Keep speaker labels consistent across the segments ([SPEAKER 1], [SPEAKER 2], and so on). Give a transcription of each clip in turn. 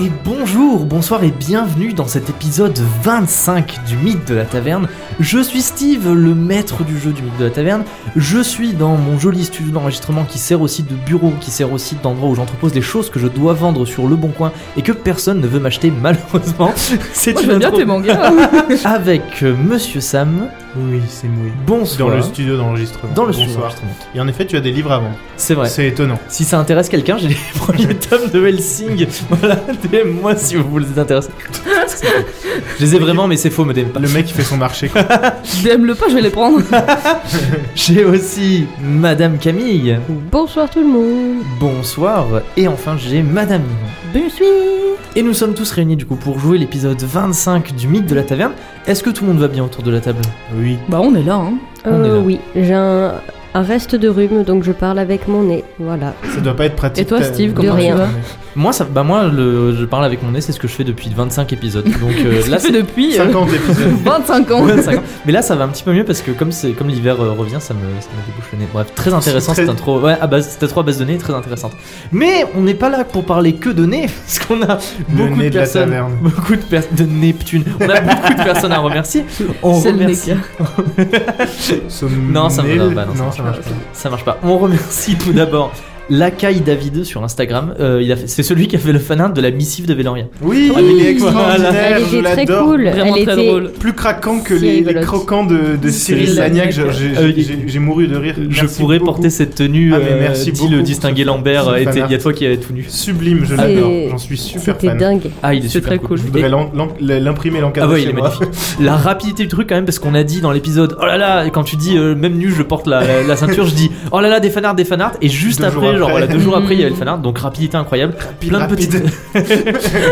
[SPEAKER 1] Et bonjour, bonsoir et bienvenue dans cet épisode 25 du Mythe de la Taverne. Je suis Steve, le maître du jeu du Mythe de la Taverne. Je suis dans mon joli studio d'enregistrement qui sert aussi de bureau, qui sert aussi d'endroit où j'entrepose des choses que je dois vendre sur le bon coin et que personne ne veut m'acheter malheureusement. C'est
[SPEAKER 2] Moi, j'aime bien
[SPEAKER 1] intro
[SPEAKER 2] tes mangas.
[SPEAKER 1] Avec euh, Monsieur Sam.
[SPEAKER 3] Oui, c'est mouillé.
[SPEAKER 1] Bonsoir.
[SPEAKER 3] Dans le studio d'enregistrement.
[SPEAKER 1] Dans le studio
[SPEAKER 3] Bonsoir.
[SPEAKER 1] d'enregistrement.
[SPEAKER 3] Et en effet, tu as des livres à vendre.
[SPEAKER 1] C'est vrai.
[SPEAKER 3] C'est étonnant.
[SPEAKER 1] Si ça intéresse quelqu'un, j'ai les premiers tomes de Helsing. Voilà, DM-moi si vous voulez les intéresser. Je les ai vraiment, mais c'est faux, me DM pas.
[SPEAKER 3] Le mec, il fait son marché. quoi.
[SPEAKER 2] DM le pas, je vais les prendre.
[SPEAKER 1] J'ai aussi Madame Camille.
[SPEAKER 2] Bonsoir tout le monde.
[SPEAKER 1] Bonsoir. Et enfin, j'ai Madame Ninon.
[SPEAKER 2] Je suis.
[SPEAKER 1] Et nous sommes tous réunis du coup pour jouer l'épisode 25 du Mythe de la Taverne. Est-ce que tout le monde va bien autour de la table
[SPEAKER 3] Oui.
[SPEAKER 2] Bah on est là. Hein.
[SPEAKER 1] On est là.
[SPEAKER 4] Euh, oui, j'ai un, un reste de rhume, donc je parle avec mon nez. Voilà.
[SPEAKER 3] Ça doit pas être pratique.
[SPEAKER 2] Et toi,
[SPEAKER 3] t'as-
[SPEAKER 2] Steve,
[SPEAKER 3] de
[SPEAKER 4] comment tu
[SPEAKER 3] rien.
[SPEAKER 2] vas
[SPEAKER 1] Moi, ça, bah moi, le- je parle avec mon nez, c'est ce que je fais depuis 25 épisodes. Donc euh,
[SPEAKER 2] Là
[SPEAKER 1] là,
[SPEAKER 2] fait
[SPEAKER 1] c'est
[SPEAKER 2] depuis euh,
[SPEAKER 3] 50 épisodes.
[SPEAKER 2] 25 ans.
[SPEAKER 1] 25. Mais là, ça va un petit peu mieux parce que comme c'est comme l'hiver euh, revient, ça me, ça me débouche le nez. Bref, très intéressant
[SPEAKER 3] Très-
[SPEAKER 1] cette intro. Ouais, à base, cette intro à base de nez, très intéressante. Mais on n'est pas là pour parler que de nez, parce qu'on a
[SPEAKER 3] Le
[SPEAKER 1] beaucoup
[SPEAKER 3] nez
[SPEAKER 1] de
[SPEAKER 3] de la
[SPEAKER 1] personnes,
[SPEAKER 3] taverne.
[SPEAKER 1] beaucoup de personnes de Neptune. On a beaucoup de personnes à remercier. On
[SPEAKER 2] C'est le
[SPEAKER 1] remercie.
[SPEAKER 2] mec.
[SPEAKER 3] Somnil-
[SPEAKER 1] Non, ça me- bah non, ça
[SPEAKER 3] non, ça marche pas.
[SPEAKER 1] Ça marche pas. On remercie tout d'abord. Lacaille David sur Instagram, Euh, il a fait- c'est celui qui a fait le fanart de la missive de Véloria.
[SPEAKER 3] Oui,
[SPEAKER 1] Oui,
[SPEAKER 3] il est
[SPEAKER 1] voilà.
[SPEAKER 3] extraordinaire.
[SPEAKER 4] Elle
[SPEAKER 3] Eh, Je
[SPEAKER 4] était très
[SPEAKER 3] l'adore.
[SPEAKER 4] cool.
[SPEAKER 2] Vraiment
[SPEAKER 4] Elle
[SPEAKER 2] très
[SPEAKER 4] était
[SPEAKER 2] drôle.
[SPEAKER 3] Plus craquant que
[SPEAKER 4] Si,
[SPEAKER 3] les, les
[SPEAKER 4] rigolote.
[SPEAKER 3] croquants de, de
[SPEAKER 1] Cyril
[SPEAKER 3] Cyril Lagnac. Genre,
[SPEAKER 2] Lagnac.
[SPEAKER 3] J'ai
[SPEAKER 1] Euh,
[SPEAKER 3] j'ai- j'ai- j'ai mouru de rire.
[SPEAKER 1] Je
[SPEAKER 3] Euh, Merci
[SPEAKER 1] pourrais
[SPEAKER 3] beaucoup.
[SPEAKER 1] porter cette tenue,
[SPEAKER 3] Ah, mais
[SPEAKER 1] euh,
[SPEAKER 3] merci
[SPEAKER 1] dit
[SPEAKER 3] beaucoup
[SPEAKER 1] le
[SPEAKER 3] pour
[SPEAKER 1] distingué
[SPEAKER 3] ce-
[SPEAKER 1] Lambert,
[SPEAKER 3] ce
[SPEAKER 1] était- il y a
[SPEAKER 3] fanart.
[SPEAKER 1] toi qui avais tout nu.
[SPEAKER 3] Sublime, je
[SPEAKER 4] C'est-
[SPEAKER 3] l'adore. J'en suis super
[SPEAKER 4] C'était
[SPEAKER 3] fan.
[SPEAKER 4] dingue.
[SPEAKER 1] Ah, il est
[SPEAKER 2] C'est
[SPEAKER 1] super
[SPEAKER 2] très cool.
[SPEAKER 3] Je voudrais l'en- l'en- l'imprimer, l'encadrer
[SPEAKER 1] Ah ouais, il
[SPEAKER 3] chez
[SPEAKER 1] est
[SPEAKER 3] moi.
[SPEAKER 1] magnifique. La rapidité du truc quand même parce qu'on a dit dans l'épisode oh là là et quand tu dis euh, même nu je porte la, la- la ceinture je dis oh là là des fanarts des fanarts et juste
[SPEAKER 3] Deux
[SPEAKER 1] après,
[SPEAKER 3] jours
[SPEAKER 1] genre
[SPEAKER 3] après.
[SPEAKER 1] voilà deux jours après il y avait le fanart donc rapidité incroyable plein de
[SPEAKER 3] rapide.
[SPEAKER 1] petites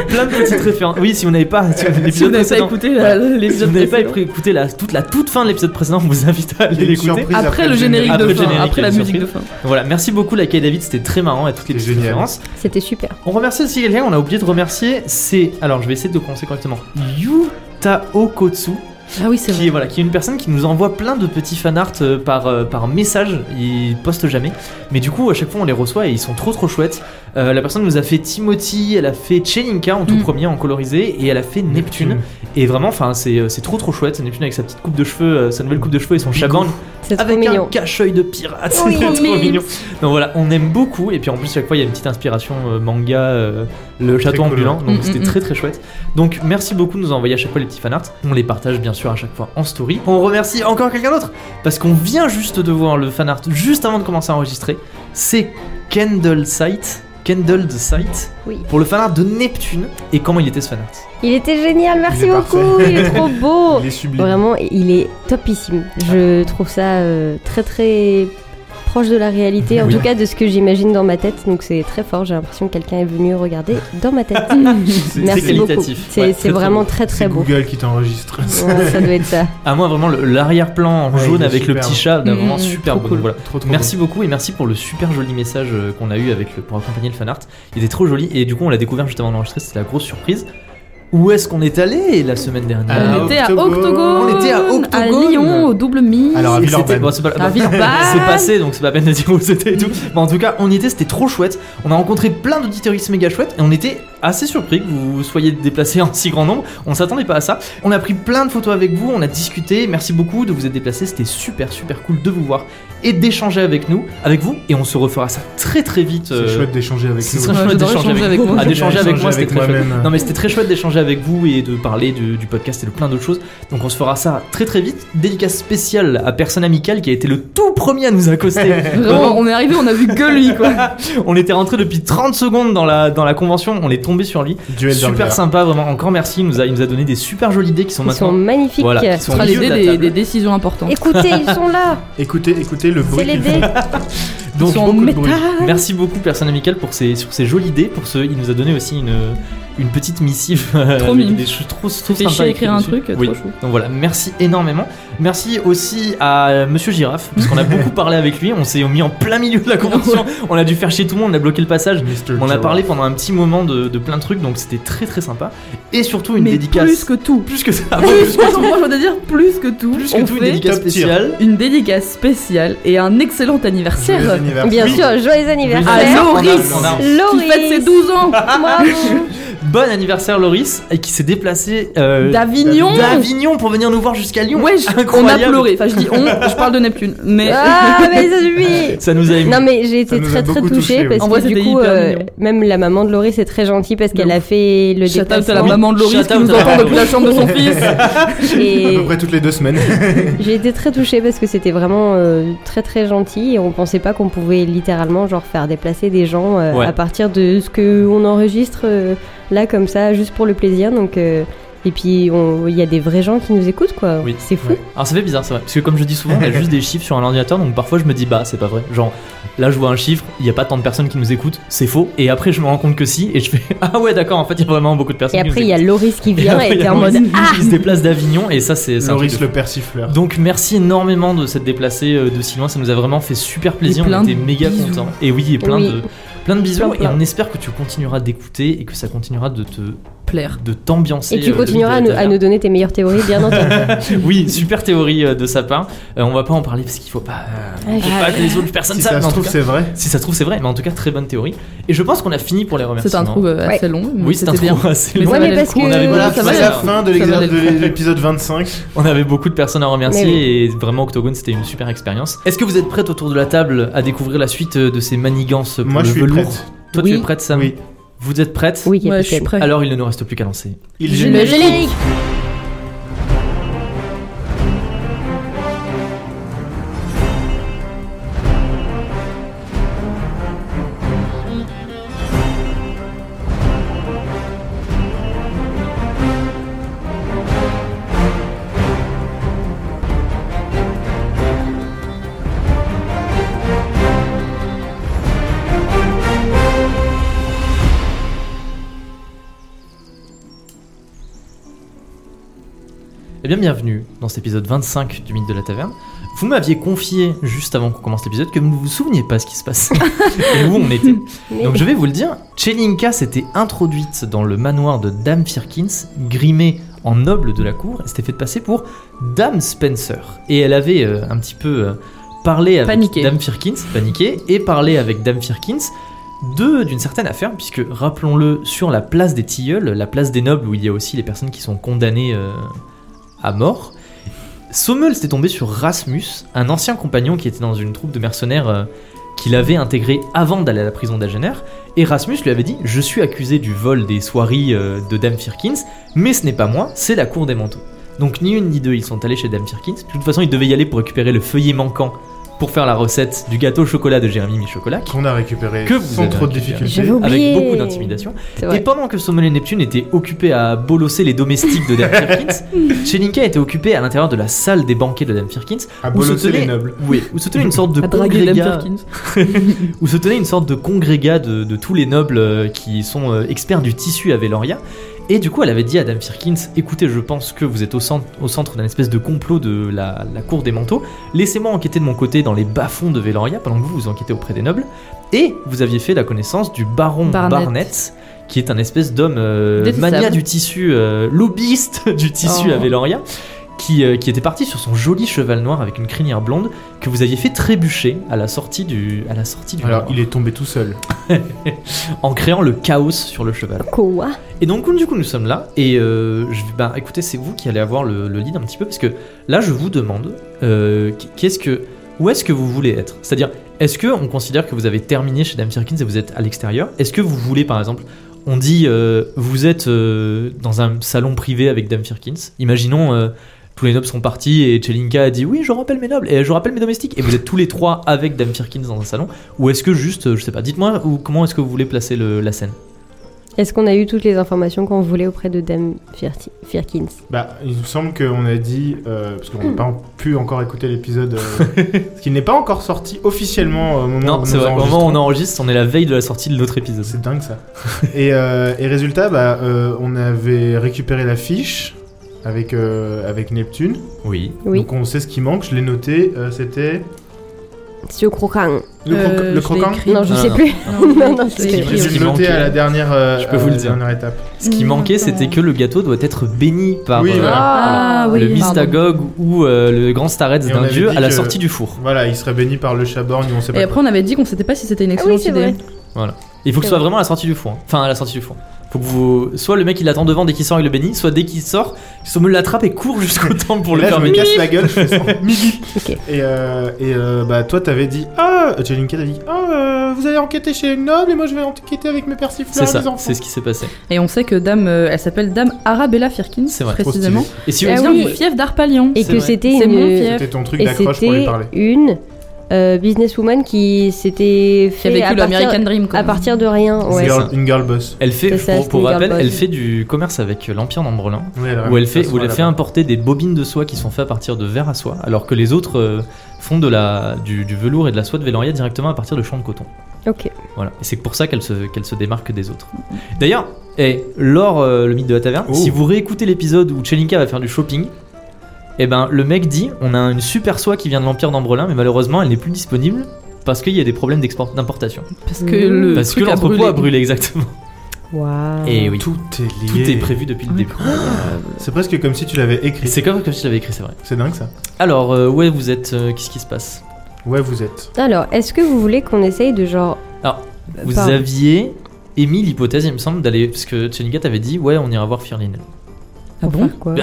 [SPEAKER 1] plein de petites références oui si vous n'avez pas si vous
[SPEAKER 2] Si vous
[SPEAKER 1] l'épisode
[SPEAKER 2] n'avez
[SPEAKER 1] précédent-
[SPEAKER 2] pas écouté la-
[SPEAKER 1] si vous
[SPEAKER 2] l'épisode
[SPEAKER 1] n'avez pas
[SPEAKER 2] précédent.
[SPEAKER 1] écouté la toute la toute fin de l'épisode précédent on vous invite à
[SPEAKER 3] Il y a
[SPEAKER 1] aller
[SPEAKER 3] une
[SPEAKER 1] l'écouter
[SPEAKER 3] surprise
[SPEAKER 2] Après le générique
[SPEAKER 1] Après
[SPEAKER 2] de
[SPEAKER 1] le générique,
[SPEAKER 2] fin, après la
[SPEAKER 1] il y a une
[SPEAKER 2] musique de fin.
[SPEAKER 1] voilà merci beaucoup la Kay David c'était très marrant à toutes les
[SPEAKER 3] C'était
[SPEAKER 1] petites
[SPEAKER 3] génial.
[SPEAKER 1] références
[SPEAKER 4] C'était super.
[SPEAKER 1] on remercie aussi quelqu'un qu'on a oublié de remercier c'est alors je vais essayer de le prononcer correctement Yutao Kotsu
[SPEAKER 2] Ah oui, c'est
[SPEAKER 1] qui est,
[SPEAKER 2] vrai.
[SPEAKER 1] voilà, qui est une personne qui nous envoie plein de petits fanarts euh, par, euh, par message, ils postent jamais, mais du coup à chaque fois on les reçoit et ils sont trop trop chouettes. Euh, la personne nous a fait Timothy, elle a fait Chelinka en tout
[SPEAKER 2] Mm.
[SPEAKER 1] premier en colorisé et elle a fait Neptune. Et vraiment, enfin c'est euh, c'est trop trop chouette, Neptune avec sa petite coupe de cheveux, euh, sa nouvelle coupe de cheveux et son chaban
[SPEAKER 4] C'est trop
[SPEAKER 1] avec un
[SPEAKER 4] mignon.
[SPEAKER 1] cache-œil de pirate,
[SPEAKER 2] Oui,
[SPEAKER 1] c'est
[SPEAKER 3] Ah,
[SPEAKER 1] trop
[SPEAKER 2] mimes.
[SPEAKER 1] mignon. Donc voilà, on aime beaucoup et puis en plus chaque fois il y a une petite inspiration euh, manga, euh, le château
[SPEAKER 3] cool,
[SPEAKER 1] ambulant,
[SPEAKER 2] ouais.
[SPEAKER 1] donc
[SPEAKER 2] Mm,
[SPEAKER 1] c'était
[SPEAKER 2] mm,
[SPEAKER 1] très très chouette. Donc merci beaucoup de nous envoyer à chaque fois les petits fanarts, on les partage bien sûr à chaque fois en story. On remercie encore quelqu'un d'autre parce qu'on vient juste de voir le fanart juste avant de commencer à enregistrer, c'est Kendall Sight, Kendall the Sight
[SPEAKER 4] Oui.
[SPEAKER 1] pour le fanart de Neptune et comment il était ce fanart
[SPEAKER 4] Il était génial, merci
[SPEAKER 3] est
[SPEAKER 4] beaucoup.
[SPEAKER 3] parfait.
[SPEAKER 4] Il est trop beau.
[SPEAKER 3] Il est sublime.
[SPEAKER 4] Oh, Vraiment, il est topissime. Je trouve ça euh, très très proche de la
[SPEAKER 3] Ah
[SPEAKER 4] réalité, en
[SPEAKER 1] Oui.
[SPEAKER 4] tout cas de ce que j'imagine dans ma tête. Donc c'est très fort. J'ai l'impression que quelqu'un est venu regarder dans ma tête.
[SPEAKER 3] C'est-
[SPEAKER 1] c'est
[SPEAKER 4] merci beaucoup.
[SPEAKER 1] qualitatif.
[SPEAKER 4] C'est
[SPEAKER 1] Ouais,
[SPEAKER 4] c'est
[SPEAKER 1] très, très
[SPEAKER 4] vraiment
[SPEAKER 1] beau.
[SPEAKER 4] très
[SPEAKER 3] C'est
[SPEAKER 4] très beau.
[SPEAKER 3] Google qui t'enregistre.
[SPEAKER 4] Ouais, ça doit être ça.
[SPEAKER 1] À moi vraiment le- l'arrière-plan en
[SPEAKER 3] Ouais,
[SPEAKER 1] jaune
[SPEAKER 3] il est
[SPEAKER 1] avec le
[SPEAKER 3] superbe.
[SPEAKER 1] petit chat, d'un
[SPEAKER 2] Mm,
[SPEAKER 1] moment
[SPEAKER 2] mm,
[SPEAKER 1] super
[SPEAKER 2] trop
[SPEAKER 1] beau.
[SPEAKER 2] cool.
[SPEAKER 1] Voilà.
[SPEAKER 3] Trop, trop
[SPEAKER 1] Merci beaucoup et merci pour le super joli message euh, qu'on a eu avec le, pour accompagner le fanart. Il était trop joli et du coup on l'a découvert juste avant d'enregistrer, c'était la grosse surprise. Où est-ce qu'on est allé la semaine dernière
[SPEAKER 3] Ah,
[SPEAKER 2] On était à
[SPEAKER 3] Octogone.
[SPEAKER 2] Octogone.
[SPEAKER 1] On était à Octogone.
[SPEAKER 2] Lyon, au double mi.
[SPEAKER 3] Alors, à
[SPEAKER 1] Et
[SPEAKER 3] Villeurbanne. Ah,
[SPEAKER 1] c'était- bon, c'est pas-
[SPEAKER 2] À Villeurbanne.
[SPEAKER 1] c'est passé donc c'est pas la peine de dire où c'était et tout. Mais en tout cas on y était, c'était trop chouette. On a rencontré plein d'auditeurs méga chouettes et on était assez surpris que vous soyez déplacés en si grand nombre. On s'attendait pas à ça. On a pris plein de photos avec vous, on a discuté. Merci beaucoup de vous être déplacés, c'était super super cool de vous voir et d'échanger avec nous, avec vous. Et on se refera ça très très vite.
[SPEAKER 3] C'est
[SPEAKER 1] euh,
[SPEAKER 3] chouette d'échanger avec
[SPEAKER 1] ce
[SPEAKER 3] nous.
[SPEAKER 1] serait
[SPEAKER 2] Ouais,
[SPEAKER 1] chouette
[SPEAKER 2] j'adorais
[SPEAKER 1] d'échanger avec
[SPEAKER 2] échanger avec
[SPEAKER 1] vous.
[SPEAKER 2] vous.
[SPEAKER 1] Ah, d'échanger
[SPEAKER 3] J'adorais
[SPEAKER 1] avec moi, c'était
[SPEAKER 3] échanger
[SPEAKER 1] très
[SPEAKER 3] avec
[SPEAKER 1] chouette.
[SPEAKER 3] moi-même.
[SPEAKER 1] Non, mais c'était très chouette d'échanger avec vous et de parler du, du podcast et de plein d'autres choses. Donc, on se fera ça très très vite. Dédicace spéciale à Personne Amicale qui a été le tout premier à nous accoster.
[SPEAKER 2] Vraiment, on est arrivé, on a vu que lui quoi.
[SPEAKER 1] on était rentré depuis 30 secondes dans la, dans la convention, on est tombé sur lui.
[SPEAKER 3] Duel
[SPEAKER 1] super
[SPEAKER 3] d'orgueil.
[SPEAKER 1] sympa, vraiment. Encore merci. Il nous a, il nous a donné des super jolies idées qui sont
[SPEAKER 4] Ils sont
[SPEAKER 1] maintenant.
[SPEAKER 4] magnifiques.
[SPEAKER 1] Voilà, ils
[SPEAKER 2] Ce
[SPEAKER 1] sont au
[SPEAKER 2] sera
[SPEAKER 1] milieu
[SPEAKER 2] l'idée
[SPEAKER 1] de la
[SPEAKER 2] des,
[SPEAKER 1] table.
[SPEAKER 2] des décisions importantes.
[SPEAKER 4] Écoutez, ils sont là.
[SPEAKER 3] Écoutez, écoutez le bruit
[SPEAKER 4] C'est les
[SPEAKER 3] qu'il
[SPEAKER 4] dés.
[SPEAKER 3] fait.
[SPEAKER 2] Ils sont en
[SPEAKER 3] beaucoup de bruit.
[SPEAKER 2] métal.
[SPEAKER 1] Merci beaucoup, Personne Amicale, pour ces, sur ces jolies idées. Pour ce, il nous a donné aussi une, une petite missive. avec
[SPEAKER 2] mime.
[SPEAKER 1] des choses trop, trop
[SPEAKER 2] Fait
[SPEAKER 1] sympas
[SPEAKER 2] chier à
[SPEAKER 1] écrites
[SPEAKER 2] écrire un
[SPEAKER 1] dessus.
[SPEAKER 2] truc,
[SPEAKER 1] Oui.
[SPEAKER 2] trop chou.
[SPEAKER 1] Donc voilà, merci énormément. Merci aussi à euh, Monsieur Girafe, parce qu'on a beaucoup parlé avec lui. On s'est mis en plein milieu de la convention. On a dû faire chier tout le monde, on a bloqué le passage.
[SPEAKER 3] Mr.
[SPEAKER 1] On a
[SPEAKER 3] Gerard.
[SPEAKER 1] parlé pendant un petit moment de, de plein de trucs, donc c'était très très sympa. Et surtout une
[SPEAKER 2] Mais
[SPEAKER 1] dédicace.
[SPEAKER 2] plus que tout.
[SPEAKER 1] Plus que ça. Ah bon,
[SPEAKER 2] Plus que tout. Moi, je voudrais dire plus que tout.
[SPEAKER 1] plus
[SPEAKER 2] on
[SPEAKER 1] que tout, une
[SPEAKER 2] fait
[SPEAKER 1] dédicace
[SPEAKER 3] Top tier.
[SPEAKER 1] spéciale.
[SPEAKER 2] une dédicace spéciale et un excellent anniversaire.
[SPEAKER 3] Joyeux anniversaire.
[SPEAKER 4] Bien
[SPEAKER 3] Oui.
[SPEAKER 4] sûr, joyeux anniversaire.
[SPEAKER 2] Allô, Ah,
[SPEAKER 1] On a-
[SPEAKER 2] Loris
[SPEAKER 1] on a-
[SPEAKER 2] Qui
[SPEAKER 4] Laurie.
[SPEAKER 2] fête ses 12 ans
[SPEAKER 4] Bravo.
[SPEAKER 1] Bon anniversaire Loris, et qui s'est déplacé euh,
[SPEAKER 2] D'Avignon
[SPEAKER 1] d'Avignon pour venir nous voir jusqu'à Lyon.
[SPEAKER 2] Ouais, je- on a
[SPEAKER 1] Incroyable.
[SPEAKER 2] pleuré. Enfin, je dis on, je parle de Neptune. Mais
[SPEAKER 4] Ah, mais c'est lui
[SPEAKER 1] Ça nous a ému.
[SPEAKER 4] Non, mais j'ai été
[SPEAKER 3] Ça nous a
[SPEAKER 4] très très
[SPEAKER 3] beaucoup touchés,
[SPEAKER 4] touchée
[SPEAKER 3] ouais.
[SPEAKER 2] En vrai,
[SPEAKER 4] parce que du
[SPEAKER 2] c'était
[SPEAKER 4] coup,
[SPEAKER 2] hyper
[SPEAKER 4] euh,
[SPEAKER 2] mignon.
[SPEAKER 4] même la maman de Laurie, c'est très gentil parce
[SPEAKER 2] De
[SPEAKER 4] qu'elle a fait le
[SPEAKER 2] shout out à la
[SPEAKER 4] déplacement.
[SPEAKER 2] maman de Loris
[SPEAKER 1] Shout
[SPEAKER 2] qui
[SPEAKER 1] out
[SPEAKER 2] nous
[SPEAKER 1] à la
[SPEAKER 2] entend
[SPEAKER 1] maman.
[SPEAKER 2] depuis la chambre de son fils.
[SPEAKER 3] À
[SPEAKER 4] Et
[SPEAKER 3] peu près toutes les deux semaines.
[SPEAKER 4] j'ai été très touchée parce que c'était vraiment euh, très très gentil et on pensait pas qu'on pouvait littéralement genre faire déplacer des gens euh,
[SPEAKER 1] Ouais.
[SPEAKER 4] à partir de ce que on enregistre euh, là comme ça juste pour le plaisir. Donc euh, et puis on- il y a des vrais gens qui nous écoutent quoi.
[SPEAKER 1] Oui.
[SPEAKER 4] C'est fou.
[SPEAKER 3] Ouais.
[SPEAKER 1] Alors ça fait bizarre, c'est vrai. Parce que comme je dis souvent, on a juste des chiffres sur un ordinateur, donc parfois je me dis bah c'est pas vrai. Genre là je vois un chiffre, il y a pas tant de personnes qui nous écoutent, c'est faux. Et après je me rends compte que si, et je fais ah ouais d'accord, en fait il y a vraiment beaucoup de
[SPEAKER 4] Et
[SPEAKER 1] personnes. qui
[SPEAKER 4] après
[SPEAKER 1] nous
[SPEAKER 4] il y a
[SPEAKER 1] écoutent.
[SPEAKER 4] Loris qui vient et
[SPEAKER 1] après, il y
[SPEAKER 4] t'es
[SPEAKER 1] a
[SPEAKER 4] en mode
[SPEAKER 1] Loris qui se déplace d'Avignon, et ça c'est c'est un truc
[SPEAKER 3] Loris
[SPEAKER 1] de
[SPEAKER 3] le persifleur.
[SPEAKER 1] fou. Donc merci énormément de s'être déplacé euh, de si loin, ça nous a vraiment fait super plaisir,
[SPEAKER 2] plein
[SPEAKER 1] on était
[SPEAKER 2] de
[SPEAKER 1] méga
[SPEAKER 2] bisous.
[SPEAKER 1] contents. Et oui, et plein
[SPEAKER 4] Oui.
[SPEAKER 1] de plein de bisous,
[SPEAKER 4] Plein, plein.
[SPEAKER 1] et on espère que tu continueras d'écouter et que ça continuera de te
[SPEAKER 2] Plaire.
[SPEAKER 1] de t'ambiancer.
[SPEAKER 4] et tu
[SPEAKER 1] euh, de-
[SPEAKER 4] continueras à
[SPEAKER 1] de-
[SPEAKER 4] nous, à nous donner tes meilleures théories bien entendu.
[SPEAKER 1] Oui, super théorie euh, de sa part. Euh, on va pas en parler parce qu'il faut pas, euh, faut
[SPEAKER 4] Ah,
[SPEAKER 1] pas que les autres personnes
[SPEAKER 3] Si
[SPEAKER 1] savent.
[SPEAKER 3] ça
[SPEAKER 1] mais
[SPEAKER 3] se
[SPEAKER 1] en tout
[SPEAKER 3] trouve,
[SPEAKER 1] cas-
[SPEAKER 3] c'est vrai.
[SPEAKER 1] si ça se trouve, c'est vrai. Mais en tout cas, très bonne théorie. Et je pense qu'on a fini pour les remerciements.
[SPEAKER 2] C'est un trou euh, assez long. mais
[SPEAKER 1] Oui, c'est un
[SPEAKER 2] c'était
[SPEAKER 1] trou
[SPEAKER 2] bien.
[SPEAKER 1] assez
[SPEAKER 2] Mais
[SPEAKER 1] long.
[SPEAKER 2] ça
[SPEAKER 4] Ouais, mais
[SPEAKER 2] valait le
[SPEAKER 4] parce
[SPEAKER 2] coup.
[SPEAKER 4] que-
[SPEAKER 1] On avait,
[SPEAKER 3] Voilà,
[SPEAKER 1] beaucoup-
[SPEAKER 2] ça
[SPEAKER 3] c'est
[SPEAKER 2] valait
[SPEAKER 3] la
[SPEAKER 2] le coup.
[SPEAKER 3] fin de
[SPEAKER 2] Ça valait
[SPEAKER 3] l'exercice-
[SPEAKER 2] le
[SPEAKER 3] de
[SPEAKER 2] coup.
[SPEAKER 3] l'épisode 25.
[SPEAKER 1] on avait beaucoup de personnes à remercier
[SPEAKER 4] Mais
[SPEAKER 1] et vraiment Octogone c'était une super expérience. Est-ce que vous êtes prête autour de la table à découvrir la suite euh, de ces manigances pour
[SPEAKER 3] Moi,
[SPEAKER 1] le
[SPEAKER 3] je suis
[SPEAKER 1] velours
[SPEAKER 3] prête.
[SPEAKER 1] Toi
[SPEAKER 2] Oui.
[SPEAKER 1] tu es prête Sam
[SPEAKER 3] Oui.
[SPEAKER 1] Vous êtes prête
[SPEAKER 4] Oui,
[SPEAKER 2] Ouais, je suis
[SPEAKER 4] capitaine.
[SPEAKER 2] prêt.
[SPEAKER 1] Alors il ne nous reste plus qu'à lancer.
[SPEAKER 3] Il
[SPEAKER 2] Je
[SPEAKER 3] génère-
[SPEAKER 2] le générique.
[SPEAKER 1] Eh bien bienvenue dans cet épisode 25 du Mythe de la Taverne. Vous m'aviez confié juste avant qu'on commence l'épisode que vous ne vous souveniez pas ce qui se passait et où on était.
[SPEAKER 4] Mais-
[SPEAKER 1] Donc je vais vous le dire, Chelinka s'était introduite dans le manoir de Dame Firkins, grimée en noble de la cour, et s'était fait passer pour Dame Spencer. Et elle avait euh, un petit peu euh, parlé avec
[SPEAKER 2] Paniqué.
[SPEAKER 1] Dame Firkins, paniquée, et parlé avec Dame Firkins de d'une certaine affaire, puisque rappelons-le, sur la place des tilleuls, la place des nobles, où il y a aussi les personnes qui sont condamnées euh, à mort, Sommel s'était tombé sur Rasmus, un ancien compagnon qui était dans une troupe de mercenaires euh, qu'il avait intégré avant d'aller à la prison d'Agener, et Rasmus lui avait dit Je suis accusé du vol des soieries euh, de Dame Firkins, mais ce n'est pas moi, c'est la cour des manteaux. Donc ni une ni deux, ils sont allés chez Dame Firkins. De toute façon, ils devaient y aller pour récupérer le feuillet manquant pour faire la recette du gâteau au chocolat de Jérémy Michocolac,
[SPEAKER 3] Qu'on a récupéré
[SPEAKER 1] Que vous
[SPEAKER 3] sans
[SPEAKER 1] avez
[SPEAKER 3] trop de
[SPEAKER 1] récupéré.
[SPEAKER 3] difficultés.
[SPEAKER 4] J'avoue. Oublié.
[SPEAKER 1] avec beaucoup d'intimidation.
[SPEAKER 4] C'est
[SPEAKER 1] Et
[SPEAKER 4] vrai.
[SPEAKER 1] pendant que Sommel et Neptune étaient occupés à bolosser les domestiques de Dame Firkins, Chelinka était occupée à l'intérieur de la salle des banquets de Dame Firkins,
[SPEAKER 3] À
[SPEAKER 1] Vous
[SPEAKER 3] bolosser
[SPEAKER 1] soutenez-
[SPEAKER 3] les nobles.
[SPEAKER 1] oui, où se tenait une sorte de
[SPEAKER 2] À draguer Dame
[SPEAKER 1] congrégat,
[SPEAKER 2] Perkins.
[SPEAKER 1] où se tenait une sorte de congrégat de, de tous les nobles euh, qui sont euh, experts du tissu à Veloria. Et du coup, elle avait dit à Dame Firkins Écoutez, je pense que vous êtes au centre, au centre d'un espèce de complot de la, la cour des manteaux. Laissez-moi enquêter de mon côté dans les bas-fonds de Veloria pendant que vous vous enquêtez auprès des nobles. Et vous aviez fait la connaissance du baron
[SPEAKER 2] Barnett.
[SPEAKER 1] Barnett, qui est un espèce d'homme euh,
[SPEAKER 2] Détestable.
[SPEAKER 1] mania du tissu, euh, lobbyiste du tissu
[SPEAKER 2] Oh.
[SPEAKER 1] à Veloria, qui, euh, qui était parti sur son joli cheval noir avec une crinière blonde que vous aviez fait trébucher à la sortie du, à la sortie du
[SPEAKER 3] Alors,
[SPEAKER 1] manoir,
[SPEAKER 3] il est tombé tout seul.
[SPEAKER 1] en créant le chaos sur le cheval.
[SPEAKER 4] Quoi
[SPEAKER 1] Et donc, du coup, nous sommes là, et euh, je, bah, écoutez, c'est vous qui allez avoir le, le lead un petit peu, parce que là, je vous demande, euh, qu'est-ce que, où est-ce que vous voulez être C'est-à-dire, est-ce que on considère que vous avez terminé chez Dame Firkins et vous êtes à l'extérieur Est-ce que vous voulez, par exemple, on dit, euh, vous êtes euh, dans un salon privé avec Dame Firkins Imaginons, euh, tous les nobles sont partis et Chelinka a dit, oui, je rappelle mes nobles, et je rappelle mes domestiques, et vous êtes tous les trois avec Dame Firkins dans un salon, ou est-ce que juste, euh, je sais pas, dites-moi, ou comment est-ce que vous voulez placer le- la scène
[SPEAKER 4] Est-ce qu'on a eu toutes les informations qu'on voulait auprès de Dame Firti- Firkins
[SPEAKER 3] Bah, il nous semble qu'on a dit, euh, parce qu'on n'a pas en- pu encore écouter l'épisode, euh, parce qu'il n'est pas encore sorti officiellement euh, au moment
[SPEAKER 1] Non,
[SPEAKER 3] où
[SPEAKER 1] c'est
[SPEAKER 3] nous
[SPEAKER 1] vrai. Au moment où
[SPEAKER 3] enregistrons.
[SPEAKER 1] on enregistre, on est la veille de la sortie de l'autre épisode.
[SPEAKER 3] C'est dingue ça. et, euh, et résultat, bah, euh, on avait récupéré la fiche avec, euh, avec Neptune.
[SPEAKER 1] Oui.
[SPEAKER 4] Oui.
[SPEAKER 3] Donc on sait ce qui manque, je l'ai noté, euh, c'était.
[SPEAKER 4] Monsieur Croquin.
[SPEAKER 3] Le, croc-
[SPEAKER 2] Euh,
[SPEAKER 3] le
[SPEAKER 2] je l'ai
[SPEAKER 3] croquant
[SPEAKER 2] écrit.
[SPEAKER 4] Non, je
[SPEAKER 1] Non,
[SPEAKER 4] sais
[SPEAKER 1] non.
[SPEAKER 4] plus. Non, non,
[SPEAKER 2] je l'ai
[SPEAKER 4] c'est-
[SPEAKER 2] écrit
[SPEAKER 3] Je
[SPEAKER 1] Ce
[SPEAKER 3] l'ai
[SPEAKER 1] qui
[SPEAKER 3] noté
[SPEAKER 1] manquait-
[SPEAKER 3] à la dernière, euh,
[SPEAKER 1] Je peux vous
[SPEAKER 3] à
[SPEAKER 1] le
[SPEAKER 3] la
[SPEAKER 1] dire.
[SPEAKER 3] dernière étape.
[SPEAKER 1] Ce qui
[SPEAKER 2] Mm,
[SPEAKER 1] manquait,
[SPEAKER 2] attends.
[SPEAKER 1] c'était que le gâteau doit être béni par
[SPEAKER 3] Oui,
[SPEAKER 1] euh,
[SPEAKER 3] voilà.
[SPEAKER 2] Ah, oui.
[SPEAKER 1] le
[SPEAKER 2] pardon.
[SPEAKER 1] mystagogue ou euh, le grand starets
[SPEAKER 3] Et on
[SPEAKER 1] d'un
[SPEAKER 3] avait
[SPEAKER 1] dieu
[SPEAKER 3] dit
[SPEAKER 1] à la
[SPEAKER 3] que-
[SPEAKER 1] sortie du four.
[SPEAKER 3] Voilà, il serait béni par le chaborgne, on sait pas.
[SPEAKER 2] Et après, on avait dit qu'on s'était pas si c'était une
[SPEAKER 4] Ah oui,
[SPEAKER 2] excellente
[SPEAKER 4] c'est
[SPEAKER 2] idée.
[SPEAKER 4] vrai.
[SPEAKER 1] Il faut que ce
[SPEAKER 4] C'est
[SPEAKER 1] soit
[SPEAKER 4] vrai.
[SPEAKER 1] vraiment à la sortie du four. hein. Enfin, à la sortie du four. Faut que vous. Soit le mec il l'attend devant dès qu'il sort, il le bénit. Soit dès qu'il sort, Sommel l'attrape et court jusqu'au temple pour
[SPEAKER 3] Et
[SPEAKER 1] le
[SPEAKER 3] là,
[SPEAKER 1] faire
[SPEAKER 3] je me
[SPEAKER 1] bénir.
[SPEAKER 3] casse la gueule, je fais ça.
[SPEAKER 4] Ok.
[SPEAKER 3] Et, euh, et euh, bah, toi, t'avais dit Ah, Jelinka t'avait dit Ah, euh, vous allez enquêter chez les nobles et moi je vais enquêter avec mes persifleurs
[SPEAKER 1] C'est
[SPEAKER 3] et
[SPEAKER 1] ça,
[SPEAKER 3] mes enfants.
[SPEAKER 1] c'est ce qui s'est passé.
[SPEAKER 2] Et on sait que Dame, euh, elle s'appelle Dame Arabella Firkin,
[SPEAKER 1] C'est vrai.
[SPEAKER 3] Trop stylé.
[SPEAKER 2] précisément.
[SPEAKER 1] Et si vous
[SPEAKER 2] Elle
[SPEAKER 4] Ah
[SPEAKER 2] vient
[SPEAKER 4] oui.
[SPEAKER 2] du fief d'Arpalion.
[SPEAKER 4] Et
[SPEAKER 1] C'est
[SPEAKER 4] que
[SPEAKER 1] vrai.
[SPEAKER 4] c'était
[SPEAKER 2] C'est mon
[SPEAKER 4] une.
[SPEAKER 2] fief.
[SPEAKER 3] C'était ton truc
[SPEAKER 4] Et
[SPEAKER 3] d'accroche pour lui
[SPEAKER 4] c'était
[SPEAKER 3] parler.
[SPEAKER 4] une euh, businesswoman qui s'était
[SPEAKER 2] Qui
[SPEAKER 4] fait
[SPEAKER 2] a vécu
[SPEAKER 4] à,
[SPEAKER 2] l'American
[SPEAKER 4] partir,
[SPEAKER 2] Dream, quoi.
[SPEAKER 4] à partir de rien.
[SPEAKER 1] C'est
[SPEAKER 4] Ouais.
[SPEAKER 1] ça.
[SPEAKER 3] Girl- une girl boss.
[SPEAKER 1] Elle fait,
[SPEAKER 4] C'est ça,
[SPEAKER 1] pour,
[SPEAKER 4] c'est
[SPEAKER 1] pour
[SPEAKER 4] une
[SPEAKER 1] rappel,
[SPEAKER 4] gargote.
[SPEAKER 1] elle fait du commerce avec euh, l'Empire Nambrelin.
[SPEAKER 3] Oui, a
[SPEAKER 1] Où elle fait, où
[SPEAKER 3] façon,
[SPEAKER 1] elle
[SPEAKER 3] a-
[SPEAKER 1] fait importer des bobines de soie qui sont faites à partir de verre à soie, alors que les autres euh, font de la, du, du velours et de la soie de Véloria directement à partir de champs de coton.
[SPEAKER 4] Ok.
[SPEAKER 1] Voilà. Et c'est pour ça qu'elle se, qu'elle se démarque des autres. D'ailleurs, et lors le mythe de la taverne,
[SPEAKER 3] Oh.
[SPEAKER 1] si vous réécoutez l'épisode où Chelinka va faire du shopping, et ben le mec dit on a une super soie qui vient de l'Empire d'Ambrelin, mais malheureusement elle n'est plus disponible parce qu'il y a des problèmes d'export- d'importation.
[SPEAKER 2] Parce que
[SPEAKER 3] Mmh.
[SPEAKER 2] le.
[SPEAKER 1] Parce que
[SPEAKER 2] truc a
[SPEAKER 1] l'entrepôt
[SPEAKER 2] brûlé.
[SPEAKER 1] a brûlé exactement.
[SPEAKER 4] Waouh.
[SPEAKER 1] Et Eh oui, tout,
[SPEAKER 3] Tout est lié.
[SPEAKER 1] est prévu depuis le début.
[SPEAKER 3] C'est presque comme si tu l'avais écrit.
[SPEAKER 1] C'est comme, comme si je l'avais écrit, c'est vrai.
[SPEAKER 3] C'est dingue ça.
[SPEAKER 1] Alors, euh, ouais, vous êtes. euh, Qu'est-ce qui se passe
[SPEAKER 3] Ouais, vous êtes.
[SPEAKER 4] Alors, est-ce que vous voulez qu'on essaye de genre. Euh,
[SPEAKER 1] Alors, Vous
[SPEAKER 4] Pardon.
[SPEAKER 1] aviez émis l'hypothèse, il me semble, d'aller. Parce que Tchennigat avait dit, ouais, on ira voir Firlin.
[SPEAKER 2] Ah bon
[SPEAKER 4] Faire quoi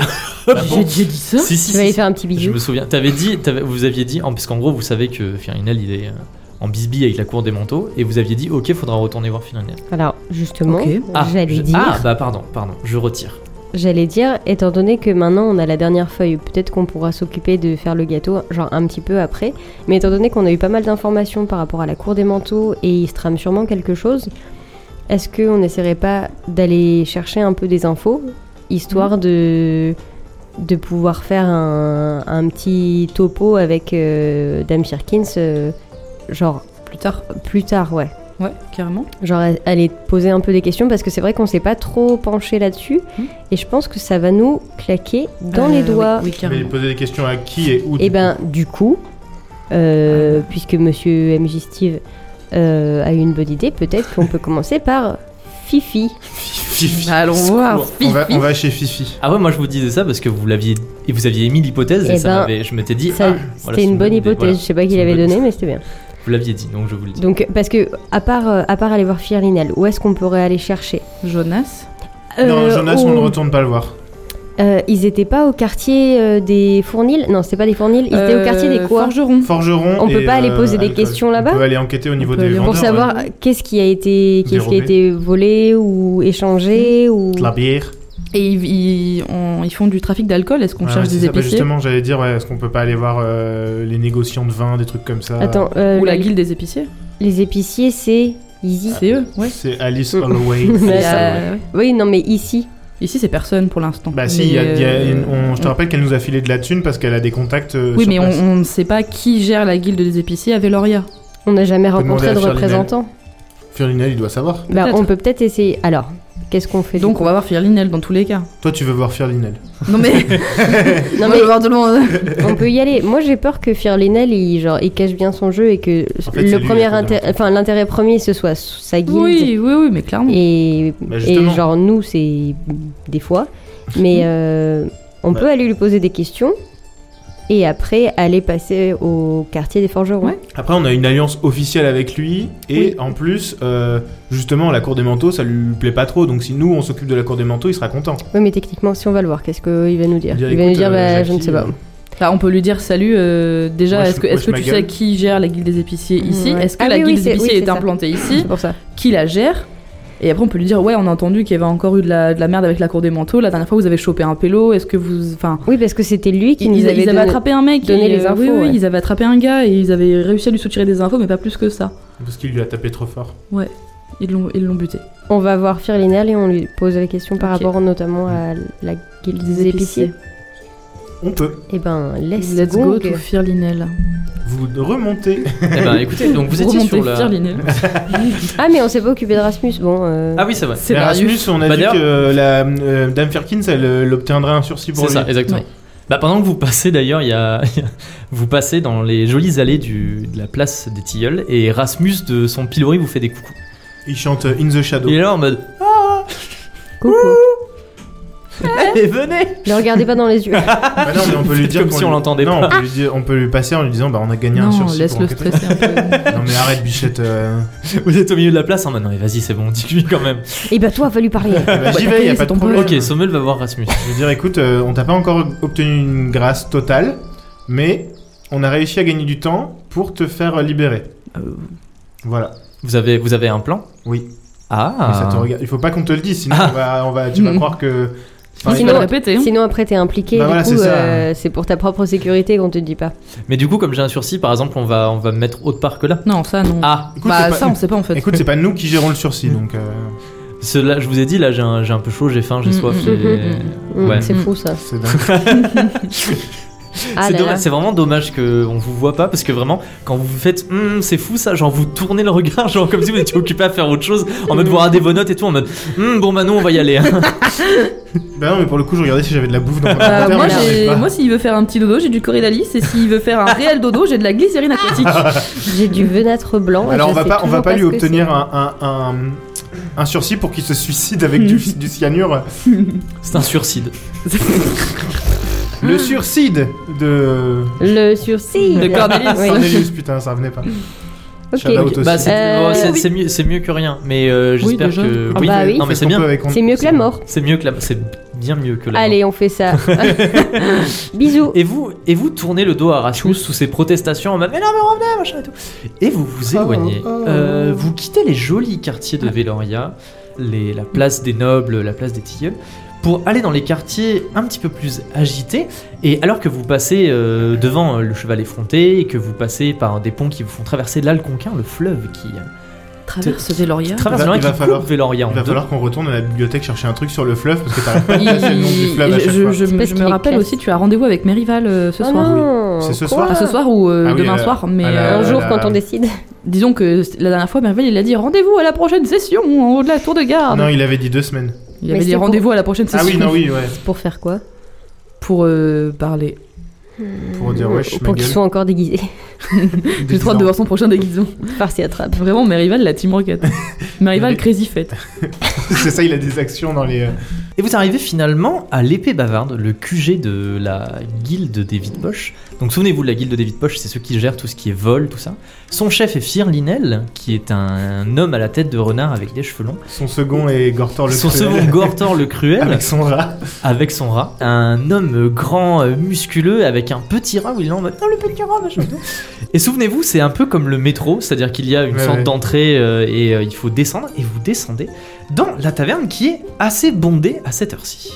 [SPEAKER 2] J'ai déjà dit ça
[SPEAKER 1] Si, si,
[SPEAKER 4] Tu vas
[SPEAKER 1] si,
[SPEAKER 4] y
[SPEAKER 1] si.
[SPEAKER 4] faire un petit
[SPEAKER 1] Je
[SPEAKER 4] bisou.
[SPEAKER 1] me souviens. T'avais dit, t'avais- vous aviez dit, en- parce qu'en gros, vous savez que Firlinel, il est euh, en bisbille avec la cour des manteaux, et vous aviez dit, ok, faudra retourner voir Firlinel.
[SPEAKER 4] Alors, justement,
[SPEAKER 2] Ok.
[SPEAKER 4] j'allais
[SPEAKER 1] je-
[SPEAKER 4] dire.
[SPEAKER 1] ah, bah pardon, pardon, je retire.
[SPEAKER 4] J'allais dire, étant donné que maintenant on a la dernière feuille, peut-être qu'on pourra s'occuper de faire le gâteau, genre un petit peu après. Mais étant donné qu'on a eu pas mal d'informations par rapport à la cour des manteaux et il se trame sûrement quelque chose, est-ce qu'on n'essaierait pas d'aller chercher un peu des infos,
[SPEAKER 2] Mmh.
[SPEAKER 4] histoire de, de pouvoir faire un, un petit topo avec euh, Dame Firkins, euh, genre
[SPEAKER 2] Plus tard.
[SPEAKER 4] plus tard, ouais.
[SPEAKER 2] Ouais, carrément.
[SPEAKER 4] Genre à- aller poser un peu des questions parce que c'est vrai qu'on s'est pas trop penché là-dessus
[SPEAKER 1] Hmm.
[SPEAKER 2] Mhm.
[SPEAKER 4] et je pense que ça va nous claquer dans les
[SPEAKER 2] Euh,
[SPEAKER 4] doigts.
[SPEAKER 2] Oui, oui,
[SPEAKER 3] Mais
[SPEAKER 2] carrément.
[SPEAKER 3] poser des questions à qui et où
[SPEAKER 4] Et ben du coup, euh,
[SPEAKER 1] Ah.
[SPEAKER 4] puisque Monsieur MJ Steve euh, a eu une bonne idée, peut-être qu'on peut commencer par Fifi.
[SPEAKER 1] Fifi.
[SPEAKER 2] Bah, allons voir.
[SPEAKER 1] Secours.
[SPEAKER 3] on va,
[SPEAKER 2] Fifi.
[SPEAKER 3] on va chez Fifi.
[SPEAKER 1] Ah ouais, moi je vous disais ça parce que vous l'aviez et vous aviez émis l'hypothèse et,
[SPEAKER 4] Eh
[SPEAKER 1] ça
[SPEAKER 4] ben,
[SPEAKER 1] m'avait- je m'étais dit ah,
[SPEAKER 4] Ça, c'était
[SPEAKER 1] voilà, c'est
[SPEAKER 4] une bonne
[SPEAKER 1] idée,
[SPEAKER 4] hypothèse.
[SPEAKER 1] voilà.
[SPEAKER 4] Je sais pas qui
[SPEAKER 1] C'est une
[SPEAKER 4] l'avait
[SPEAKER 1] bonne
[SPEAKER 4] donnée,
[SPEAKER 1] idée.
[SPEAKER 4] mais c'était bien.
[SPEAKER 1] Vous l'aviez dit, donc je vous le dis.
[SPEAKER 4] Donc parce que à part euh, à part aller voir Firlinel, où est-ce qu'on pourrait aller chercher
[SPEAKER 2] Jonas.
[SPEAKER 3] non,
[SPEAKER 4] Euh,
[SPEAKER 3] Jonas,
[SPEAKER 4] au-
[SPEAKER 3] on ne retourne pas le voir.
[SPEAKER 4] euh, ils étaient pas au quartier euh, des Fournils Non, c'est pas des Fournils. Ils
[SPEAKER 2] Euh,
[SPEAKER 4] étaient au quartier des quoi
[SPEAKER 2] Forgerons.
[SPEAKER 3] Forgeron.
[SPEAKER 4] On peut
[SPEAKER 3] et,
[SPEAKER 4] pas aller
[SPEAKER 3] euh,
[SPEAKER 4] poser des
[SPEAKER 3] alcool.
[SPEAKER 4] questions
[SPEAKER 3] On
[SPEAKER 4] là-bas
[SPEAKER 3] peut aller enquêter au niveau
[SPEAKER 2] peut
[SPEAKER 3] des
[SPEAKER 2] aller-
[SPEAKER 3] vendeurs.
[SPEAKER 2] pour
[SPEAKER 4] Pour savoir
[SPEAKER 2] ouais.
[SPEAKER 4] qu'est-ce qui a été qu'est-ce qui
[SPEAKER 3] Dérobé.
[SPEAKER 4] a
[SPEAKER 3] Hmm.
[SPEAKER 4] été volé ou échangé ou
[SPEAKER 3] ouais. De la bière.
[SPEAKER 2] Et ils, ils- on- ils font du trafic d'alcool. Est-ce qu'on
[SPEAKER 3] Ouais,
[SPEAKER 2] cherche
[SPEAKER 3] c'est
[SPEAKER 2] des
[SPEAKER 3] ça. Bah,
[SPEAKER 2] épiciers
[SPEAKER 3] justement, j'allais dire, ouais, est-ce qu'on peut pas aller voir euh, les négociants de vin, des trucs comme ça
[SPEAKER 4] attends euh,
[SPEAKER 2] Ou la
[SPEAKER 4] les-
[SPEAKER 2] guilde des épiciers
[SPEAKER 4] les épiciers c'est
[SPEAKER 3] Ah.
[SPEAKER 4] ici
[SPEAKER 2] C'est eux, ouais.
[SPEAKER 3] C'est Alice
[SPEAKER 4] Mm.
[SPEAKER 3] Holloway.
[SPEAKER 4] Mais
[SPEAKER 2] Et,
[SPEAKER 4] ça,
[SPEAKER 2] euh, ouais.
[SPEAKER 4] oui non mais ici
[SPEAKER 2] Ici, c'est personne pour l'instant.
[SPEAKER 3] Bah si,
[SPEAKER 2] Mais,
[SPEAKER 3] il y a- il y a
[SPEAKER 2] euh,
[SPEAKER 3] une- on- je te rappelle qu'elle nous a filé de la thune parce qu'elle a des contacts. euh,
[SPEAKER 2] Oui,
[SPEAKER 3] sur
[SPEAKER 2] mais on-
[SPEAKER 3] place.
[SPEAKER 2] on ne sait pas qui gère la guilde des épiciers à Veloria.
[SPEAKER 4] on n'a jamais
[SPEAKER 3] peut
[SPEAKER 4] rencontré de
[SPEAKER 3] demander à Charlie
[SPEAKER 4] représentant
[SPEAKER 3] Furinel, il doit savoir.
[SPEAKER 4] bah
[SPEAKER 2] Peut-être.
[SPEAKER 4] on peut peut-être essayer alors qu'est-ce qu'on fait du
[SPEAKER 2] Donc,
[SPEAKER 4] coup
[SPEAKER 2] on va voir Firlinel dans tous les cas.
[SPEAKER 3] Toi, tu veux voir Furinel.
[SPEAKER 2] Non, mais.
[SPEAKER 4] Non,
[SPEAKER 2] non,
[SPEAKER 4] mais-
[SPEAKER 2] mais. voir tout le monde.
[SPEAKER 4] on peut y aller moi j'ai peur que Firlinel il genre il cache bien son jeu et que
[SPEAKER 3] En fait, c'est
[SPEAKER 4] le
[SPEAKER 3] lui,
[SPEAKER 4] premier
[SPEAKER 3] le
[SPEAKER 4] intér-
[SPEAKER 3] représentant.
[SPEAKER 4] enfin l'intérêt premier ce soit sa guilde
[SPEAKER 2] Oui, oui, oui, mais clairement.
[SPEAKER 4] Et,
[SPEAKER 3] Bah,
[SPEAKER 4] et
[SPEAKER 3] justement. Mmh.
[SPEAKER 4] genre nous, c'est des fois. Mais euh, on
[SPEAKER 3] Ouais.
[SPEAKER 4] peut aller lui poser des questions et après aller passer au quartier des forgerons.
[SPEAKER 2] Ouais.
[SPEAKER 3] Après, on a une alliance officielle avec lui et
[SPEAKER 4] Oui.
[SPEAKER 3] en plus, euh, justement, la cour des manteaux, ça lui plaît pas trop. Donc, si nous, on s'occupe de la cour des manteaux, il sera content.
[SPEAKER 4] Oui, mais techniquement, si on va le voir, qu'est-ce qu'il va nous dire Il va nous
[SPEAKER 3] écoute,
[SPEAKER 4] dire,
[SPEAKER 3] euh,
[SPEAKER 4] bah, je ne
[SPEAKER 3] Jackie,
[SPEAKER 4] sais pas.
[SPEAKER 3] euh,
[SPEAKER 2] Enfin, on peut lui dire salut. euh, déjà,
[SPEAKER 3] Moi, je
[SPEAKER 2] est-ce que,
[SPEAKER 3] pose
[SPEAKER 2] est-ce que
[SPEAKER 3] ma
[SPEAKER 2] tu
[SPEAKER 3] gueule.
[SPEAKER 2] sais qui gère la guilde des épiciers ici
[SPEAKER 4] Ouais.
[SPEAKER 2] Est-ce que
[SPEAKER 4] Ah
[SPEAKER 2] la
[SPEAKER 4] oui,
[SPEAKER 2] guilde des
[SPEAKER 4] oui, c'est- oui,
[SPEAKER 2] épiciers
[SPEAKER 4] c'est
[SPEAKER 2] est
[SPEAKER 4] ça.
[SPEAKER 2] implantée ici
[SPEAKER 4] C'est pour ça.
[SPEAKER 2] Qui la gère Et après, on peut lui dire ouais, on a entendu qu'il y avait encore eu de la, de la merde avec la cour des manteaux. La dernière fois, vous avez chopé un pélo. Est-ce que vous. Enfin.
[SPEAKER 4] Oui, parce que c'était lui qui
[SPEAKER 2] Ils,
[SPEAKER 4] nous
[SPEAKER 2] ils
[SPEAKER 4] avait
[SPEAKER 2] avaient
[SPEAKER 4] donné-
[SPEAKER 2] attrapé un mec,
[SPEAKER 4] donné
[SPEAKER 2] et,
[SPEAKER 4] les
[SPEAKER 2] euh,
[SPEAKER 4] infos,
[SPEAKER 2] oui, oui,
[SPEAKER 4] ouais.
[SPEAKER 2] ils avaient attrapé un gars et ils avaient réussi à lui soutirer des infos, mais pas plus que ça.
[SPEAKER 3] Parce qu'il lui a tapé trop fort.
[SPEAKER 2] Ils l'ont, ils l'ont buté.
[SPEAKER 4] On va voir Firlinel et on lui pose des questions par
[SPEAKER 2] Ok.
[SPEAKER 4] rapport notamment à la guilde des épiciers.
[SPEAKER 3] On peut.
[SPEAKER 4] Eh ben, laisse
[SPEAKER 2] Let's go to Firlinel.
[SPEAKER 3] Vous remontez.
[SPEAKER 1] Eh ben écoutez, donc vous étiez
[SPEAKER 2] Remontez
[SPEAKER 1] sur la.
[SPEAKER 2] Firlinel.
[SPEAKER 4] Ah, mais on s'est pas occupé de Rasmus. Bon, euh,
[SPEAKER 1] Ah oui, c'est vrai.
[SPEAKER 2] C'est
[SPEAKER 3] Mais Erasmus, on a
[SPEAKER 1] Bah,
[SPEAKER 3] dit
[SPEAKER 1] d'ailleurs-
[SPEAKER 3] que la euh, Dame Firkins, elle, euh, elle obtiendra un sursis pour
[SPEAKER 1] C'est
[SPEAKER 3] lui.
[SPEAKER 1] ça, exactement.
[SPEAKER 2] Ouais.
[SPEAKER 1] Bah, pendant que vous passez d'ailleurs, il y a... il y a- vous passez dans les jolies allées du... de la place des Tilleuls et Rasmus de son pilori vous fait des coucous.
[SPEAKER 2] Ah
[SPEAKER 3] Il chante euh, In the Shadow.
[SPEAKER 1] Il est là en mode
[SPEAKER 4] coucou.
[SPEAKER 1] Eh, Et venez
[SPEAKER 4] Ne regardez pas dans les yeux.
[SPEAKER 3] Bah non, mais on peut lui
[SPEAKER 1] C'est
[SPEAKER 3] dire
[SPEAKER 1] comme
[SPEAKER 3] qu'on
[SPEAKER 1] si on
[SPEAKER 3] lui-
[SPEAKER 1] l'entendait
[SPEAKER 3] Non,
[SPEAKER 1] pas.
[SPEAKER 3] on peut, lui dire- on peut lui passer en lui disant bah on a gagné un
[SPEAKER 2] Non,
[SPEAKER 3] sursis. pour
[SPEAKER 2] laisse-le
[SPEAKER 3] enquêter.
[SPEAKER 2] stresser un peu.
[SPEAKER 3] Non mais arrête Bichette. euh,
[SPEAKER 1] Vous êtes au milieu de la place en mode non, mais vas-y, c'est bon, dis-lui quand même.
[SPEAKER 4] Et bah toi, va lui parler.
[SPEAKER 3] bah,
[SPEAKER 2] t'as
[SPEAKER 3] J'y vais, y a
[SPEAKER 2] payé,
[SPEAKER 3] pas
[SPEAKER 2] c'est
[SPEAKER 3] de
[SPEAKER 2] ton
[SPEAKER 3] problème.
[SPEAKER 1] Ok, Sommel va voir Rasmus.
[SPEAKER 3] Je veux dire écoute, euh, on t'a pas encore obtenu une grâce totale, mais on a réussi à gagner du temps pour te faire libérer.
[SPEAKER 2] Euh.
[SPEAKER 3] Voilà.
[SPEAKER 1] Vous avez, vous avez un plan
[SPEAKER 3] Oui.
[SPEAKER 1] Ah
[SPEAKER 3] Mais ça te regarde. Il faut pas qu'on te le dise, sinon on va, on va- tu vas
[SPEAKER 2] Mm.
[SPEAKER 3] croire que.
[SPEAKER 2] Il
[SPEAKER 3] Enfin,
[SPEAKER 2] faut
[SPEAKER 4] sinon-
[SPEAKER 2] le répéter. hein.
[SPEAKER 4] Sinon, après, t'es impliqué.
[SPEAKER 3] Bah
[SPEAKER 4] du
[SPEAKER 3] voilà,
[SPEAKER 4] coup,
[SPEAKER 3] c'est ça.
[SPEAKER 4] euh, c'est pour ta propre sécurité qu'on te dit pas.
[SPEAKER 1] Mais du coup, comme j'ai un sursis, par exemple, on va, on va me mettre autre part que là.
[SPEAKER 2] Non, ça non.
[SPEAKER 1] Ah
[SPEAKER 3] écoute, c'est
[SPEAKER 2] Bah
[SPEAKER 3] pas-
[SPEAKER 2] ça on sait pas Mm. en fait.
[SPEAKER 3] Écoute, c'est pas nous qui gérons le sursis, donc. euh,
[SPEAKER 1] Cela, je vous ai dit, là, j'ai un, j'ai un peu chaud, j'ai faim, j'ai
[SPEAKER 2] Mm,
[SPEAKER 1] soif.
[SPEAKER 2] mm,
[SPEAKER 1] j'ai-
[SPEAKER 4] Mm,
[SPEAKER 1] Ouais. Hmm.
[SPEAKER 4] C'est
[SPEAKER 2] Mm.
[SPEAKER 4] fou ça.
[SPEAKER 3] c'est dingue.
[SPEAKER 4] Ah
[SPEAKER 1] c'est
[SPEAKER 4] là
[SPEAKER 1] dommage-
[SPEAKER 4] là.
[SPEAKER 1] c'est vraiment dommage qu'on vous voit pas parce que vraiment, quand vous vous faites Hum, c'est fou ça, genre vous tournez le regard, genre comme si vous étiez occupé à faire autre chose, en mode voir des vos notes et tout, en mode Hum, bon bah nous on va y aller. hein.
[SPEAKER 3] Bah non, mais pour le coup, je regardais si j'avais de la bouffe dans mon
[SPEAKER 2] Bah,
[SPEAKER 3] inventaire,
[SPEAKER 2] moi,
[SPEAKER 3] mais j'en ai
[SPEAKER 2] j'ai-
[SPEAKER 3] pas.
[SPEAKER 2] moi, s'il veut faire un petit dodo, j'ai du corydalis. Et s'il veut faire un réel dodo, j'ai de la glycérine aquatique.
[SPEAKER 3] Ah.
[SPEAKER 4] J'ai du venâtre blanc. et
[SPEAKER 3] Alors
[SPEAKER 4] je
[SPEAKER 3] on va
[SPEAKER 4] sais
[SPEAKER 3] pas, on va
[SPEAKER 4] toujours
[SPEAKER 3] pas lui
[SPEAKER 4] ce que
[SPEAKER 3] obtenir
[SPEAKER 4] c'est.
[SPEAKER 3] un, un, un, un sursis pour qu'il se suicide avec du, du cyanure.
[SPEAKER 1] c'est un suicide.
[SPEAKER 4] Ah.
[SPEAKER 3] Le suicide de
[SPEAKER 4] Le sursis.
[SPEAKER 1] De Cornelis.
[SPEAKER 4] Ah, Oui.
[SPEAKER 3] Cornelius, putain, ça revenait pas.
[SPEAKER 1] Euh,
[SPEAKER 4] Ok.
[SPEAKER 3] Shout out aussi.
[SPEAKER 1] Bah c'est
[SPEAKER 4] Euh,
[SPEAKER 1] oh, c'est-
[SPEAKER 4] oui.
[SPEAKER 1] c'est mieux, c'est mieux que rien, mais euh,
[SPEAKER 2] Oui,
[SPEAKER 1] j'espère
[SPEAKER 2] déjà.
[SPEAKER 1] que.
[SPEAKER 4] Ah bah oui.
[SPEAKER 1] euh, non mais
[SPEAKER 3] Faites
[SPEAKER 1] c'est
[SPEAKER 3] qu'on peut
[SPEAKER 1] bien.
[SPEAKER 3] avec-
[SPEAKER 4] C'est mieux que la mort.
[SPEAKER 1] C'est mieux que la. C'est bien mieux que la.
[SPEAKER 4] Allez, on fait ça. Ah. Bisous.
[SPEAKER 1] Et vous, et vous tournez le dos à Rasmus sous ses protestations en mode mais non mais revenez machin et tout. Et vous vous éloignez.
[SPEAKER 3] oh.
[SPEAKER 1] Euh, vous quittez les jolis quartiers de Veloria, les, la place des nobles, la place des tilleuls, pour aller dans les quartiers un petit peu plus agités. Et alors que vous passez euh, devant euh, le cheval effronté et que vous passez par des ponts qui vous font traverser l'Alconquin, le fleuve qui euh,
[SPEAKER 2] Traverse Veloria.
[SPEAKER 1] traverse
[SPEAKER 3] Il va-
[SPEAKER 1] l'Alconquin,
[SPEAKER 3] il va
[SPEAKER 1] qui
[SPEAKER 3] falloir-
[SPEAKER 1] coupe Veloria en
[SPEAKER 3] Il va
[SPEAKER 1] deux.
[SPEAKER 3] falloir qu'on retourne à la bibliothèque chercher un truc sur le fleuve parce que t'arrives pas à
[SPEAKER 2] Il-
[SPEAKER 3] placer le nom du fleuve à
[SPEAKER 2] je,
[SPEAKER 3] chaque
[SPEAKER 2] je-
[SPEAKER 3] fois.
[SPEAKER 2] je
[SPEAKER 4] C'est
[SPEAKER 2] me-
[SPEAKER 4] parce
[SPEAKER 2] je me
[SPEAKER 4] qu'il est
[SPEAKER 2] rappelle
[SPEAKER 4] classe.
[SPEAKER 2] aussi, tu as rendez-vous avec mes rivales euh, ce
[SPEAKER 4] Oh
[SPEAKER 2] soir.
[SPEAKER 4] non.
[SPEAKER 3] C'est ce
[SPEAKER 4] Quoi
[SPEAKER 2] Enfin, ce soir ou euh,
[SPEAKER 3] Ah oui,
[SPEAKER 2] demain
[SPEAKER 3] euh,
[SPEAKER 2] soir, mais
[SPEAKER 3] à la-
[SPEAKER 2] euh,
[SPEAKER 4] Un jour,
[SPEAKER 3] là,
[SPEAKER 4] quand
[SPEAKER 3] là.
[SPEAKER 4] on décide.
[SPEAKER 2] disons que la dernière fois, Merveille, il a dit rendez-vous à la prochaine session en haut de la tour de garde.
[SPEAKER 3] Non, il avait dit deux semaines.
[SPEAKER 2] il
[SPEAKER 4] Mais
[SPEAKER 2] avait dit
[SPEAKER 4] c'est pour-
[SPEAKER 2] rendez-vous à la prochaine
[SPEAKER 3] Ah
[SPEAKER 2] session
[SPEAKER 3] oui, non, oui, ouais.
[SPEAKER 4] Pour faire quoi
[SPEAKER 2] pour euh, parler.
[SPEAKER 3] Pour dire wesh, ma
[SPEAKER 4] Pour qu'ils
[SPEAKER 3] gueule.
[SPEAKER 4] soient encore déguisés.
[SPEAKER 2] J'ai trop hâte de voir son prochain déguisement.
[SPEAKER 4] Farce et attrape.
[SPEAKER 2] Vraiment, mes rivales, la team rocket. mes rivales, crazy fête.
[SPEAKER 3] C'est ça, il a des actions dans les. euh,
[SPEAKER 1] Et vous arrivez finalement à l'épée bavarde, le QG de la guilde des vides poches. Donc souvenez-vous, la guilde des vides poches, c'est ceux qui gèrent tout ce qui est vol, tout ça. Son chef est Firlinel, qui est un homme à la tête de renard avec des cheveux longs.
[SPEAKER 3] Son second et Gortor le
[SPEAKER 1] son
[SPEAKER 3] Cruel.
[SPEAKER 1] second Gortor le cruel,
[SPEAKER 3] Avec son rat.
[SPEAKER 1] avec son rat. Un homme grand, euh, musculeux, avec un petit rat où il est en mode Oh le petit rat, machin. et souvenez-vous, c'est un peu comme le métro, c'est-à-dire qu'il y a une
[SPEAKER 3] Ouais,
[SPEAKER 1] sorte
[SPEAKER 3] ouais.
[SPEAKER 1] d'entrée euh, et euh, il faut descendre, et vous descendez dans la taverne qui est assez bondée à cette heure-ci.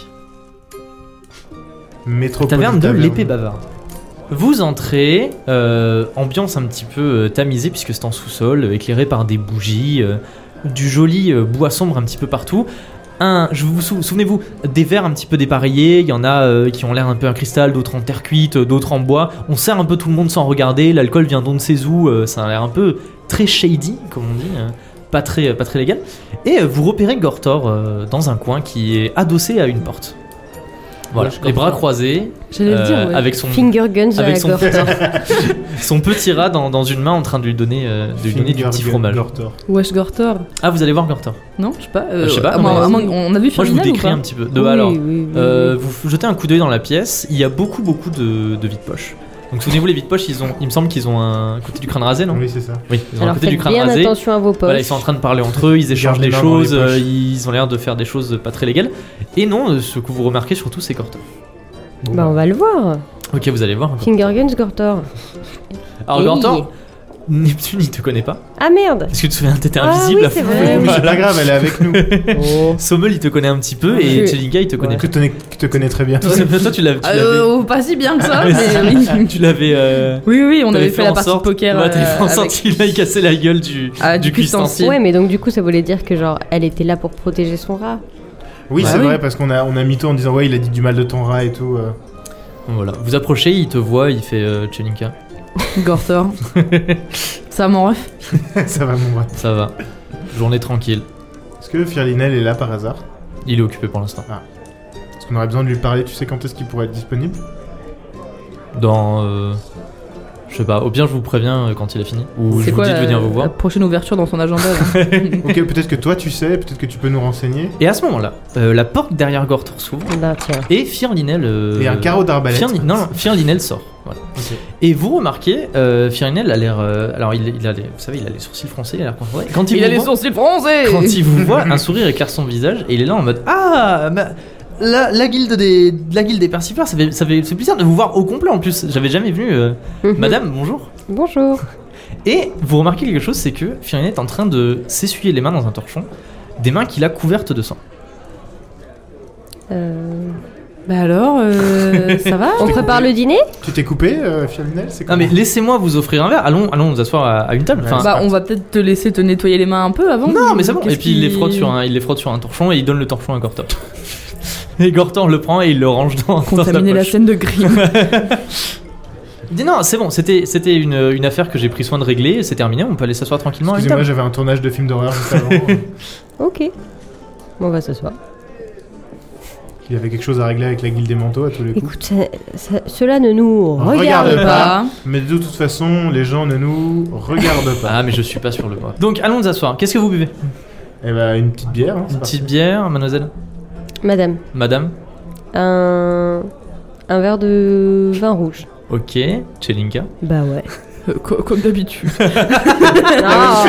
[SPEAKER 3] Métropolitain.
[SPEAKER 1] Taverne de l'épée bavarde. Vous entrez, euh, ambiance un petit peu euh, tamisée puisque c'est en sous-sol, euh, éclairé par des bougies, euh, du joli euh, bois sombre un petit peu partout. Un, je vous sou- souvenez-vous, des verres un petit peu dépareillés, il y en a euh, qui ont l'air un peu en cristal, d'autres en terre cuite, euh, d'autres en bois. On sert un peu tout le monde sans regarder, l'alcool vient d'on ne sait où, euh, ça a l'air un peu très shady, comme on dit, euh, pas, très, pas très légal. Et euh, vous repérez Gortor euh, dans un coin qui est adossé à une porte. Voilà,
[SPEAKER 3] Ouais, je
[SPEAKER 1] les bras
[SPEAKER 3] comprends.
[SPEAKER 1] croisés,
[SPEAKER 2] J'allais le dire,
[SPEAKER 1] euh,
[SPEAKER 2] ouais.
[SPEAKER 1] avec son,
[SPEAKER 4] Finger guns à
[SPEAKER 1] avec
[SPEAKER 4] la
[SPEAKER 1] son,
[SPEAKER 4] gorge.
[SPEAKER 1] son petit rat dans, dans une main en train de lui donner, euh, de lui donner du
[SPEAKER 3] Finger
[SPEAKER 1] petit fromage.
[SPEAKER 3] Gortor.
[SPEAKER 2] Wesh Gortor.
[SPEAKER 1] Ah, vous allez voir Gortor.
[SPEAKER 2] Non, je sais pas. euh,
[SPEAKER 1] Je sais pas,
[SPEAKER 2] à moins-
[SPEAKER 1] mais-
[SPEAKER 2] à moins- on
[SPEAKER 1] Moi, je
[SPEAKER 2] a vu
[SPEAKER 1] vous
[SPEAKER 2] Firminal ou
[SPEAKER 1] décris
[SPEAKER 2] pas
[SPEAKER 1] un petit peu. De, alors,
[SPEAKER 4] Oui, oui, oui,
[SPEAKER 1] euh, vous f- jetez un coup d'œil dans la pièce, il y a beaucoup, beaucoup de, de vides poches. Donc souvenez-vous, les vides poches, ils ont, il me semble qu'ils ont un côté du crâne rasé, non
[SPEAKER 3] Oui, c'est ça.
[SPEAKER 1] Oui, ils
[SPEAKER 4] oui.
[SPEAKER 1] ont un
[SPEAKER 4] Alors
[SPEAKER 1] côté
[SPEAKER 4] faites
[SPEAKER 1] du crâne
[SPEAKER 4] bien
[SPEAKER 1] rasé.
[SPEAKER 4] attention à vos poches.
[SPEAKER 1] Voilà, ils sont en train de parler entre eux, ils échangent
[SPEAKER 3] Gardez
[SPEAKER 1] des
[SPEAKER 3] les mains dans les
[SPEAKER 1] choses, euh,
[SPEAKER 3] poches.
[SPEAKER 1] ils ont l'air de faire des choses pas très légales. Et non, euh, ce que vous remarquez surtout, c'est Gortor.
[SPEAKER 3] Bon,
[SPEAKER 4] Bah on va le voir.
[SPEAKER 1] Ok, vous allez voir. Gortor.
[SPEAKER 4] Finger guns Gortor.
[SPEAKER 1] Alors
[SPEAKER 4] Hey.
[SPEAKER 1] Gortor, Neptune, il te connaît pas.
[SPEAKER 4] Ah merde.
[SPEAKER 1] Parce que tu te souviens, t'étais
[SPEAKER 4] Ah
[SPEAKER 1] invisible
[SPEAKER 4] oui,
[SPEAKER 1] à
[SPEAKER 4] c'est
[SPEAKER 1] fond.
[SPEAKER 4] vrai.
[SPEAKER 3] bah. Oui, mais c'est
[SPEAKER 1] Voilà.
[SPEAKER 3] pas grave, elle est avec nous.
[SPEAKER 1] Sommel il te connaît un petit peu et
[SPEAKER 4] Oui.
[SPEAKER 1] Tchelinka il te connaît
[SPEAKER 3] Que
[SPEAKER 1] pas.
[SPEAKER 3] te que te connais très bien.
[SPEAKER 1] Tout simplement, toi tu l'avais. tu
[SPEAKER 2] Ah,
[SPEAKER 1] l'avais-
[SPEAKER 2] euh, pas si bien que ça,
[SPEAKER 1] Ouais,
[SPEAKER 2] mais oui.
[SPEAKER 1] c'est- tu l'avais. euh,
[SPEAKER 2] Oui, oui, on
[SPEAKER 1] t'avais
[SPEAKER 2] avait fait, la
[SPEAKER 1] en
[SPEAKER 2] partie
[SPEAKER 1] sorte-
[SPEAKER 2] poker.
[SPEAKER 1] Ouais, t'avais fait en
[SPEAKER 2] euh,
[SPEAKER 1] sorte
[SPEAKER 2] avec-
[SPEAKER 1] qu'il aille casser la gueule du,
[SPEAKER 2] Ah, du
[SPEAKER 1] cuistancier.
[SPEAKER 2] Si.
[SPEAKER 4] Ouais, mais donc du coup, ça voulait dire que genre, elle était là pour protéger son rat.
[SPEAKER 3] Oui,
[SPEAKER 1] Bah
[SPEAKER 3] c'est
[SPEAKER 1] oui.
[SPEAKER 3] vrai, parce qu'on a, on a mytho en disant ouais, il a dit du mal de ton rat et tout. euh.
[SPEAKER 1] Voilà. Vous approchez, il te voit, il fait euh, Tchelinka,
[SPEAKER 2] Gortor. ça m'en ref.
[SPEAKER 3] ça va, mon rat.
[SPEAKER 1] ça va. Journée tranquille.
[SPEAKER 3] Est-ce que Firlinel est là par hasard
[SPEAKER 1] Il est occupé pour l'instant.
[SPEAKER 3] Parce qu'on aurait besoin de lui parler, tu sais quand est-ce qu'il pourrait être disponible
[SPEAKER 1] Dans. euh, je Je sais pas, au pire, je vous préviens euh, quand il est fini. Ou je
[SPEAKER 2] C'est
[SPEAKER 1] vous
[SPEAKER 2] quoi
[SPEAKER 1] dis de
[SPEAKER 2] la,
[SPEAKER 1] venir vous
[SPEAKER 2] la
[SPEAKER 1] voir.
[SPEAKER 2] prochaine ouverture dans son agenda là
[SPEAKER 3] Ok, peut-être que toi tu sais, peut-être que tu peux nous renseigner.
[SPEAKER 1] Et à ce moment-là, euh, la porte derrière Gortor s'ouvre
[SPEAKER 4] Là, Eh ben, tiens.
[SPEAKER 1] et Firlinel. euh,
[SPEAKER 3] Et un carreau d'arbalète.
[SPEAKER 1] Firli- non, non, Firlinel sort. Voilà.
[SPEAKER 3] Ok.
[SPEAKER 1] Et vous remarquez, euh, Firlinel a l'air. euh, alors, il, il a les, vous savez, il a les sourcils froncés, il a l'air content. Et Quand il,
[SPEAKER 2] Il
[SPEAKER 1] vous
[SPEAKER 2] a les
[SPEAKER 1] voit-
[SPEAKER 2] sourcils bronzés
[SPEAKER 1] Quand il vous voit, un sourire éclaire son visage et il est là en mode Ah ma- la, la guilde des la guilde des persifleurs, ça fait, ça fait c'est plaisir de vous voir au complet en plus. J'avais jamais vu euh, Madame, bonjour.
[SPEAKER 4] Bonjour.
[SPEAKER 1] Et vous remarquez quelque chose, c'est que Firinette est en train de s'essuyer les mains dans un torchon, des mains qu'il a couvertes de sang.
[SPEAKER 4] Euh,
[SPEAKER 2] Bah alors, euh, ça va
[SPEAKER 4] on prépare le dîner
[SPEAKER 3] Tu t'es coupé, euh, Fialinel C'est
[SPEAKER 1] Non mais laissez-moi vous offrir un verre. Allons allons nous asseoir à, à une table. Enfin,
[SPEAKER 2] Bah on va peut-être te laisser te nettoyer les mains un peu avant.
[SPEAKER 1] Ah. non
[SPEAKER 2] ou
[SPEAKER 1] Ah, mais c'est bon.
[SPEAKER 2] qu'est-ce
[SPEAKER 1] Et puis il les
[SPEAKER 2] qui-
[SPEAKER 1] frotte sur un il les frotte sur un torchon et il donne le torchon à Gortor. Et Gortor le prend et il le range dans, dans sa
[SPEAKER 2] Contaminer la
[SPEAKER 1] poche.
[SPEAKER 2] scène de Grimm.
[SPEAKER 1] Il dit non, c'est bon, c'était, c'était une, une affaire que j'ai pris soin de régler, c'est terminé, on peut aller s'asseoir tranquillement à une
[SPEAKER 3] Excusez-moi,
[SPEAKER 1] table.
[SPEAKER 3] j'avais un tournage de film d'horreur juste avant. euh, Il
[SPEAKER 4] Ok. Bon, bah, on va s'asseoir.
[SPEAKER 3] y avait quelque chose à régler avec la guilde des manteaux à tous les coups.
[SPEAKER 4] Écoute, ça- ça- cela ne nous regarde,
[SPEAKER 3] Regarde
[SPEAKER 4] pas.
[SPEAKER 2] Bah,
[SPEAKER 3] Mais de toute façon, les gens ne nous regardent pas.
[SPEAKER 1] Ah, mais je suis pas sur le moi. Donc, allons nous asseoir. Qu'est-ce que vous buvez
[SPEAKER 3] Eh bah, une petite bière. hein, c'est
[SPEAKER 1] Une
[SPEAKER 3] parti.
[SPEAKER 1] petite bière, mademoiselle
[SPEAKER 4] Madame,
[SPEAKER 1] Madame
[SPEAKER 4] un... un verre de vin rouge.
[SPEAKER 1] Ok, Chelinka.
[SPEAKER 4] Bah ouais.
[SPEAKER 2] euh, co- comme d'habitude.
[SPEAKER 4] Ah,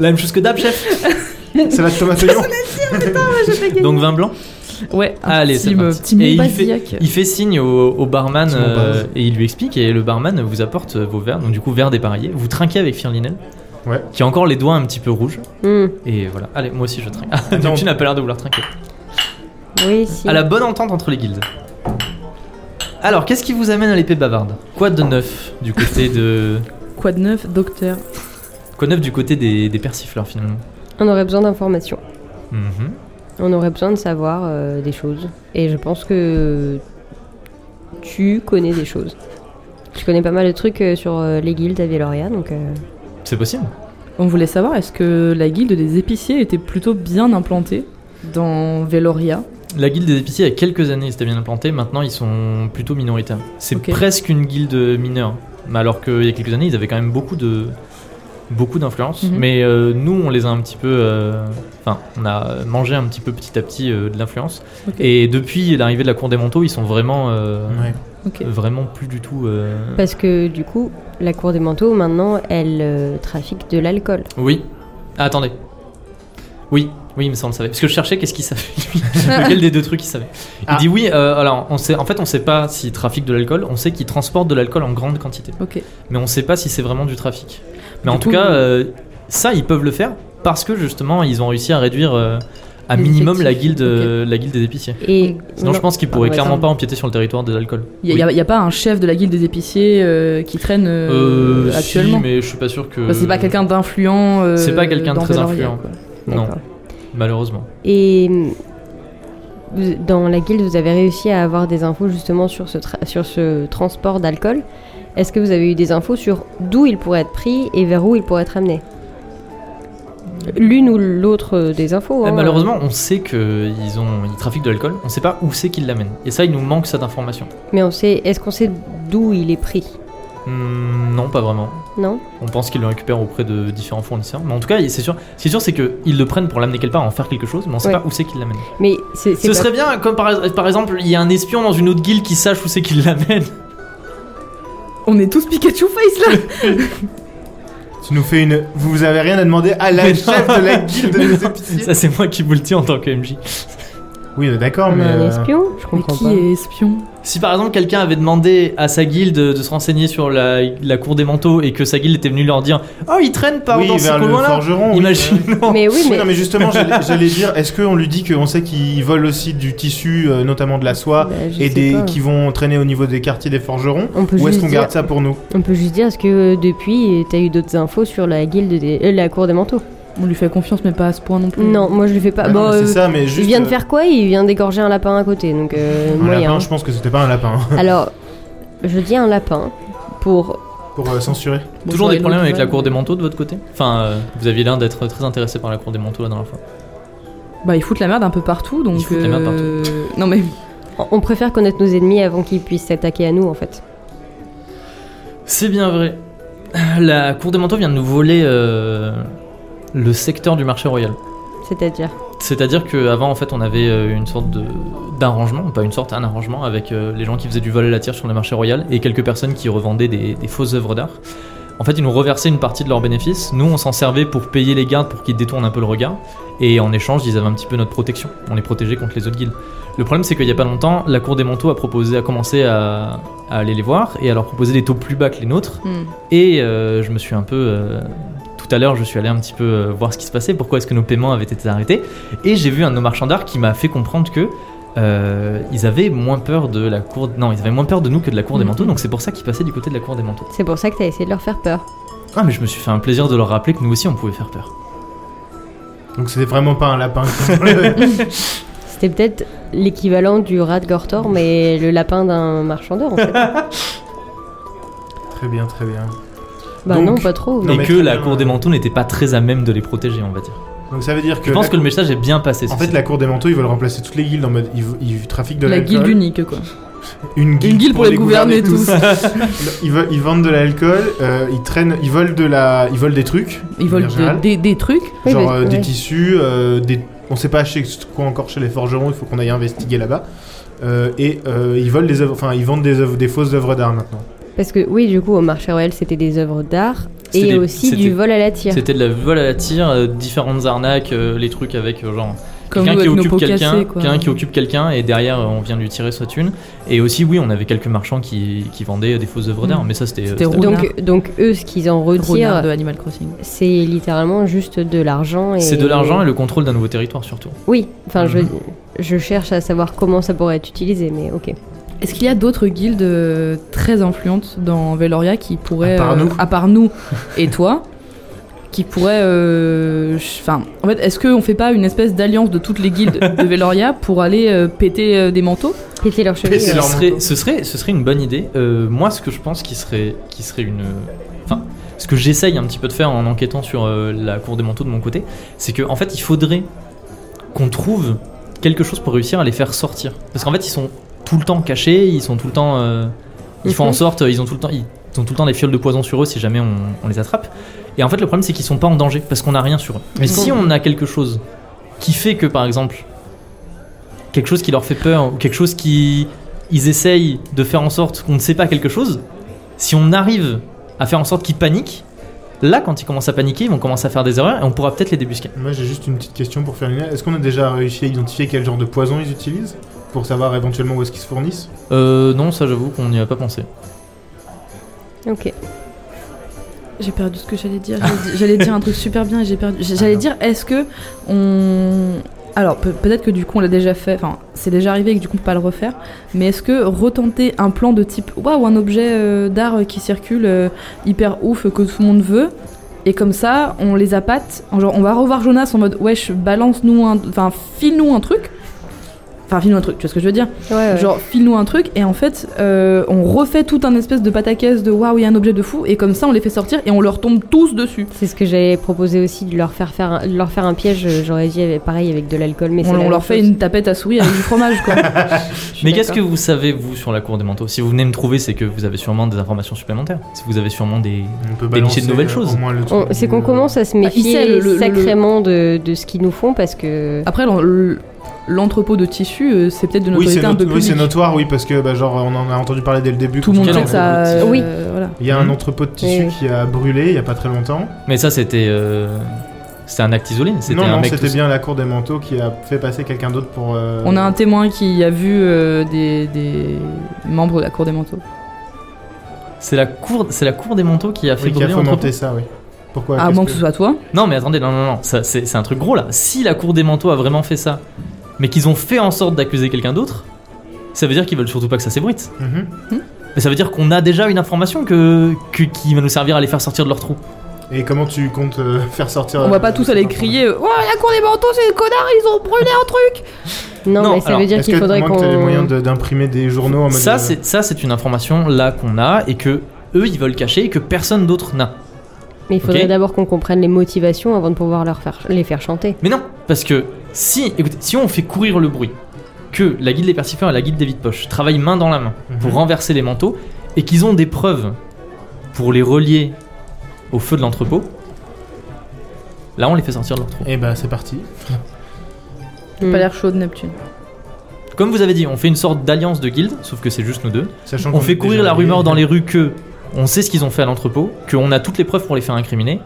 [SPEAKER 1] La même chose que d'hab, chef
[SPEAKER 3] Ça va, Thomas Soyon
[SPEAKER 1] Donc, vin blanc
[SPEAKER 2] Ouais. un
[SPEAKER 1] Allez,
[SPEAKER 2] petit,
[SPEAKER 1] c'est
[SPEAKER 2] euh,
[SPEAKER 1] parti.
[SPEAKER 2] Petit
[SPEAKER 1] Et
[SPEAKER 2] mot
[SPEAKER 1] il
[SPEAKER 2] basiaque.
[SPEAKER 1] Il fait signe au, au barman
[SPEAKER 3] Simon
[SPEAKER 1] euh,
[SPEAKER 3] Barnes.
[SPEAKER 1] et il lui explique et le barman vous apporte vos verres. Donc, du coup, verre dépareillé. Vous trinquez avec Firlinel.
[SPEAKER 3] Ouais.
[SPEAKER 1] Qui a encore les doigts un petit peu rouges.
[SPEAKER 4] Hmm.
[SPEAKER 1] Et voilà. Allez, moi aussi je trinque. Ah,
[SPEAKER 3] Non.
[SPEAKER 1] tu n'as pas l'air de vouloir trinquer.
[SPEAKER 4] Oui, si.
[SPEAKER 1] À la bonne entente entre les guildes. Alors, qu'est-ce qui vous amène à l'épée bavarde Quoi de neuf du côté de.
[SPEAKER 2] Quoi de neuf, docteur
[SPEAKER 1] Quoi de neuf du côté des, des persifleurs finalement
[SPEAKER 4] On aurait besoin d'informations.
[SPEAKER 1] Mhm.
[SPEAKER 4] On aurait besoin de savoir euh, des choses. Et je pense que tu connais des choses. Tu connais pas mal de trucs euh, sur euh, les guildes à Véloria, donc... euh,
[SPEAKER 1] C'est possible
[SPEAKER 2] On voulait savoir est-ce que la guilde des épiciers était plutôt bien implantée dans Veloria
[SPEAKER 1] La guilde des épiciers, il y a quelques années, c'était bien implanté. Maintenant, ils sont plutôt minoritaires. C'est
[SPEAKER 2] Ok.
[SPEAKER 1] presque une guilde mineure. Mais alors qu'il y a quelques années, ils avaient quand même beaucoup de. Beaucoup d'influence,
[SPEAKER 2] Mhm.
[SPEAKER 1] mais euh, nous on les a un petit peu. euh, Enfin, on a mangé un petit peu petit à petit euh, de l'influence.
[SPEAKER 2] Ok.
[SPEAKER 1] Et depuis l'arrivée de la Cour des Manteaux, ils sont vraiment. euh,
[SPEAKER 3] Ouais.
[SPEAKER 2] Ok.
[SPEAKER 1] Vraiment plus du tout. euh,
[SPEAKER 4] Parce que du coup, la cour des manteaux, maintenant, elle euh, trafique de l'alcool.
[SPEAKER 1] Oui. Ah, attendez. Oui, oui, il me semble savait. Parce que je cherchais qu'est-ce qu'il savait lui. Lequel des deux trucs il savait. Il
[SPEAKER 3] Ah.
[SPEAKER 1] dit oui. euh, alors, on sait. En fait, on sait pas s'il trafique de l'alcool. On sait qu'il transporte de l'alcool en grande quantité.
[SPEAKER 2] Ok.
[SPEAKER 1] Mais on sait pas si c'est vraiment du trafic. Mais
[SPEAKER 2] Du
[SPEAKER 1] en tout
[SPEAKER 2] coup,
[SPEAKER 1] cas,
[SPEAKER 2] oui.
[SPEAKER 1] euh, ça, ils peuvent le faire parce que justement, ils ont réussi à réduire. euh, à
[SPEAKER 2] Les
[SPEAKER 1] minimum la
[SPEAKER 2] effectifs,
[SPEAKER 1] guilde, euh, la guilde des épiciers.
[SPEAKER 4] Et
[SPEAKER 1] Sinon, je pense qu'ils pourraient
[SPEAKER 2] Ah, ouais,
[SPEAKER 1] clairement
[SPEAKER 2] ça-
[SPEAKER 1] pas empiéter sur le territoire de l'alcool.
[SPEAKER 2] Il n'y a, y a pas un chef de la guilde des épiciers euh, qui traîne euh,
[SPEAKER 1] Euh, si,
[SPEAKER 2] actuellement
[SPEAKER 1] mais je suis pas sûr que.
[SPEAKER 2] Enfin, C'est pas quelqu'un d'influent. euh,
[SPEAKER 1] C'est pas quelqu'un de
[SPEAKER 2] dans
[SPEAKER 1] très
[SPEAKER 2] Veloria,
[SPEAKER 1] influent.
[SPEAKER 2] quoi.
[SPEAKER 1] Non,
[SPEAKER 4] D'accord.
[SPEAKER 1] malheureusement.
[SPEAKER 4] Et euh, vous- dans la guilde, vous avez réussi à avoir des infos justement sur ce, tra- sur ce transport d'alcool. Est-ce que vous avez eu des infos sur d'où il pourrait être pris et vers où il pourrait être amené L'une ou l'autre euh, des infos.
[SPEAKER 1] Eh,
[SPEAKER 4] hein.
[SPEAKER 1] malheureusement, on sait qu'ils ont... ils trafiquent de l'alcool, on sait pas où c'est qu'ils l'amènent. Et ça, il nous manque cette information.
[SPEAKER 4] Mais on sait, est-ce qu'on sait d'où il est pris
[SPEAKER 1] Hmm, non, pas vraiment.
[SPEAKER 4] Non
[SPEAKER 1] On pense qu'ils le récupèrent auprès de différents fournisseurs. Mais en tout cas, c'est sûr, ce qui est sûr, c'est qu'ils le prennent pour l'amener quelque part, en faire quelque chose, mais on sait
[SPEAKER 4] Ouais.
[SPEAKER 1] pas où c'est qu'ils l'amènent.
[SPEAKER 4] Mais c'est c'est
[SPEAKER 1] Ce
[SPEAKER 4] pas-
[SPEAKER 1] serait bien, comme par, par exemple, il y a un espion dans une autre guilde qui sache où c'est qu'il l'amène.
[SPEAKER 2] On est tous Pikachu face là
[SPEAKER 3] Tu nous fais une. Vous avez rien à demander à la
[SPEAKER 1] Mais non.
[SPEAKER 3] chef de la guilde
[SPEAKER 1] Mais
[SPEAKER 3] des
[SPEAKER 1] non,
[SPEAKER 3] épiciers.
[SPEAKER 1] Ça, c'est moi qui vous le dis en tant que MJ.
[SPEAKER 3] Oui, on est d'accord,
[SPEAKER 4] On
[SPEAKER 3] mais.
[SPEAKER 4] a un
[SPEAKER 3] euh,
[SPEAKER 4] espion Je
[SPEAKER 2] Mais
[SPEAKER 4] comprends
[SPEAKER 2] qui
[SPEAKER 4] pas.
[SPEAKER 2] est espion
[SPEAKER 1] Si par exemple quelqu'un avait demandé à sa guilde de se renseigner sur la, la cour des manteaux et que sa guilde était venue leur dire Oh, ils traînent par
[SPEAKER 3] Oui,
[SPEAKER 1] dans ce
[SPEAKER 3] vers le
[SPEAKER 1] coin-là
[SPEAKER 3] forgeron. oui.
[SPEAKER 1] Imaginons
[SPEAKER 4] Mais oui,
[SPEAKER 3] Oui,
[SPEAKER 4] mais
[SPEAKER 3] Non, mais justement, j'allais j'allais dire, est-ce qu'on lui dit qu'on sait qu'ils volent aussi du tissu, euh, notamment de la soie,
[SPEAKER 4] Bah, je
[SPEAKER 3] et
[SPEAKER 4] sais
[SPEAKER 3] des,
[SPEAKER 4] pas.
[SPEAKER 3] qui vont traîner au niveau des quartiers des forgerons
[SPEAKER 4] On peut
[SPEAKER 3] Ou est-ce
[SPEAKER 4] juste
[SPEAKER 3] qu'on
[SPEAKER 4] dire-
[SPEAKER 3] garde ça pour nous
[SPEAKER 4] On peut juste dire, est-ce que euh, depuis, euh, t'as eu d'autres infos sur la guilde des... euh, la cour des manteaux
[SPEAKER 2] On lui fait confiance, mais pas à ce point non plus.
[SPEAKER 4] Non, moi je lui fais pas.
[SPEAKER 3] Bah non,
[SPEAKER 4] bon,
[SPEAKER 3] mais
[SPEAKER 4] euh,
[SPEAKER 3] C'est ça, mais
[SPEAKER 4] il
[SPEAKER 3] juste.
[SPEAKER 4] vient de
[SPEAKER 3] euh,
[SPEAKER 4] faire quoi Il vient d'égorger un lapin à côté, donc euh,
[SPEAKER 3] un
[SPEAKER 4] moyen.
[SPEAKER 3] lapin, je pense que c'était pas un lapin, hein,
[SPEAKER 4] Alors, je dis un lapin pour.
[SPEAKER 3] pour euh, censurer.
[SPEAKER 1] Toujours
[SPEAKER 2] Bon,
[SPEAKER 1] des
[SPEAKER 2] j'aurais
[SPEAKER 1] problèmes
[SPEAKER 2] l'autre
[SPEAKER 1] avec la
[SPEAKER 2] vanne.
[SPEAKER 1] cour des manteaux de votre côté Enfin, euh, vous aviez l'air d'être très intéressé par la cour des manteaux la dernière fois.
[SPEAKER 2] Bah, ils foutent la merde un peu partout donc.
[SPEAKER 1] Ils foutent la merde
[SPEAKER 2] euh, Non mais.
[SPEAKER 4] On préfère connaître nos ennemis avant qu'ils puissent s'attaquer à nous en fait.
[SPEAKER 1] C'est bien vrai. La Cour des manteaux vient de nous voler euh, le secteur du marché royal.
[SPEAKER 4] C'est-à-dire.
[SPEAKER 1] C'est-à-dire qu'avant, en fait, on avait euh, une sorte de- d'arrangement, pas une sorte, un arrangement avec euh, les gens qui faisaient du vol à la tire sur le marché royal et quelques personnes qui revendaient des, des fausses œuvres d'art. En fait, ils nous reversaient une partie de leurs bénéfices. Nous, on s'en servait pour payer les gardes pour qu'ils détournent un peu le regard. Et en échange, ils avaient un petit peu notre protection. On les protégeait contre les autres guildes. Le problème, c'est qu'il n'y a pas longtemps, la Cour des Manteaux a proposé, a commencé à, à aller les voir et à leur proposer des taux plus bas que les nôtres.
[SPEAKER 2] Hmm.
[SPEAKER 1] Et euh, je me suis un peu. euh, tout à l'heure, je suis allé un petit peu euh, voir ce qui se passait, pourquoi est-ce que nos paiements avaient été arrêtés. Et j'ai vu un de nos marchands d'art qui m'a fait comprendre que. euh, ils avaient moins peur de la cour. Non, ils avaient moins peur de nous que de la cour des
[SPEAKER 3] Mm-hmm.
[SPEAKER 2] Mhm.
[SPEAKER 1] manteaux, donc c'est pour ça qu'ils passaient du côté de la cour des manteaux.
[SPEAKER 4] C'est pour ça que t'as essayé de leur faire peur.
[SPEAKER 1] Ah, mais je me suis fait un plaisir de leur rappeler que nous aussi on pouvait faire peur.
[SPEAKER 3] Donc c'était vraiment pas un lapin. qui-
[SPEAKER 4] C'était peut-être l'équivalent du rat de Gortor, mais le lapin d'un marchandeur en fait.
[SPEAKER 3] très bien, très bien.
[SPEAKER 4] Bah
[SPEAKER 3] Donc-
[SPEAKER 4] non, pas trop.
[SPEAKER 3] Non,
[SPEAKER 1] et
[SPEAKER 3] mais
[SPEAKER 1] que
[SPEAKER 3] très
[SPEAKER 1] la
[SPEAKER 3] bien.
[SPEAKER 1] cour des manteaux n'était pas très à même de les protéger, on va dire.
[SPEAKER 3] Donc ça veut dire que.
[SPEAKER 1] Je pense
[SPEAKER 3] la-
[SPEAKER 1] que le message est bien passé.
[SPEAKER 3] En
[SPEAKER 1] ceci.
[SPEAKER 3] fait, la cour des manteaux, ils veulent remplacer toutes les guildes en mode ils, ils trafiquent de
[SPEAKER 2] La
[SPEAKER 3] l'alcool.
[SPEAKER 2] guilde unique, quoi.
[SPEAKER 3] Une guilde,
[SPEAKER 2] Une guilde pour les gouverner tous.
[SPEAKER 3] ils, veulent- ils vendent de l'alcool, euh, ils traînent, ils volent de la, ils volent des trucs.
[SPEAKER 2] Ils volent
[SPEAKER 3] en
[SPEAKER 2] de-
[SPEAKER 3] général.
[SPEAKER 2] des, des trucs.
[SPEAKER 4] Oui,
[SPEAKER 3] genre
[SPEAKER 4] mais-
[SPEAKER 3] euh, des
[SPEAKER 4] ouais.
[SPEAKER 3] tissus, euh, des... on sait pas chez quoi encore chez les forgerons, il faut qu'on aille investiguer là-bas. Euh, et euh, ils volent des œuvres, enfin ils vendent des œuvres, des fausses œuvres d'art maintenant.
[SPEAKER 4] Parce que oui, du coup, au marché royal, c'était des œuvres d'art
[SPEAKER 1] C'était
[SPEAKER 4] et
[SPEAKER 1] des-
[SPEAKER 4] aussi
[SPEAKER 1] c'était-
[SPEAKER 4] du vol à la tire.
[SPEAKER 1] C'était de la vol à la tire, euh, différentes arnaques, euh, les trucs avec euh, genre
[SPEAKER 2] Comme
[SPEAKER 1] quelqu'un
[SPEAKER 2] nous,
[SPEAKER 1] qui
[SPEAKER 2] avec nos
[SPEAKER 1] occupe
[SPEAKER 2] pots
[SPEAKER 1] quelqu'un,
[SPEAKER 2] cassés, quoi.
[SPEAKER 1] quelqu'un qui occupe quelqu'un et derrière euh, on vient lui tirer sa thune. Et aussi oui, on avait quelques marchands qui, qui vendaient des fausses œuvres d'art,
[SPEAKER 2] Mm.
[SPEAKER 1] mais ça c'était euh,
[SPEAKER 2] C'était
[SPEAKER 1] c'était-
[SPEAKER 2] roulé.
[SPEAKER 4] Donc, donc eux, ce qu'ils en
[SPEAKER 2] Renard
[SPEAKER 4] retirent,
[SPEAKER 2] de Animal Crossing.
[SPEAKER 4] c'est littéralement juste de l'argent. et-
[SPEAKER 1] c'est de l'argent et le contrôle d'un nouveau territoire surtout.
[SPEAKER 4] Oui, enfin, je,
[SPEAKER 1] Mhm.
[SPEAKER 4] je cherche à savoir comment ça pourrait être utilisé, mais ok.
[SPEAKER 2] Est-ce qu'il y a d'autres guildes euh, très influentes dans Veloria qui pourraient, euh,
[SPEAKER 3] À part nous.
[SPEAKER 2] à part nous et toi, qui pourraient, euh, ch- enfin, en fait, est-ce qu'on fait pas une espèce d'alliance de toutes les guildes de Veloria pour aller euh, péter euh, des manteaux
[SPEAKER 4] Péter leurs cheveux.
[SPEAKER 3] Péter
[SPEAKER 4] ouais.
[SPEAKER 1] Ce
[SPEAKER 3] leur
[SPEAKER 1] serait,
[SPEAKER 3] manteau.
[SPEAKER 1] ce, serait, ce serait une bonne idée. Euh, moi, ce que je pense qui serait, qui serait une. Enfin, ce que j'essaye un petit peu de faire en enquêtant sur euh, la cour des manteaux de mon côté, c'est qu'en en fait, il faudrait qu'on trouve quelque chose pour réussir à les faire sortir. Parce qu'en fait, ils sont tout le temps cachés, ils sont tout le temps. euh, ils font
[SPEAKER 4] Mhm.
[SPEAKER 1] en sorte, ils ont tout le temps. Ils, ils ont tout le temps des fioles de poison sur eux si jamais on, on les attrape. Et en fait, le problème, c'est qu'ils sont pas en danger parce qu'on a rien sur eux. Mais si on a quelque chose qui fait que, par exemple, quelque chose qui leur fait peur ou quelque chose qui ils essayent de faire en sorte qu'on ne sait pas quelque chose, si on arrive à faire en sorte qu'ils paniquent, là, quand ils commencent à paniquer, ils vont commencer à faire des erreurs et on pourra peut-être les débusquer.
[SPEAKER 3] Moi j'ai juste une petite question pour faire une. Est-ce qu'on a déjà réussi à identifier quel genre de poison ils utilisent pour savoir éventuellement où est-ce qu'ils se fournissent
[SPEAKER 1] Euh, non, ça, j'avoue qu'on n'y a pas pensé.
[SPEAKER 4] euh, Ok.
[SPEAKER 2] J'ai perdu ce que j'allais dire. J'allais di- J'allais dire un truc super bien et j'ai perdu. j'- J'allais
[SPEAKER 3] Ah non.
[SPEAKER 2] dire, est-ce que on. Alors, peut- peut-être que du coup on l'a déjà fait, enfin c'est déjà arrivé et que du coup on peut pas le refaire, mais est-ce que retenter un plan de type waouh, un objet euh, d'art qui circule euh, hyper ouf que tout le monde veut, et comme ça on les appâte, en genre on va revoir Jonas en mode wesh, balance-nous un. Enfin, file-nous un truc. Enfin, file-nous un truc, tu vois ce que je veux dire
[SPEAKER 4] Ouais, ouais.
[SPEAKER 2] Genre, file-nous un truc, et en fait, euh, on refait tout un espèce de pataquès de waouh, il y a un objet de fou, et comme ça, on les fait sortir et on leur tombe tous dessus.
[SPEAKER 4] C'est ce que j'allais proposer aussi, de leur faire, faire un, de leur faire un piège, euh, j'aurais dit avec- pareil avec de l'alcool, mais c'est
[SPEAKER 2] on
[SPEAKER 4] la
[SPEAKER 2] on
[SPEAKER 4] même
[SPEAKER 2] leur fait
[SPEAKER 4] chose.
[SPEAKER 2] une tapette à souris avec du fromage, quoi.
[SPEAKER 4] Je suis
[SPEAKER 1] Mais qu'est-ce que
[SPEAKER 4] d'accord.
[SPEAKER 1] vous savez, vous, sur la cour des manteaux Si vous venez me trouver, c'est que vous avez sûrement des informations supplémentaires. Si vous avez sûrement des.
[SPEAKER 3] On peut
[SPEAKER 1] Des
[SPEAKER 3] balancer
[SPEAKER 1] nichés de nouvelles
[SPEAKER 3] euh,
[SPEAKER 1] choses.
[SPEAKER 3] au moins le
[SPEAKER 2] Oh,
[SPEAKER 4] On-
[SPEAKER 3] truc
[SPEAKER 4] C'est qu'on
[SPEAKER 3] de-
[SPEAKER 4] commence à se
[SPEAKER 2] il
[SPEAKER 4] méfier
[SPEAKER 2] sait, le- le- le-
[SPEAKER 4] sacrément de, de ce qu'ils nous font parce que.
[SPEAKER 2] Après, l'en- l- l'entrepôt de tissus, euh, c'est peut-être de
[SPEAKER 3] Oui,
[SPEAKER 2] notoriété
[SPEAKER 3] c'est
[SPEAKER 2] un
[SPEAKER 3] not-
[SPEAKER 2] peu
[SPEAKER 3] oui,
[SPEAKER 2] publique.
[SPEAKER 3] c'est notoire, oui, parce que bah, genre on en a entendu parler dès le début.
[SPEAKER 2] Tout le monde
[SPEAKER 1] Quel
[SPEAKER 2] sait que ça.
[SPEAKER 1] entrepôt de
[SPEAKER 2] euh,
[SPEAKER 4] tissus
[SPEAKER 2] voilà.
[SPEAKER 3] Il y a un
[SPEAKER 1] Mhm.
[SPEAKER 3] entrepôt de tissus
[SPEAKER 4] Oui.
[SPEAKER 3] qui a brûlé il y a pas très longtemps.
[SPEAKER 1] Mais ça, c'était. euh, C'était un acte isolé. C'était
[SPEAKER 3] Non,
[SPEAKER 1] un
[SPEAKER 3] non,
[SPEAKER 1] mec
[SPEAKER 3] c'était
[SPEAKER 1] tout-
[SPEAKER 3] bien la cour des manteaux qui a fait passer quelqu'un d'autre pour. euh,
[SPEAKER 2] On a un témoin qui a vu euh, des, des membres de la cour des manteaux.
[SPEAKER 1] C'est la cour, c'est la cour des manteaux qui a fait
[SPEAKER 3] oui, qui a
[SPEAKER 1] brûler l'entrepôt.
[SPEAKER 3] fomenté ça, oui. Pourquoi
[SPEAKER 2] à
[SPEAKER 3] qu'est-ce
[SPEAKER 2] moins que Ah,
[SPEAKER 3] que-
[SPEAKER 2] ce soit toi.
[SPEAKER 1] Non, mais attendez, non, non, non, ça, c'est, c'est un truc gros là. Si la cour des manteaux a vraiment fait ça, mais qu'ils ont fait en sorte d'accuser quelqu'un d'autre, ça veut dire qu'ils veulent surtout pas que ça s'ébruite.
[SPEAKER 3] Mhm.
[SPEAKER 1] Mais ça veut dire qu'on a déjà une information que, que- qui va nous servir à les faire sortir de leur trou.
[SPEAKER 3] Et comment tu comptes euh, faire sortir
[SPEAKER 1] Ah,
[SPEAKER 2] on
[SPEAKER 3] euh,
[SPEAKER 2] va pas tous
[SPEAKER 3] cette
[SPEAKER 2] aller
[SPEAKER 3] information
[SPEAKER 2] crier euh, Ouais, la cour des manteaux, c'est des connards, ils ont brûlé un truc
[SPEAKER 4] Non,
[SPEAKER 1] Non,
[SPEAKER 4] mais ça
[SPEAKER 1] alors,
[SPEAKER 4] veut dire
[SPEAKER 3] Est-ce
[SPEAKER 4] qu'il
[SPEAKER 3] que
[SPEAKER 4] faudrait
[SPEAKER 3] moins que t'as les moyens
[SPEAKER 4] qu'on.
[SPEAKER 3] de- d'imprimer des journaux en mode.
[SPEAKER 1] Ça
[SPEAKER 3] euh,
[SPEAKER 1] c'est, ça, c'est une information là qu'on a et que eux ils veulent cacher et que personne d'autre n'a.
[SPEAKER 4] Mais il faudrait
[SPEAKER 1] Ok.
[SPEAKER 4] d'abord qu'on comprenne les motivations avant de pouvoir leur faire, les faire chanter.
[SPEAKER 1] Mais non, parce que si, écoutez, si on fait courir le bruit, que la guilde des persifleurs et la guilde des vides poches travaillent main dans la main pour
[SPEAKER 3] Mhm.
[SPEAKER 1] renverser les manteaux, et qu'ils ont des preuves pour les relier au feu de l'entrepôt. Là, on les fait sortir de leur trou.
[SPEAKER 3] Et bah, c'est parti.
[SPEAKER 4] Hmm.
[SPEAKER 2] Pas l'air chaud de Neptune.
[SPEAKER 1] Comme vous avez dit, on fait une sorte d'alliance de guildes, sauf que c'est juste nous deux.
[SPEAKER 3] Sachant
[SPEAKER 1] On fait courir la rumeur dans les rues que on sait ce qu'ils ont fait à l'entrepôt, qu'on a toutes les preuves pour les faire incriminer.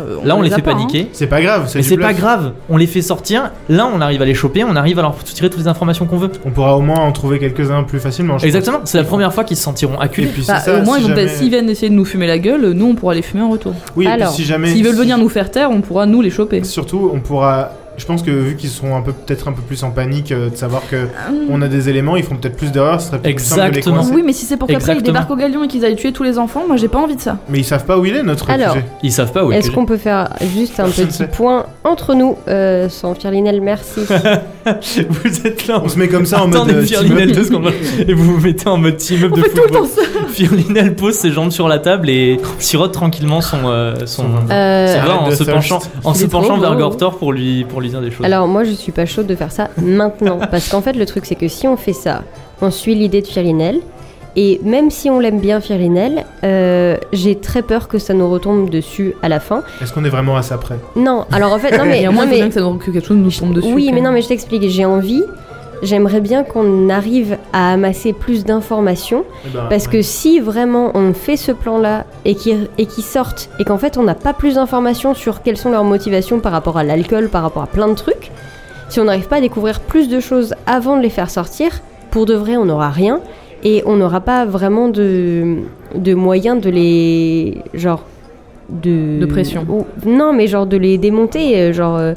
[SPEAKER 2] Euh,
[SPEAKER 1] Là, on les
[SPEAKER 2] a
[SPEAKER 1] fait
[SPEAKER 2] pas, hein.
[SPEAKER 1] paniquer.
[SPEAKER 3] C'est pas grave, c'est
[SPEAKER 1] Mais
[SPEAKER 3] du
[SPEAKER 1] c'est pas
[SPEAKER 3] bluff.
[SPEAKER 1] grave, on les fait sortir. Là, on arrive à les choper, on arrive à leur tirer toutes les informations qu'on veut.
[SPEAKER 3] On pourra au moins en trouver quelques-uns plus facilement. je
[SPEAKER 1] Exactement, c'est la première fois qu'ils se sentiront
[SPEAKER 3] pense. Et
[SPEAKER 1] acculés.
[SPEAKER 3] puis c'est
[SPEAKER 2] Bah,
[SPEAKER 3] ça,
[SPEAKER 2] au moins,
[SPEAKER 3] si
[SPEAKER 2] ils vont-
[SPEAKER 3] jamais-
[SPEAKER 2] s'ils viennent essayer de nous fumer la gueule, nous on pourra les fumer en retour.
[SPEAKER 3] Oui, et puis
[SPEAKER 4] Alors,
[SPEAKER 3] si jamais.
[SPEAKER 2] S'ils veulent
[SPEAKER 3] si-
[SPEAKER 2] venir nous faire taire, on pourra nous les choper.
[SPEAKER 3] Surtout, on pourra. Je pense que vu qu'ils seront un peu peut-être un peu plus en panique euh, de savoir que
[SPEAKER 2] Hum.
[SPEAKER 3] on a des éléments, ils feront peut-être plus d'erreurs, ce serait peut-être plus simple de les
[SPEAKER 1] Exactement.
[SPEAKER 3] coincer.
[SPEAKER 2] Oui, mais si c'est pour qu'après ils
[SPEAKER 1] Exactement.
[SPEAKER 2] débarquent au galion et qu'ils aillent tuer tous les enfants, moi j'ai pas envie de ça.
[SPEAKER 3] Mais ils savent pas où il est notre
[SPEAKER 4] Alors,
[SPEAKER 3] QG.
[SPEAKER 1] Ils savent pas où est
[SPEAKER 4] Est-ce
[SPEAKER 1] QG.
[SPEAKER 4] qu'on peut faire juste un
[SPEAKER 3] Personne
[SPEAKER 4] petit
[SPEAKER 3] sait.
[SPEAKER 4] point entre nous, euh, sans Firlinel, merci.
[SPEAKER 1] Vous êtes là en
[SPEAKER 3] On se met comme ça en mode.
[SPEAKER 1] Attendez,
[SPEAKER 3] euh, team up.
[SPEAKER 1] Firlinel, deux secondes. Et vous vous mettez en mode team-up
[SPEAKER 2] On
[SPEAKER 1] de
[SPEAKER 2] fait tout le
[SPEAKER 1] football.
[SPEAKER 2] temps ça.
[SPEAKER 1] Firlinel pose ses jambes sur la table et sirote tranquillement son, euh, son, son
[SPEAKER 4] Euh,
[SPEAKER 1] vin en
[SPEAKER 3] Arrête
[SPEAKER 1] se
[SPEAKER 3] de
[SPEAKER 1] penchant,
[SPEAKER 3] thirst.
[SPEAKER 1] en
[SPEAKER 4] Il
[SPEAKER 1] se
[SPEAKER 4] est trop
[SPEAKER 1] penchant vers
[SPEAKER 4] beau.
[SPEAKER 1] Gortor pour lui, pour lui dire des choses.
[SPEAKER 4] Alors moi je suis pas chaude de faire ça maintenant parce qu'en fait le truc c'est que si on fait ça, on suit l'idée de Firlinel et même si on l'aime bien Firlinel, euh, j'ai très peur que ça nous retombe dessus à la fin.
[SPEAKER 3] Est-ce qu'on est vraiment à ça près
[SPEAKER 4] Non, alors en fait non mais,
[SPEAKER 2] Et au
[SPEAKER 4] non,
[SPEAKER 2] moins, il faut
[SPEAKER 4] mais-
[SPEAKER 2] bien que, ça nous- que quelque chose nous tombe dessus.
[SPEAKER 4] oui
[SPEAKER 2] quand
[SPEAKER 4] mais non
[SPEAKER 2] même.
[SPEAKER 4] mais je t'explique, j'ai envie, j'aimerais bien qu'on arrive à amasser plus d'informations
[SPEAKER 3] Eh ben,
[SPEAKER 4] Parce
[SPEAKER 3] ouais.
[SPEAKER 4] que si vraiment on fait ce plan-là et qu'ils et qu'ils sortent et qu'en fait on n'a pas plus d'informations sur quelles sont leurs motivations par rapport à l'alcool, par rapport à plein de trucs, si on n'arrive pas à découvrir plus de choses avant de les faire sortir, pour de vrai on n'aura rien et on n'aura pas vraiment de, de moyens de les... genre... De,
[SPEAKER 2] De pression.
[SPEAKER 4] ou- non mais genre de les démonter, euh, genre... euh,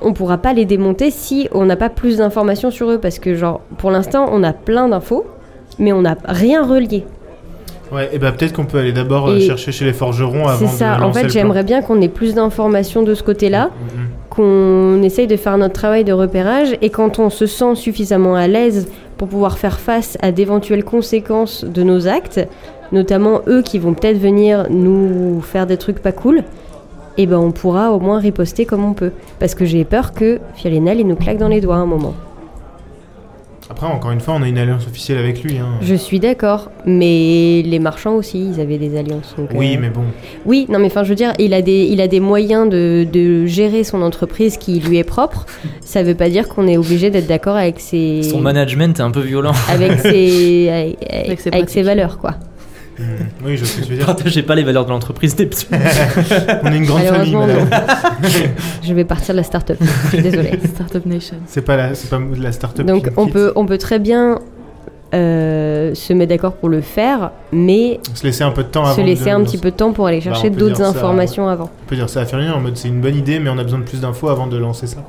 [SPEAKER 4] on pourra pas les démonter si on n'a pas plus d'informations sur eux parce que genre pour l'instant on a plein d'infos mais on n'a rien relié.
[SPEAKER 3] Ouais, et bah peut-être qu'on peut aller d'abord euh,
[SPEAKER 4] Et-
[SPEAKER 3] chercher chez les forgerons
[SPEAKER 4] C'est
[SPEAKER 3] avant de
[SPEAKER 4] ça, en
[SPEAKER 3] lancer
[SPEAKER 4] fait
[SPEAKER 3] le plan.
[SPEAKER 4] j'aimerais bien qu'on ait plus d'informations de ce côté-là,
[SPEAKER 3] Mhm.
[SPEAKER 4] qu'on essaye de faire notre travail de repérage et quand on se sent suffisamment à l'aise pour pouvoir faire face à d'éventuelles conséquences de nos actes, notamment eux qui vont peut-être venir nous faire des trucs pas cool, et ben on pourra au moins riposter comme on peut. Parce que j'ai peur que Fialinel il nous claque dans les doigts un moment.
[SPEAKER 3] Après, encore une fois, on a une alliance officielle avec lui. Hein.
[SPEAKER 4] Je suis d'accord, mais les marchands aussi, ils avaient des alliances. donc,
[SPEAKER 3] Oui,
[SPEAKER 4] euh,
[SPEAKER 3] mais bon.
[SPEAKER 4] Oui, non, mais enfin, je veux dire, il a des, il a des moyens de, de gérer son entreprise qui lui est propre. Ça veut pas dire qu'on est obligé d'être d'accord avec ses,
[SPEAKER 1] Son management est un peu violent.
[SPEAKER 4] avec ses, avec, avec
[SPEAKER 2] ses
[SPEAKER 4] ses,
[SPEAKER 2] pratiques.
[SPEAKER 4] valeurs, quoi.
[SPEAKER 3] Mm. Oui, je sais ce que tu veux dire.
[SPEAKER 1] Partagez pas les valeurs de l'entreprise des petits.
[SPEAKER 3] On est une grande famille,
[SPEAKER 4] Malheureusement,
[SPEAKER 3] madame.
[SPEAKER 4] Je vais partir de la start-up. Je suis désolée.
[SPEAKER 2] Startup Nation.
[SPEAKER 3] C'est pas la, c'est pas de la start-up.
[SPEAKER 4] Donc,
[SPEAKER 3] qui nous
[SPEAKER 4] on
[SPEAKER 3] quitte.
[SPEAKER 4] peut, on peut très bien euh, se mettre d'accord pour le faire, mais
[SPEAKER 3] se laisser un peu de temps Ah, avant.
[SPEAKER 4] se
[SPEAKER 3] de-
[SPEAKER 4] laisser un
[SPEAKER 3] de-
[SPEAKER 4] petit peu de temps pour aller
[SPEAKER 3] Bah,
[SPEAKER 4] chercher
[SPEAKER 3] on peut
[SPEAKER 4] d'autres
[SPEAKER 3] dire ça,
[SPEAKER 4] informations avant.
[SPEAKER 3] On peut dire ça à Firmin en mode c'est une bonne idée, mais on a besoin de plus d'infos avant de lancer ça.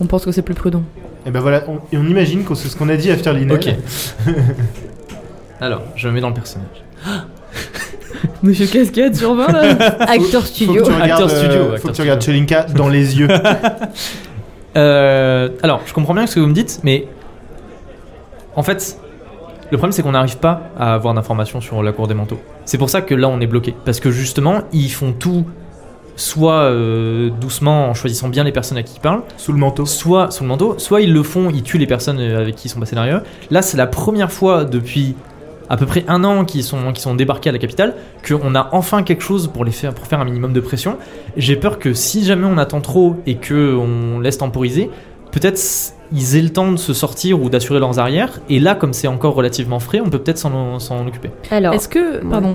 [SPEAKER 2] On pense que c'est plus prudent.
[SPEAKER 3] Et ben voilà, on, et on imagine que c'est ce qu'on a dit à Firmin.
[SPEAKER 1] Ok. Alors, je me mets dans le personnage.
[SPEAKER 2] Monsieur Casquette sur 20 là
[SPEAKER 4] Acteur
[SPEAKER 3] Faut que
[SPEAKER 4] studio.
[SPEAKER 3] tu regardes,
[SPEAKER 1] Acteur
[SPEAKER 3] euh,
[SPEAKER 1] studio,
[SPEAKER 3] faut
[SPEAKER 1] acteur
[SPEAKER 3] que tu regardes Chelinka dans les yeux.
[SPEAKER 1] Euh, alors, je comprends bien ce que vous me dites, mais en fait, le problème c'est qu'on n'arrive pas à avoir d'informations sur la cour des manteaux. C'est pour ça que là on est bloqué, parce que justement ils font tout soit euh, doucement en choisissant bien les personnes à qui ils parlent,
[SPEAKER 3] sous le manteau.
[SPEAKER 1] soit sous le manteau, soit ils le font, ils tuent les personnes euh, avec qui ils sont passés derrière. eux. Là, c'est la première fois depuis à peu près un an qu'ils sont, qu'ils sont débarqués à la capitale qu'on a enfin quelque chose pour, les faire, pour faire un minimum de pression. J'ai peur que si jamais on attend trop et que on laisse temporiser, peut-être s- ils aient le temps de se sortir ou d'assurer leurs arrières. Et là, comme c'est encore relativement frais, on peut peut-être s'en s'en occuper.
[SPEAKER 4] Alors,
[SPEAKER 2] Est-ce que.
[SPEAKER 4] Ouais.
[SPEAKER 2] Pardon.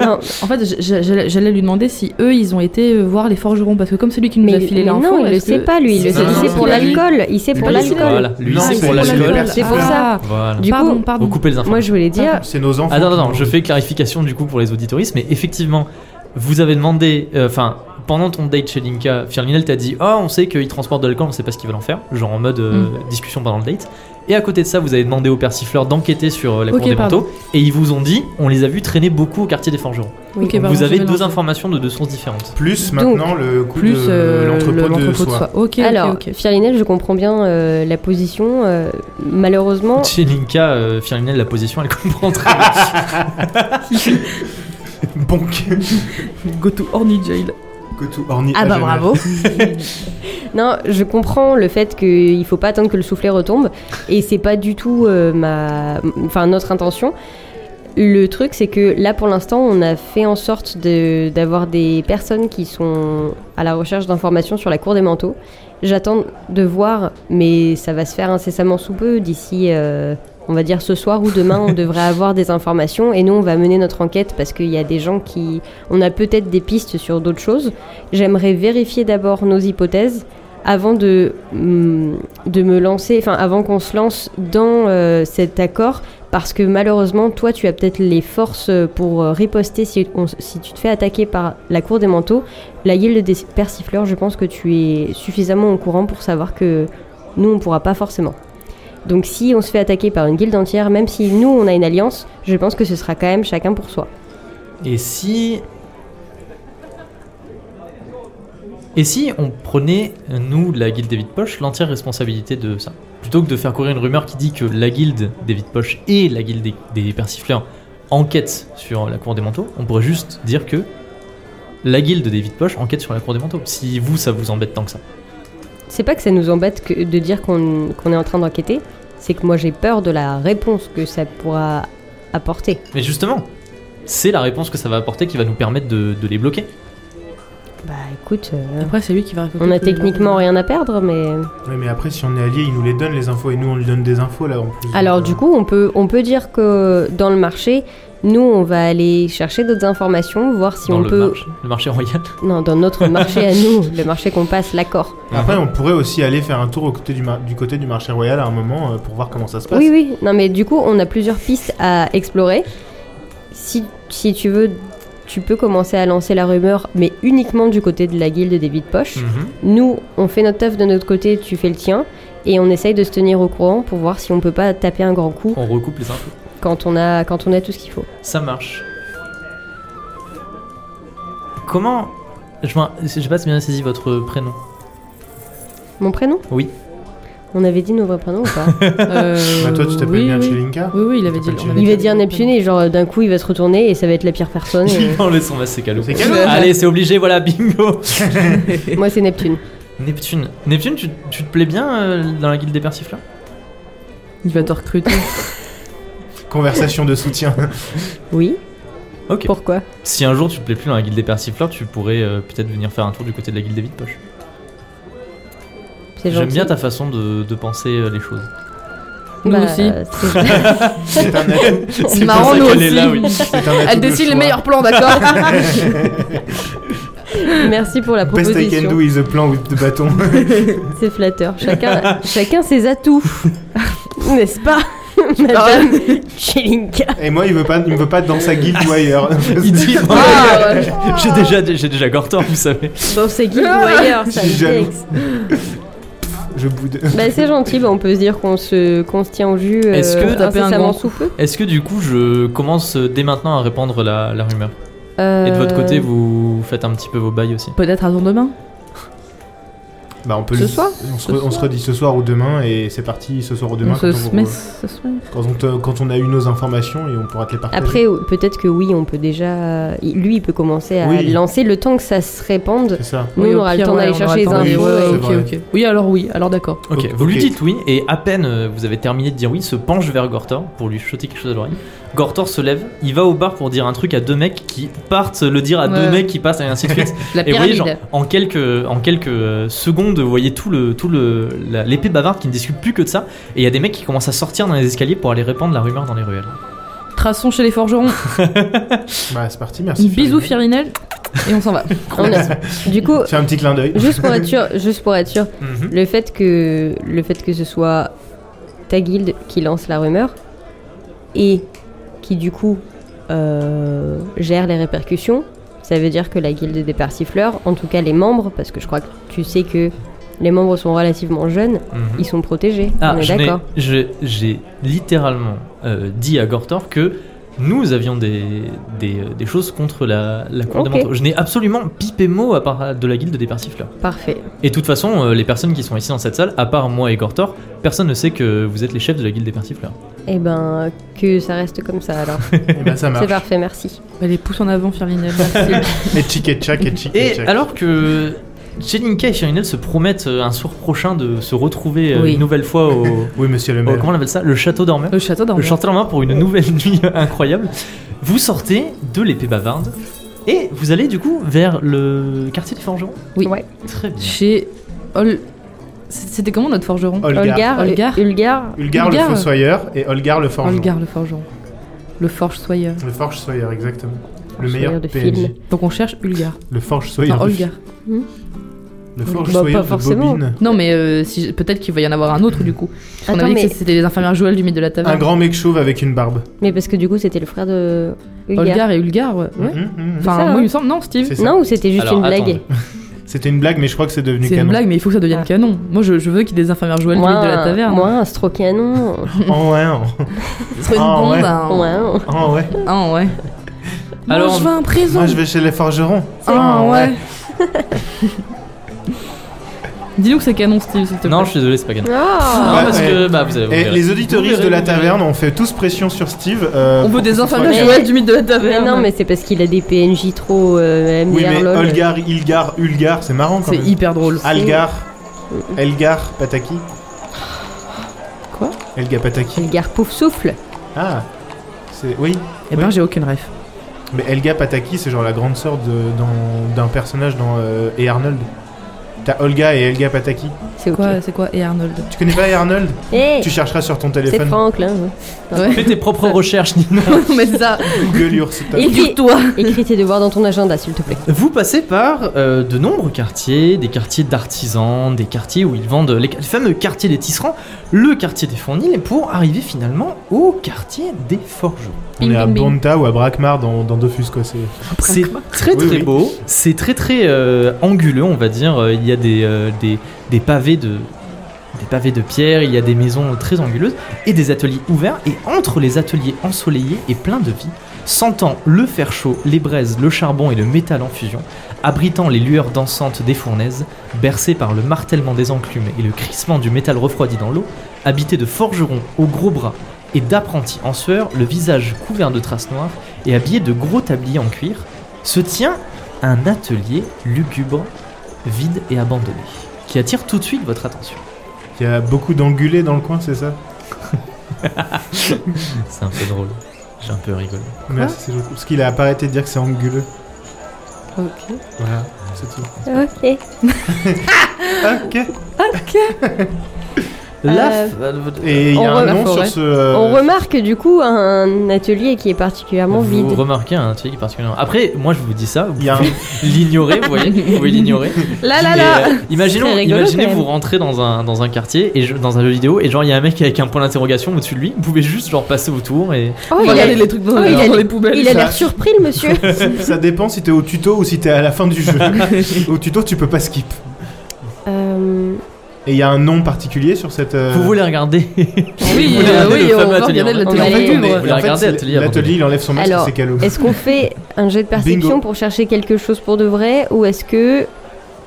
[SPEAKER 4] non,
[SPEAKER 2] En fait, j- j- j'allais j'allais lui demander si eux ils ont été euh, voir les forgerons parce que comme celui qui nous
[SPEAKER 4] mais,
[SPEAKER 2] a filé
[SPEAKER 4] mais
[SPEAKER 2] l'info.
[SPEAKER 4] non, il le
[SPEAKER 2] est-ce
[SPEAKER 4] sait
[SPEAKER 2] que-
[SPEAKER 4] pas, lui. Il le
[SPEAKER 3] Non,
[SPEAKER 4] sait.
[SPEAKER 3] non,
[SPEAKER 4] Il sait
[SPEAKER 3] non,
[SPEAKER 4] pour
[SPEAKER 3] il a-
[SPEAKER 4] l'alcool. Il sait
[SPEAKER 1] Mais
[SPEAKER 4] pour
[SPEAKER 3] Bah,
[SPEAKER 1] pas
[SPEAKER 4] l'alcool.
[SPEAKER 1] Voilà, lui
[SPEAKER 3] Non,
[SPEAKER 1] c'est
[SPEAKER 3] c'est
[SPEAKER 1] pour
[SPEAKER 3] pour
[SPEAKER 1] l'alcool.
[SPEAKER 3] l'alcool.
[SPEAKER 4] C'est pour ça.
[SPEAKER 1] Voilà.
[SPEAKER 4] Du
[SPEAKER 2] Ah. Pardon,
[SPEAKER 4] coup,
[SPEAKER 2] pardon.
[SPEAKER 1] Vous coupez les infos.
[SPEAKER 4] Moi, je voulais dire,
[SPEAKER 3] C'est nos enfants.
[SPEAKER 1] Ah non, non,
[SPEAKER 3] qui
[SPEAKER 1] non,
[SPEAKER 3] nous-
[SPEAKER 1] je fais clarification du coup pour les auditoristes, mais effectivement, vous avez demandé, euh, enfin, pendant ton date chez Linka, Firminel t'a dit Oh, on sait qu'ils transportent de l'alcool, on sait pas ce qu'ils veulent en faire, genre en mode euh,
[SPEAKER 2] Mm.
[SPEAKER 1] discussion pendant le date. Et à côté de ça, vous avez demandé aux persifleurs d'enquêter sur euh, la
[SPEAKER 2] Ok,
[SPEAKER 1] cour des
[SPEAKER 2] pardon.
[SPEAKER 1] manteaux, et ils vous ont dit On les a vus traîner beaucoup au quartier des Forgerons.
[SPEAKER 4] Oui.
[SPEAKER 2] Ok,
[SPEAKER 1] Donc
[SPEAKER 2] pardon,
[SPEAKER 1] vous avez
[SPEAKER 2] je vais
[SPEAKER 1] deux
[SPEAKER 2] lancer.
[SPEAKER 1] informations de deux sources différentes.
[SPEAKER 3] Plus
[SPEAKER 4] Donc,
[SPEAKER 3] maintenant le coup
[SPEAKER 2] Plus
[SPEAKER 3] de
[SPEAKER 2] euh, le-
[SPEAKER 3] l'entrepôt de
[SPEAKER 2] l'entrepôt de,
[SPEAKER 3] soie.
[SPEAKER 2] soi. Ok,
[SPEAKER 4] Alors,
[SPEAKER 2] ok, ok.
[SPEAKER 4] Firlinel, je comprends bien euh, la position. euh, malheureusement,
[SPEAKER 1] Chez Linka, euh, Firminel, la position, elle comprend très bien.
[SPEAKER 3] Bonk.
[SPEAKER 2] Go to Orny Jail.
[SPEAKER 3] Cotou orni
[SPEAKER 2] Ah
[SPEAKER 3] à
[SPEAKER 2] bah
[SPEAKER 3] Genève.
[SPEAKER 2] bravo.
[SPEAKER 4] non, je comprends le fait qu'il faut pas attendre que le soufflet retombe, et c'est pas du tout euh, ma, enfin notre intention. Le truc, c'est que là, pour l'instant, on a fait en sorte de- d'avoir des personnes qui sont à la recherche d'informations sur la cour des manteaux. J'attends de voir, mais ça va se faire incessamment sous peu. D'ici, euh, on va dire ce soir ou demain, on devrait avoir des informations. Et nous, on va mener notre enquête parce qu'il y a des gens qui... On a peut-être des pistes sur d'autres choses. J'aimerais vérifier d'abord nos hypothèses avant de, hum, de me lancer, enfin avant qu'on se lance dans euh, cet accord parce que malheureusement, toi, tu as peut-être les forces euh, pour euh, riposter si, on- si tu te fais attaquer par la cour des manteaux. La guilde des persifleurs, je pense que tu es suffisamment au courant pour savoir que nous, on ne pourra pas forcément. Donc si on se fait attaquer par une guilde entière, même si nous, on a une alliance, je pense que ce sera quand même chacun pour soi.
[SPEAKER 1] Et si. Et si on prenait, nous, la guilde des vides poches, l'entière responsabilité de ça Plutôt que de faire courir une rumeur qui dit que la guilde des vides poches et la guilde des, des persifleurs enquêtent sur la cour des manteaux, on pourrait juste dire que la guilde des vides poches enquête sur la cour des manteaux. Si vous, ça vous embête tant que ça.
[SPEAKER 4] C'est pas que ça nous embête que- de dire qu'on qu'on est en train d'enquêter, c'est que moi, j'ai peur de la réponse que ça pourra apporter.
[SPEAKER 1] Mais justement, c'est la réponse que ça va apporter qui va nous permettre de, de les bloquer.
[SPEAKER 4] Bah écoute, euh,
[SPEAKER 2] Après, c'est lui qui va récolter.
[SPEAKER 4] on a
[SPEAKER 2] tous les-
[SPEAKER 4] techniquement rien à perdre, mais...
[SPEAKER 3] Ouais, mais après, si on est allié, il nous les donne les infos et nous on lui donne des infos là en plus.
[SPEAKER 4] Alors
[SPEAKER 3] Donc, euh,
[SPEAKER 4] du coup, on peut, on peut dire que dans le marché, nous, on va aller chercher d'autres informations, voir si
[SPEAKER 1] dans
[SPEAKER 4] on
[SPEAKER 1] le,
[SPEAKER 4] peut...
[SPEAKER 1] marché, le marché royal.
[SPEAKER 4] Non, dans notre marché à nous, le marché qu'on passe, l'accord.
[SPEAKER 3] Après, on pourrait aussi aller faire un tour au côté du, mar- du côté du marché royal à un moment euh, pour voir comment ça se passe.
[SPEAKER 4] Oui, oui. Non, mais du coup, on a plusieurs pistes à explorer. Si, si tu veux, tu peux commencer à lancer la rumeur, mais uniquement du côté de la guilde des vides poches.
[SPEAKER 1] Mhm.
[SPEAKER 4] Nous, on fait notre taf de notre côté, tu fais le tien. Et on essaye de se tenir au courant pour voir si on peut pas taper un grand coup
[SPEAKER 1] On recoupe les infos.
[SPEAKER 4] quand on a, quand on a tout ce qu'il faut.
[SPEAKER 1] Ça marche. Comment. Je m'en- je sais pas si j'ai bien saisi votre prénom.
[SPEAKER 4] Mon prénom
[SPEAKER 1] Oui.
[SPEAKER 4] On avait dit nos vrais prénoms ou pas
[SPEAKER 2] Euh,
[SPEAKER 3] Bah, toi, tu t'appelles
[SPEAKER 2] oui,
[SPEAKER 3] bien
[SPEAKER 2] oui.
[SPEAKER 3] Chelinka
[SPEAKER 2] Oui, oui, il avait dit.
[SPEAKER 3] Il
[SPEAKER 2] on avait
[SPEAKER 4] Il va
[SPEAKER 2] dit-
[SPEAKER 4] dire Neptune et genre d'un coup il va se retourner et ça va être la pire personne.
[SPEAKER 1] Je
[SPEAKER 4] et-
[SPEAKER 1] vais enlever son masque, c'est calou.
[SPEAKER 3] C'est calme.
[SPEAKER 1] Allez, c'est obligé, voilà, bingo
[SPEAKER 4] Moi c'est Neptune.
[SPEAKER 1] Neptune. Neptune, tu, tu te plais bien euh, dans la guilde des persifleurs
[SPEAKER 2] Il va te recruter.
[SPEAKER 3] Conversation de soutien.
[SPEAKER 4] Oui.
[SPEAKER 1] Ok.
[SPEAKER 4] Pourquoi
[SPEAKER 1] Si un jour tu te plais plus dans la guilde des persifleurs, tu pourrais euh, peut-être venir faire un tour du côté de la guilde des vides poches.
[SPEAKER 4] C'est
[SPEAKER 1] J'aime
[SPEAKER 4] gentil.
[SPEAKER 1] bien ta façon de, de penser euh, les choses.
[SPEAKER 2] Nous aussi.
[SPEAKER 4] euh, c'est-
[SPEAKER 3] C'est un atout.
[SPEAKER 1] C'est
[SPEAKER 2] marrant,
[SPEAKER 1] pour ça
[SPEAKER 2] nous
[SPEAKER 1] qu'elle
[SPEAKER 2] aussi.
[SPEAKER 1] est là, oui.
[SPEAKER 3] C'est un atout
[SPEAKER 2] Elle
[SPEAKER 3] de
[SPEAKER 2] décide les
[SPEAKER 3] choix.
[SPEAKER 2] meilleurs plans, d'accord
[SPEAKER 4] Merci pour la
[SPEAKER 3] Best I can
[SPEAKER 4] proposition.
[SPEAKER 3] do is a plan with the bâton.
[SPEAKER 4] C'est flatteur. Chacun, chacun ses atouts, n'est-ce pas,
[SPEAKER 2] parles.
[SPEAKER 4] Madame Chelinka
[SPEAKER 3] Et moi, il veut pas, il me veut pas dans sa guilde ou ailleurs.
[SPEAKER 1] Il dit
[SPEAKER 2] Ah, ouais.
[SPEAKER 1] J'ai déjà, j'ai déjà Gortor, vous savez.
[SPEAKER 4] Dans ses guildes ou ailleurs, ça
[SPEAKER 3] Je suis
[SPEAKER 4] me
[SPEAKER 3] jaloux.
[SPEAKER 4] vexe.
[SPEAKER 3] Je boude.
[SPEAKER 4] Bah c'est gentil. Bah, on peut se dire qu'on se, qu'on se tient au jus. euh,
[SPEAKER 1] Est-ce que
[SPEAKER 2] taper un
[SPEAKER 4] incessamment
[SPEAKER 2] grand
[SPEAKER 4] sous peu
[SPEAKER 1] Est-ce que du coup je commence euh, dès maintenant à répandre la, la rumeur Et de votre côté,
[SPEAKER 4] Euh,
[SPEAKER 1] vous faites un petit peu vos bails aussi.
[SPEAKER 2] Peut-être attends demain.
[SPEAKER 3] Bah, on peut
[SPEAKER 2] Ce
[SPEAKER 3] le-
[SPEAKER 2] soir
[SPEAKER 3] on se,
[SPEAKER 2] Ce
[SPEAKER 3] re- on se
[SPEAKER 2] soir
[SPEAKER 3] redit ce soir ou demain et c'est parti ce soir ou demain
[SPEAKER 2] on se
[SPEAKER 3] quand, on-
[SPEAKER 2] met ce soir.
[SPEAKER 3] quand on te- quand on a eu nos informations et on pourra te les partager.
[SPEAKER 4] Après, ou- peut-être que oui, on peut déjà. il- Lui, il peut commencer à
[SPEAKER 3] Oui.
[SPEAKER 4] lancer le temps que ça se
[SPEAKER 2] euh,
[SPEAKER 4] répande.
[SPEAKER 3] c'est ça.
[SPEAKER 4] Nous,
[SPEAKER 2] Oui,
[SPEAKER 4] on
[SPEAKER 2] au
[SPEAKER 4] aura le
[SPEAKER 2] pire,
[SPEAKER 4] temps
[SPEAKER 2] ouais,
[SPEAKER 4] d'aller
[SPEAKER 2] on
[SPEAKER 4] chercher les
[SPEAKER 2] aura le
[SPEAKER 4] infos.
[SPEAKER 2] temps d'aller-
[SPEAKER 3] infos,
[SPEAKER 2] ouais,
[SPEAKER 3] et-
[SPEAKER 2] ouais, ok, ok. Oui, alors oui, alors d'accord.
[SPEAKER 1] Ok,
[SPEAKER 3] Ok.
[SPEAKER 1] vous lui dites oui, et à peine euh, vous avez terminé de dire oui, se penche vers Gortor pour lui jeter quelque chose à l'oreille. Gortor se lève, il va au bar pour dire un truc à deux mecs qui partent le dire à
[SPEAKER 2] Ouais.
[SPEAKER 1] deux mecs qui passent et ainsi de suite.
[SPEAKER 2] La
[SPEAKER 1] et vous voyez, genre,
[SPEAKER 2] pyramide.
[SPEAKER 1] en quelques, en quelques euh, secondes, vous voyez tout le, tout le, la- l'épée bavarde qui ne discute plus que de ça, et il y a des mecs qui commencent à sortir dans les escaliers pour aller répandre la rumeur dans les ruelles.
[SPEAKER 2] Traçons chez les forgerons.
[SPEAKER 3] Bah, Ah, c'est parti, merci.
[SPEAKER 2] Bisous,
[SPEAKER 3] Firinel.
[SPEAKER 2] Firinel. Et on s'en va.
[SPEAKER 4] On a- du coup,
[SPEAKER 3] Fais un petit clin d'œil.
[SPEAKER 4] juste pour être sûr, juste pour être sûr,
[SPEAKER 1] Mhm.
[SPEAKER 4] le fait que le fait que ce soit ta guilde qui lance la rumeur et qui du coup euh, gère les répercussions, ça veut dire que la guilde des persifleurs, en tout cas les membres, parce que je crois que tu sais que les membres sont relativement jeunes,
[SPEAKER 1] Mhm.
[SPEAKER 4] ils sont protégés.
[SPEAKER 1] Ah,
[SPEAKER 4] on
[SPEAKER 1] je
[SPEAKER 4] est
[SPEAKER 1] n'ai-
[SPEAKER 4] d'accord.
[SPEAKER 1] je- j'ai littéralement euh, dit à Gortor que nous avions des, des, euh, des choses contre la, la cour
[SPEAKER 4] Ok.
[SPEAKER 1] des manteaux. Je n'ai absolument pipé mot à part de la guilde des persifleurs.
[SPEAKER 4] Parfait.
[SPEAKER 1] Et de toute façon, euh, les personnes qui sont ici dans cette salle, à part moi et Gortor, personne ne sait que vous êtes les chefs de la guilde des persifleurs.
[SPEAKER 4] Eh ben, que ça reste comme ça alors.
[SPEAKER 3] Et bah, ça
[SPEAKER 4] C'est
[SPEAKER 3] marche.
[SPEAKER 4] parfait, merci.
[SPEAKER 2] Bah, Allez, pousse en avant, Firlinel. Merci.
[SPEAKER 3] Et tchic et tchac et tchic et
[SPEAKER 1] Et
[SPEAKER 3] tchac.
[SPEAKER 1] alors que Jelinka et Chirinel se promettent euh, un soir prochain de se retrouver euh,
[SPEAKER 2] Oui.
[SPEAKER 1] une nouvelle fois au, au-
[SPEAKER 3] Oui, monsieur le maire.
[SPEAKER 1] comment on appelle ça le château dormeur.
[SPEAKER 2] Le château
[SPEAKER 1] Le
[SPEAKER 2] d'Ormond.
[SPEAKER 1] chanteur en main pour une nouvelle nuit incroyable. Vous sortez de l'épée bavarde et vous allez du coup vers le quartier des forgerons.
[SPEAKER 2] Oui.
[SPEAKER 4] Ouais.
[SPEAKER 1] Très bien.
[SPEAKER 2] Chez Ol- C'était comment notre forgeron
[SPEAKER 3] Olgar.
[SPEAKER 2] Olgar.
[SPEAKER 4] Olgar, euh, Ulgar.
[SPEAKER 3] Ulgar,
[SPEAKER 2] Ulgar.
[SPEAKER 3] le fossoyeur et Olgar le forgeron.
[SPEAKER 2] Olgar, le forgeron. Le forge soyeur.
[SPEAKER 3] Le forge soyeur, exactement. Le
[SPEAKER 4] Forge
[SPEAKER 3] meilleur
[SPEAKER 4] soyeur de
[SPEAKER 3] PNJ.
[SPEAKER 4] film.
[SPEAKER 2] Donc on cherche Ulgar.
[SPEAKER 3] Le forge
[SPEAKER 2] Enfin,
[SPEAKER 3] soyeur. de-
[SPEAKER 2] Olgar.
[SPEAKER 3] Le forge
[SPEAKER 4] Bah,
[SPEAKER 3] soyeur
[SPEAKER 4] pas
[SPEAKER 3] de
[SPEAKER 4] forcément.
[SPEAKER 3] Bobine.
[SPEAKER 2] Non, mais euh, si- peut-être qu'il va y en avoir un autre du coup. Parce qu'on
[SPEAKER 4] Attends,
[SPEAKER 2] avait dit
[SPEAKER 4] mais-
[SPEAKER 2] que c'était les infirmières Joël du mythe de la taverne.
[SPEAKER 3] Un grand mec chauve avec une barbe.
[SPEAKER 4] Mais parce que du coup, c'était le frère de Ulgar.
[SPEAKER 2] Olgar et Ulgar, ouais. ouais.
[SPEAKER 3] Mhm, mhm.
[SPEAKER 2] Enfin,
[SPEAKER 4] ça,
[SPEAKER 2] moi,
[SPEAKER 4] hein.
[SPEAKER 2] il me semble, non, Steve
[SPEAKER 3] C'est ça.
[SPEAKER 4] Non, ou c'était juste
[SPEAKER 1] Alors,
[SPEAKER 4] une blague
[SPEAKER 1] attendez.
[SPEAKER 3] C'était une blague, mais je crois que c'est devenu
[SPEAKER 2] C'est une
[SPEAKER 3] canon.
[SPEAKER 2] blague, mais il faut que ça devienne
[SPEAKER 4] Ah.
[SPEAKER 2] canon. Moi, je, je veux qu'il y ait des infirmières Joël du
[SPEAKER 4] Moi,
[SPEAKER 2] mythe de la
[SPEAKER 4] un-
[SPEAKER 2] taverne.
[SPEAKER 4] Moi, un stro canon.
[SPEAKER 3] Oh ouais, oh,
[SPEAKER 2] Trop une
[SPEAKER 3] Ah,
[SPEAKER 2] bombe,
[SPEAKER 3] ouais.
[SPEAKER 2] hein.
[SPEAKER 4] Ouais, hein.
[SPEAKER 3] oh ouais.
[SPEAKER 2] Ah, ouais.
[SPEAKER 1] Alors-
[SPEAKER 2] moi, je veux un présent.
[SPEAKER 3] Moi je vais chez les forgerons.
[SPEAKER 2] Ah, ouais. Dis-nous que c'est canon, Steve, s'il te plaît.
[SPEAKER 1] Non, je suis désolé, c'est pas canon.
[SPEAKER 4] Ah.
[SPEAKER 1] Non, parce
[SPEAKER 3] ouais.
[SPEAKER 1] que bah, vous avez. vous
[SPEAKER 3] Et
[SPEAKER 1] verrez.
[SPEAKER 3] les
[SPEAKER 1] Vous
[SPEAKER 3] auditoristes
[SPEAKER 1] verrez,
[SPEAKER 3] de la
[SPEAKER 1] vous verrez.
[SPEAKER 3] taverne ont fait tous pression sur Steve. euh,
[SPEAKER 2] On
[SPEAKER 3] pour
[SPEAKER 2] veut des
[SPEAKER 3] que ce soit-
[SPEAKER 2] infirmières
[SPEAKER 4] Mais-
[SPEAKER 2] Joël du mythe de la
[SPEAKER 4] Mais
[SPEAKER 2] taverne.
[SPEAKER 4] non, mais c'est parce qu'il a des PNJ trop euh, MDR
[SPEAKER 3] Oui, mais
[SPEAKER 4] lol.
[SPEAKER 3] Olgar, Ilgar, Ulgar, c'est marrant quand
[SPEAKER 2] C'est
[SPEAKER 3] même.
[SPEAKER 2] hyper drôle.
[SPEAKER 3] Algar, Elgar, Pataki.
[SPEAKER 2] Quoi
[SPEAKER 3] Elga Pataki.
[SPEAKER 4] Ulgar pouf souffle.
[SPEAKER 3] Ah c'est Oui.
[SPEAKER 2] Eh ben,
[SPEAKER 3] Oui.
[SPEAKER 2] j'ai aucune ref.
[SPEAKER 3] Mais Elga Pataki, c'est genre la grande sœur de- dans- d'un personnage dans euh, Et Arnold. T'as Olga et Elga Pataki.
[SPEAKER 4] C'est ok.
[SPEAKER 2] Quoi, c'est quoi Et Arnold
[SPEAKER 3] Tu connais pas Et Arnold
[SPEAKER 4] Eh,
[SPEAKER 3] Tu chercheras sur ton
[SPEAKER 4] c'est hein.
[SPEAKER 3] téléphone.
[SPEAKER 4] Franklin. ouais.
[SPEAKER 2] Ouais.
[SPEAKER 1] Fais tes propres recherches, Nina.
[SPEAKER 2] mais ça,
[SPEAKER 3] Google your setup.
[SPEAKER 4] Et-
[SPEAKER 2] éduque-toi.
[SPEAKER 4] Écris tes devoirs dans ton agenda, s'il te plaît.
[SPEAKER 1] Vous passez par euh, de nombreux quartiers, des quartiers d'artisans, des quartiers où ils vendent les, les fameux quartiers des tisserands, le quartier des fournils, et pour arriver finalement au quartier des forgerons.
[SPEAKER 3] On
[SPEAKER 4] Bing,
[SPEAKER 3] est à
[SPEAKER 4] bing, bing.
[SPEAKER 3] Bonta ou à Brakmar dans, dans Dofus, quoi. C'est
[SPEAKER 1] C'est très
[SPEAKER 3] Oui,
[SPEAKER 1] très
[SPEAKER 3] oui.
[SPEAKER 1] beau, c'est très très euh, anguleux, on va dire. Euh, Il y a des, euh, des, des pavés de des pavés de pierre, il y a des maisons très anguleuses et des ateliers ouverts. Et entre les ateliers ensoleillés et pleins de vie, sentant le fer chaud, les braises, le charbon et le métal en fusion, abritant les lueurs dansantes des fournaises, bercées par le martèlement des enclumes et le crissement du métal refroidi dans l'eau, habité de forgerons aux gros bras et d'apprentis en sueur, le visage couvert de traces noires et habillé de gros tabliers en cuir, se tient un atelier lugubre, vide et abandonné, qui attire tout de suite votre attention.
[SPEAKER 3] Il y a beaucoup d'angulés dans le coin, c'est ça
[SPEAKER 1] C'est un peu drôle. J'ai un peu rigolé.
[SPEAKER 3] Merci, c'est gentil. Parce qu'il a pas arrêté de dire que c'est anguleux.
[SPEAKER 4] Ok.
[SPEAKER 3] Voilà, c'est tout.
[SPEAKER 4] Ah Ok.
[SPEAKER 3] Ok.
[SPEAKER 1] Euh,
[SPEAKER 4] Euh,
[SPEAKER 1] La
[SPEAKER 3] Et il y
[SPEAKER 4] On
[SPEAKER 3] a un
[SPEAKER 4] remarque,
[SPEAKER 3] nom sur
[SPEAKER 2] ouais.
[SPEAKER 3] ce. euh,
[SPEAKER 4] On remarque du coup un atelier qui est particulièrement
[SPEAKER 1] vous
[SPEAKER 4] vide.
[SPEAKER 1] remarquez un atelier qui est particulièrement. Après, moi je vous dis ça, vous
[SPEAKER 3] Il y a un-
[SPEAKER 1] pouvez l'ignorer, vous voyez, vous pouvez l'ignorer.
[SPEAKER 2] Là,
[SPEAKER 1] Mais,
[SPEAKER 2] là, là.
[SPEAKER 1] euh, imaginons,
[SPEAKER 4] Ah C'est rigolo,
[SPEAKER 1] imaginez
[SPEAKER 4] quand même.
[SPEAKER 1] vous rentrez dans un, dans un quartier et je- dans un jeu vidéo et genre il y a un mec avec un point d'interrogation au-dessus de lui, vous pouvez juste genre passer autour et
[SPEAKER 4] Oh, il a,
[SPEAKER 2] Regardez les trucs dans,
[SPEAKER 4] Oh, il
[SPEAKER 2] dans
[SPEAKER 4] a-
[SPEAKER 2] les poubelles.
[SPEAKER 4] il a
[SPEAKER 3] ça.
[SPEAKER 4] l'air surpris, le monsieur.
[SPEAKER 3] Ça dépend si t'es au tuto ou si t'es à la fin du jeu. au tuto, tu peux pas skip.
[SPEAKER 4] Euh,
[SPEAKER 3] Et il y a un nom particulier sur cette. euh,
[SPEAKER 1] vous voulez regarder.
[SPEAKER 2] Oui,
[SPEAKER 1] Vous
[SPEAKER 2] euh,
[SPEAKER 1] regardez
[SPEAKER 2] oui,
[SPEAKER 1] le
[SPEAKER 2] on
[SPEAKER 1] fameux
[SPEAKER 2] va
[SPEAKER 1] atelier, on-
[SPEAKER 2] regarder l'atelier
[SPEAKER 4] on va aller-
[SPEAKER 2] lugubre.
[SPEAKER 3] mais
[SPEAKER 1] vous
[SPEAKER 3] en
[SPEAKER 1] la
[SPEAKER 3] fait,
[SPEAKER 1] regardez,
[SPEAKER 3] c'est-
[SPEAKER 1] l'atelier
[SPEAKER 3] L'atelier, il enlève son masque,
[SPEAKER 4] Alors,
[SPEAKER 3] c'est calme.
[SPEAKER 4] est-ce qu'on fait un jet de perception
[SPEAKER 3] Bingo.
[SPEAKER 4] pour chercher quelque chose pour de vrai ou est-ce que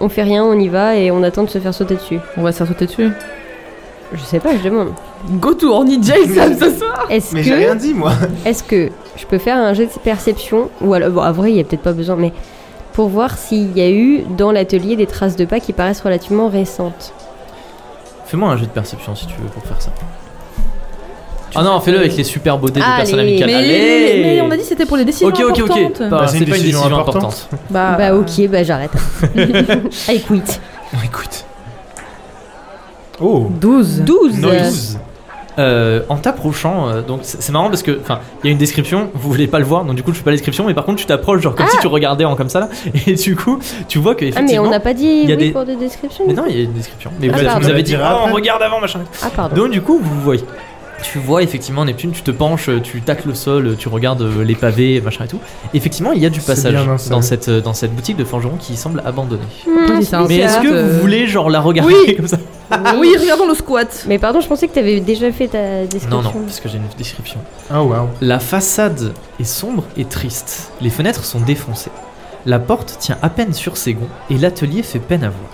[SPEAKER 4] on fait rien, on y va et on attend de se faire sauter dessus
[SPEAKER 2] On va se faire sauter dessus.
[SPEAKER 4] Je sais pas, je demande.
[SPEAKER 2] Go to Orny Jay Sam ce soir.
[SPEAKER 4] Est-ce
[SPEAKER 3] Mais j'ai
[SPEAKER 4] que,
[SPEAKER 3] rien dit, moi.
[SPEAKER 4] est-ce que je peux faire un jet de perception ou alors bon, à vrai, il y a peut-être pas besoin, mais pour voir s'il y a eu dans l'atelier des traces de pas qui paraissent relativement récentes.
[SPEAKER 1] Fais-moi un jeu de perception si tu veux pour faire ça. Ah non, fais-le avec les super beaux dés de
[SPEAKER 4] Allez,
[SPEAKER 1] personnes amicales.
[SPEAKER 2] Mais,
[SPEAKER 1] Allez
[SPEAKER 2] mais on a dit que c'était pour les décisions
[SPEAKER 1] Ok, ok,
[SPEAKER 2] importantes.
[SPEAKER 1] ok. Bah,
[SPEAKER 3] Bah,
[SPEAKER 1] c'est pas une décision importante.
[SPEAKER 2] Bah,
[SPEAKER 4] bah ok, bah j'arrête. I quit.
[SPEAKER 3] Écoute. Oh.
[SPEAKER 2] 12.
[SPEAKER 4] 12
[SPEAKER 3] Non,
[SPEAKER 4] euh,
[SPEAKER 3] 12.
[SPEAKER 1] Euh, en t'approchant, euh, donc c'est c'est marrant parce que, enfin, il y a une description, vous voulez pas le voir, donc du coup je fais pas la description, mais par contre tu t'approches genre comme si tu regardais en comme ça là, et du coup tu vois que
[SPEAKER 4] Ah mais on
[SPEAKER 1] effectivement.
[SPEAKER 4] n'a pas dit
[SPEAKER 1] il y
[SPEAKER 4] oui
[SPEAKER 1] a des-
[SPEAKER 4] pour des descriptions.
[SPEAKER 1] mais non, il y a une description. Mais
[SPEAKER 4] Ah,
[SPEAKER 1] vous,
[SPEAKER 4] pardon.
[SPEAKER 1] vous avez dit,
[SPEAKER 3] On la dira
[SPEAKER 1] Ah, on
[SPEAKER 3] après.
[SPEAKER 1] regarde avant machin.
[SPEAKER 4] Ah pardon.
[SPEAKER 1] Donc du coup, vous voyez. Tu vois effectivement Neptune, tu te penches, tu tacles le sol, tu regardes euh, les pavés, machin et tout. Effectivement, il y a du
[SPEAKER 3] C'est
[SPEAKER 1] passage
[SPEAKER 3] bien un seul.
[SPEAKER 1] dans cette, euh, dans cette boutique de forgeron qui semble abandonnée.
[SPEAKER 4] Hmm,
[SPEAKER 2] c'est un
[SPEAKER 1] Mais est-ce que
[SPEAKER 2] euh,
[SPEAKER 1] vous voulez genre la regarder
[SPEAKER 2] Oui.
[SPEAKER 1] comme ça
[SPEAKER 2] Oui, regardons le squat.
[SPEAKER 4] Mais pardon, je pensais que t'avais déjà fait ta description.
[SPEAKER 1] Non, non, parce que j'ai une description.
[SPEAKER 3] Ah, waouh.
[SPEAKER 1] La façade est sombre et triste. Les fenêtres sont défoncées. La porte tient à peine sur ses gonds et l'atelier fait peine à voir.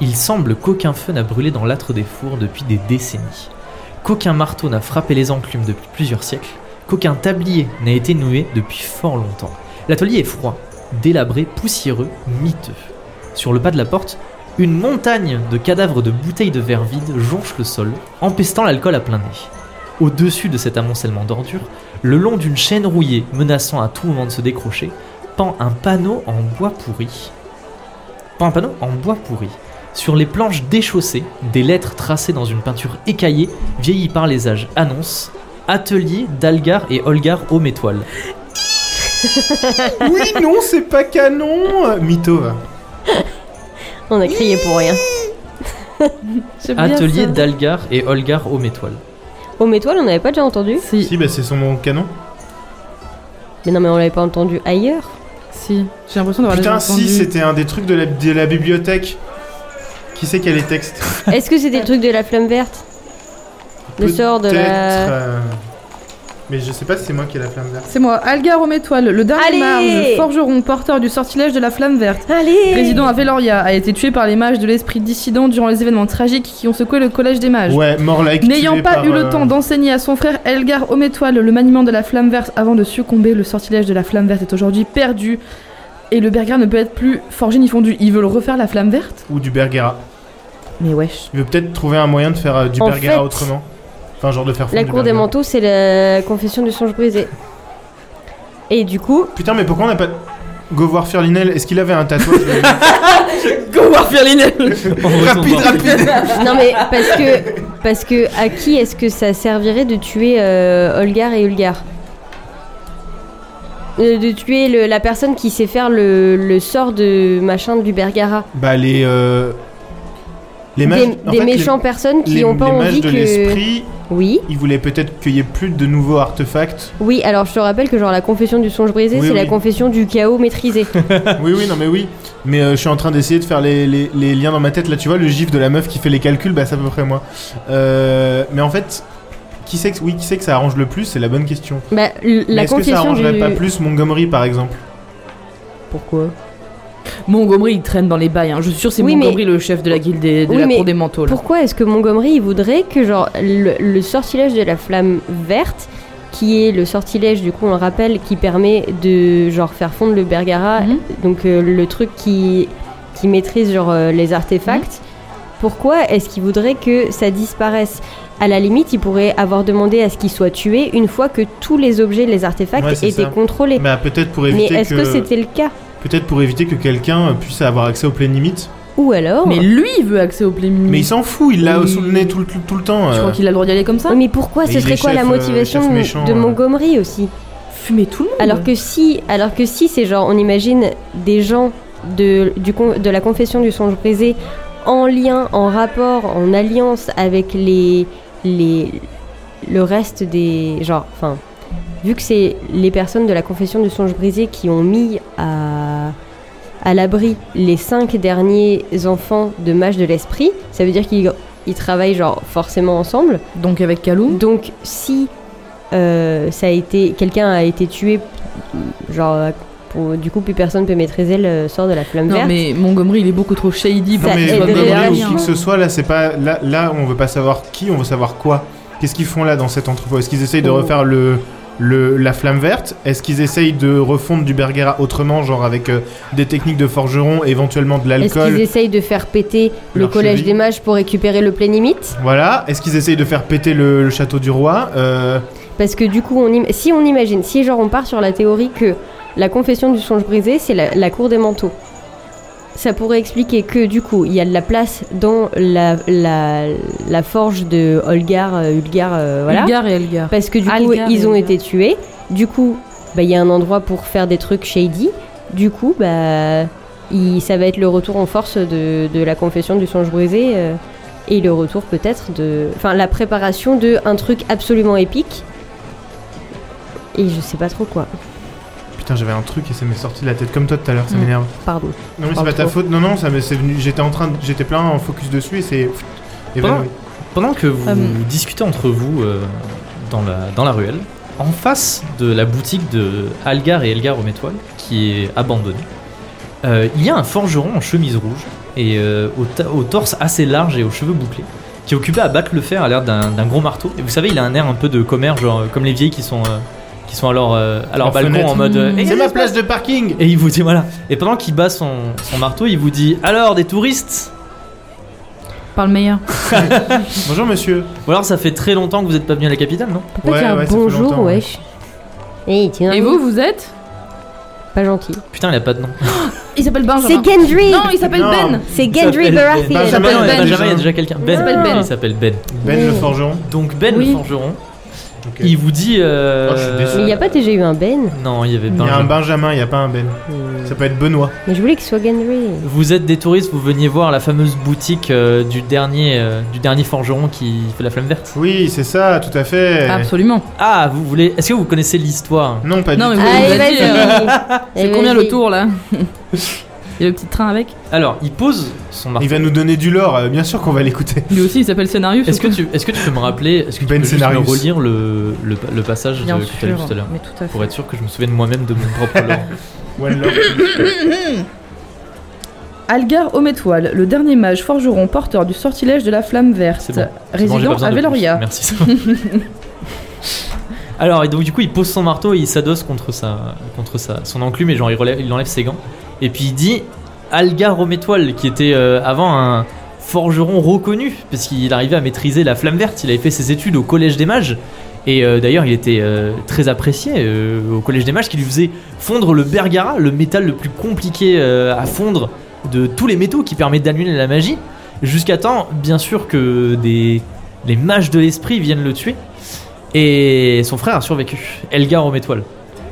[SPEAKER 1] Il semble qu'aucun feu n'a brûlé dans l'âtre des fours depuis des décennies, qu'aucun marteau n'a frappé les enclumes depuis plusieurs siècles, qu'aucun tablier n'a été noué depuis fort longtemps. L'atelier est froid, délabré, poussiéreux, miteux. Sur le pas de la porte, une montagne de cadavres de bouteilles de verre vide jonche le sol, empestant l'alcool à plein nez. Au-dessus de cet amoncellement d'ordures, le long d'une chaîne rouillée menaçant à tout moment de se décrocher, pend un panneau en bois pourri. Pend un panneau en bois pourri. Sur les planches déchaussées, des lettres tracées dans une peinture écaillée, vieillie par les âges, annoncent Atelier d'Algar et Olgar Homme Étoile.
[SPEAKER 3] Oui, non, c'est pas canon Mytho, va.
[SPEAKER 4] On a crié pour rien.
[SPEAKER 2] J'aime bien
[SPEAKER 1] Atelier
[SPEAKER 2] ça.
[SPEAKER 1] d'Algar et Olgar Homme Étoile.
[SPEAKER 4] Au métoile, Oh, on n'avait pas déjà entendu
[SPEAKER 2] Si,
[SPEAKER 3] Si, bah c'est son nom canon.
[SPEAKER 4] Mais non, mais on l'avait pas entendu ailleurs.
[SPEAKER 2] si. J'ai l'impression d'avoir déjà
[SPEAKER 3] Putain, si,
[SPEAKER 2] entendu.
[SPEAKER 3] c'était un des trucs de la, de la bibliothèque. Qui c'est qui a les textes
[SPEAKER 4] Est-ce que c'était le truc de la flamme verte Le sort de
[SPEAKER 3] Peut-être,
[SPEAKER 4] la.
[SPEAKER 3] euh, Mais je sais pas si c'est moi qui ai la flamme verte.
[SPEAKER 2] C'est moi, Algar Homme Étoile, le dernier
[SPEAKER 4] Allez
[SPEAKER 2] mage, forgeron, porteur du sortilège de la flamme verte.
[SPEAKER 4] Allez
[SPEAKER 2] Président à Veloria a été tué par les mages de l'esprit dissident durant les événements tragiques qui ont secoué le collège des mages.
[SPEAKER 3] Ouais, Morlaix.
[SPEAKER 2] N'ayant pas eu
[SPEAKER 4] euh,
[SPEAKER 3] euh,
[SPEAKER 2] le temps d'enseigner à son frère Elgar Hométoile le maniement de la flamme verte avant de succomber, le sortilège de la flamme verte est aujourd'hui perdu. Et le Berger ne peut être plus forgé ni fondu. Ils veulent refaire la flamme verte
[SPEAKER 3] Ou du Bergera.
[SPEAKER 2] Mais wesh.
[SPEAKER 3] Il veut peut-être trouver un moyen de faire euh, du
[SPEAKER 4] En
[SPEAKER 3] Bergera
[SPEAKER 4] fait,
[SPEAKER 3] autrement. Enfin, genre de faire fondre
[SPEAKER 4] La
[SPEAKER 3] du
[SPEAKER 4] cour des
[SPEAKER 3] Bergera.
[SPEAKER 4] manteaux, c'est la confession du songe brisé. Et du coup,
[SPEAKER 3] Putain, mais pourquoi on n'a pas. Govoir Firlinel, est-ce qu'il avait un tatouage
[SPEAKER 2] Go Warfirlinel
[SPEAKER 3] Rapide, rapide
[SPEAKER 4] non mais parce que parce que à qui est-ce que ça servirait de tuer euh, Olgar et Ulgar Euh, de tuer le- la personne qui sait faire le, le sort de machin du Bergara.
[SPEAKER 3] Bah, les. euh, Les mages.
[SPEAKER 4] des
[SPEAKER 3] en
[SPEAKER 4] des
[SPEAKER 3] fait, les-
[SPEAKER 4] méchants personnes qui
[SPEAKER 3] les-
[SPEAKER 4] n'ont pas
[SPEAKER 3] les mages
[SPEAKER 4] envie
[SPEAKER 3] de
[SPEAKER 4] que.
[SPEAKER 3] l'esprit,
[SPEAKER 4] Oui,
[SPEAKER 3] ils voulaient peut-être qu'il y ait plus de nouveaux artefacts.
[SPEAKER 4] oui, alors je te rappelle que genre la confession du songe brisé,
[SPEAKER 3] Oui,
[SPEAKER 4] c'est la
[SPEAKER 3] oui.
[SPEAKER 4] confession du chaos maîtrisé.
[SPEAKER 3] Oui, oui, non, mais oui. Mais euh, je suis en train d'essayer de faire les, les- les liens dans ma tête. Là, tu vois, le gif de la meuf qui fait les calculs, bah, c'est à peu près moi. Euh, mais en fait, qui c'est que, oui, qui c'est que ça arrange le plus C'est la bonne question.
[SPEAKER 4] bah, l-
[SPEAKER 3] Mais est-ce que
[SPEAKER 4] la
[SPEAKER 3] ça
[SPEAKER 4] confession
[SPEAKER 3] arrangerait
[SPEAKER 4] du
[SPEAKER 3] pas plus Montgomery, par exemple
[SPEAKER 4] Pourquoi
[SPEAKER 2] Montgomery, il traîne dans les bails. hein. Je suis sûr que c'est
[SPEAKER 4] Oui, mais-
[SPEAKER 2] Montgomery le chef de la guilde des, de
[SPEAKER 4] Oui,
[SPEAKER 2] la
[SPEAKER 4] mais
[SPEAKER 2] cour des manteaux. là.
[SPEAKER 4] Pourquoi est-ce que Montgomery il voudrait que genre le, le sortilège de la flamme verte, qui est le sortilège du coup on le rappelle qui permet de genre faire fondre le Bergara,
[SPEAKER 2] Mhm.
[SPEAKER 4] donc euh, le truc qui qui maîtrise genre euh, les artefacts.
[SPEAKER 3] Mhm.
[SPEAKER 4] Pourquoi est-ce qu'il voudrait que ça disparaisse À la limite, il pourrait avoir demandé à ce qu'il soit tué une fois que tous les objets, les artefacts
[SPEAKER 3] Ouais, c'est
[SPEAKER 4] étaient
[SPEAKER 3] ça.
[SPEAKER 4] contrôlés.
[SPEAKER 3] Bah, peut-être pour
[SPEAKER 4] Mais
[SPEAKER 3] éviter
[SPEAKER 4] est-ce que,
[SPEAKER 3] que,
[SPEAKER 4] c'était le cas
[SPEAKER 3] peut-être pour éviter que quelqu'un puisse avoir accès aux pleines limites.
[SPEAKER 4] Ou alors
[SPEAKER 2] Mais
[SPEAKER 4] Mais,
[SPEAKER 2] lui, il veut accès au plémin.
[SPEAKER 3] Mais il s'en fout, il l'a
[SPEAKER 2] Mm. Oui.
[SPEAKER 3] sous le nez tout, le- tout- tout le temps.
[SPEAKER 2] Tu
[SPEAKER 3] euh.
[SPEAKER 2] crois qu'il a le droit d'y aller comme ça
[SPEAKER 4] pourquoi
[SPEAKER 3] Mais
[SPEAKER 4] Ce
[SPEAKER 3] il
[SPEAKER 4] serait
[SPEAKER 3] est
[SPEAKER 4] quoi la
[SPEAKER 3] chef, euh,
[SPEAKER 4] motivation
[SPEAKER 3] chef méchant,
[SPEAKER 4] de
[SPEAKER 3] euh.
[SPEAKER 4] Montgomery aussi
[SPEAKER 2] Fumer tout le monde
[SPEAKER 4] Alors que si, alors que si, c'est genre, on imagine des gens de, du con- de la confession du songe brisé en lien, en rapport, en alliance avec les, les le reste des genre, enfin, vu que c'est les personnes de la confession du songe brisé qui ont mis à à l'abri les cinq derniers enfants de mages de l'esprit, ça veut dire qu'ils ils travaillent genre forcément ensemble.
[SPEAKER 2] Donc avec Kaloum
[SPEAKER 4] Donc si euh, ça a été quelqu'un a été tué, genre euh, pour- du coup plus personne peut maîtriser le sort de la flamme
[SPEAKER 2] Non
[SPEAKER 4] verte.
[SPEAKER 2] mais Montgomery il est beaucoup trop shady pour
[SPEAKER 4] Ça
[SPEAKER 3] Non, mais
[SPEAKER 4] aiderait
[SPEAKER 2] qu'il soit
[SPEAKER 4] aiderait
[SPEAKER 3] Montgomery
[SPEAKER 2] derrière.
[SPEAKER 3] ou
[SPEAKER 4] rien.
[SPEAKER 3] qui que ce soit, là, c'est pas. Là, là, on veut pas savoir qui, on veut savoir quoi. Qu'est-ce qu'ils font là dans cet entrepôt Est-ce qu'ils essayent de
[SPEAKER 4] Oh.
[SPEAKER 3] refaire le, le, la flamme verte Est-ce qu'ils essayent de refondre du Bergera autrement, genre avec euh, des techniques de forgeron, éventuellement de
[SPEAKER 4] Est-ce qu'ils
[SPEAKER 3] l'alcool
[SPEAKER 4] essayent de faire péter le
[SPEAKER 3] Leur
[SPEAKER 4] collège
[SPEAKER 3] cheville.
[SPEAKER 4] des mages pour récupérer le plénimite
[SPEAKER 3] Voilà. Est-ce qu'ils essayent de faire péter le, le château du roi Euh,
[SPEAKER 4] Parce que du coup, on im- si on imagine, si genre on part sur la théorie que la confession du songe brisé, c'est la, la cour des manteaux. Ça pourrait expliquer que du coup, il y a de la place dans la, la, la forge de Olgar, euh, Ulgar, euh, voilà.
[SPEAKER 2] Ulgar et Elgar.
[SPEAKER 4] Parce que du coup,
[SPEAKER 2] Algar,
[SPEAKER 4] ils ont
[SPEAKER 2] Algar.
[SPEAKER 4] été tués. Du coup, bah, il y a un endroit pour faire des trucs shady. Du coup, bah, il- ça va être le retour en force de, de la confession du songe brisé. euh, et le retour peut-être de. Enfin, la préparation de un truc absolument épique. Et je sais pas trop quoi.
[SPEAKER 3] Putain, j'avais un truc et ça m'est sorti de la tête comme toi tout à l'heure, ça
[SPEAKER 2] Mm.
[SPEAKER 3] m'énerve.
[SPEAKER 4] Pardon.
[SPEAKER 3] Non, mais c'est
[SPEAKER 4] Parle
[SPEAKER 3] pas ta
[SPEAKER 4] trop.
[SPEAKER 3] faute. Non, non, ça m'est c'est venu. J'étais en train, de- j'étais plein en focus dessus et c'est. évanoui.
[SPEAKER 1] Pendant que vous
[SPEAKER 2] Euh,
[SPEAKER 1] discutez entre vous euh, dans, la, dans la ruelle, en face de la boutique de Algar et Elgar Homme Étoile, qui est abandonnée, euh, il y a un forgeron en chemise rouge et euh, au, ta- au torse assez large et aux cheveux bouclés, qui est occupé à battre le fer à l'air d'un d'un gros marteau. Et vous savez, il a un air un peu de commère, genre euh, comme les vieilles qui sont, euh, qui qui sont alors euh, à leur
[SPEAKER 3] Leur
[SPEAKER 1] balcon
[SPEAKER 3] fenêtre.
[SPEAKER 1] en mode. euh,
[SPEAKER 2] Mmh.
[SPEAKER 1] Eh,
[SPEAKER 3] C'est ma place de parking
[SPEAKER 1] Et il vous dit voilà. Et pendant qu'il bat son, son marteau, il vous dit alors des touristes.
[SPEAKER 2] Par le meilleur.
[SPEAKER 3] Bonjour monsieur.
[SPEAKER 1] Ou alors ça fait très longtemps que vous n'êtes pas venu à la capitale, non
[SPEAKER 4] Peut pas
[SPEAKER 3] Ouais,
[SPEAKER 4] dire
[SPEAKER 3] ouais, ça fait
[SPEAKER 4] bonjour,
[SPEAKER 3] longtemps, ouais.
[SPEAKER 4] wesh. Eh, tiens,
[SPEAKER 2] Et vous, vous êtes
[SPEAKER 4] pas gentil.
[SPEAKER 1] Putain, il a pas de nom.
[SPEAKER 2] Il s'appelle Benjamin.
[SPEAKER 4] C'est
[SPEAKER 2] Oh,
[SPEAKER 4] Gendry
[SPEAKER 2] Non, il s'appelle
[SPEAKER 3] Non.
[SPEAKER 2] Ben.
[SPEAKER 4] C'est
[SPEAKER 1] Il s'appelle
[SPEAKER 4] Gendry Baratheon.
[SPEAKER 1] Ben. Benjamin,
[SPEAKER 2] s'appelle
[SPEAKER 1] non,
[SPEAKER 2] Ben.
[SPEAKER 1] Benjamin, il y a déjà quelqu'un. Ben.
[SPEAKER 4] Il
[SPEAKER 2] s'appelle Ben.
[SPEAKER 1] Il s'appelle Ben.
[SPEAKER 3] Ben
[SPEAKER 4] Oui.
[SPEAKER 3] le forgeron.
[SPEAKER 1] Donc Ben
[SPEAKER 2] Oui.
[SPEAKER 1] le forgeron,
[SPEAKER 3] Ok.
[SPEAKER 1] il vous dit. euh,
[SPEAKER 3] Oh, je suis déçu.
[SPEAKER 4] Mais il n'y a pas déjà eu un Ben
[SPEAKER 1] Non, il y avait
[SPEAKER 3] Il y a un
[SPEAKER 1] Benjamin.
[SPEAKER 3] Benjamin, il n'y a pas un Ben. Ça peut être Benoît.
[SPEAKER 4] Mais je voulais qu'il soit Gendry.
[SPEAKER 1] Vous êtes des touristes, vous veniez voir la fameuse boutique euh, du dernier euh, du dernier forgeron qui fait la flamme verte.
[SPEAKER 3] Oui, c'est ça, tout à
[SPEAKER 1] Eh.
[SPEAKER 3] fait.
[SPEAKER 2] Absolument.
[SPEAKER 1] Ah, vous voulez Est-ce que vous connaissez l'histoire
[SPEAKER 3] Non, pas
[SPEAKER 2] Non,
[SPEAKER 3] du
[SPEAKER 2] mais
[SPEAKER 3] tout.
[SPEAKER 2] vous
[SPEAKER 4] Allez,
[SPEAKER 2] vous avez
[SPEAKER 4] vas-y.
[SPEAKER 2] dit, euh,
[SPEAKER 4] Allez,
[SPEAKER 2] C'est combien le
[SPEAKER 4] vas-y.
[SPEAKER 2] tour là Il y a le petit train avec.
[SPEAKER 1] Alors, il pose son marteau.
[SPEAKER 3] Il va nous donner du lore, euh, bien sûr qu'on va l'écouter.
[SPEAKER 2] Lui aussi, il s'appelle Scénarius.
[SPEAKER 1] Est-ce que
[SPEAKER 2] ou
[SPEAKER 1] tu est-ce que tu peux me rappeler Est-ce que tu
[SPEAKER 3] Ben
[SPEAKER 1] peux juste me
[SPEAKER 3] Scenarius.
[SPEAKER 1] relire le, le, le passage
[SPEAKER 2] quoi Bien
[SPEAKER 1] de, que tu as lu
[SPEAKER 2] sûr.
[SPEAKER 1] tout à l'heure
[SPEAKER 2] Mais tout à fait.
[SPEAKER 1] pour être sûr que je me souvienne moi-même de mon propre lore.
[SPEAKER 3] One lore.
[SPEAKER 2] Algar Ométoile, le dernier mage forgeron porteur du sortilège de la flamme verte,
[SPEAKER 1] C'est bon. C'est bon, j'ai pas besoin
[SPEAKER 2] résident à
[SPEAKER 1] de plus.
[SPEAKER 2] Veloria.
[SPEAKER 1] Merci. ça va. Alors, et donc du coup, il pose son marteau et il s'adosse contre, sa, contre sa, son enclume et genre il, relève- il enlève ses gants. Et puis il dit Algar Rométoile, qui était euh, avant un forgeron reconnu, parce qu'il arrivait à maîtriser la flamme verte. Il avait fait ses études au Collège des Mages. Et euh, d'ailleurs, il était euh, très apprécié euh, au Collège des Mages qui lui faisait fondre le Bergara, le métal le plus compliqué euh, à fondre de tous les métaux qui permet d'annuler la magie. Jusqu'à temps, bien sûr, que des les mages de l'esprit viennent le tuer. Et son frère a survécu, Elgar aux étoiles.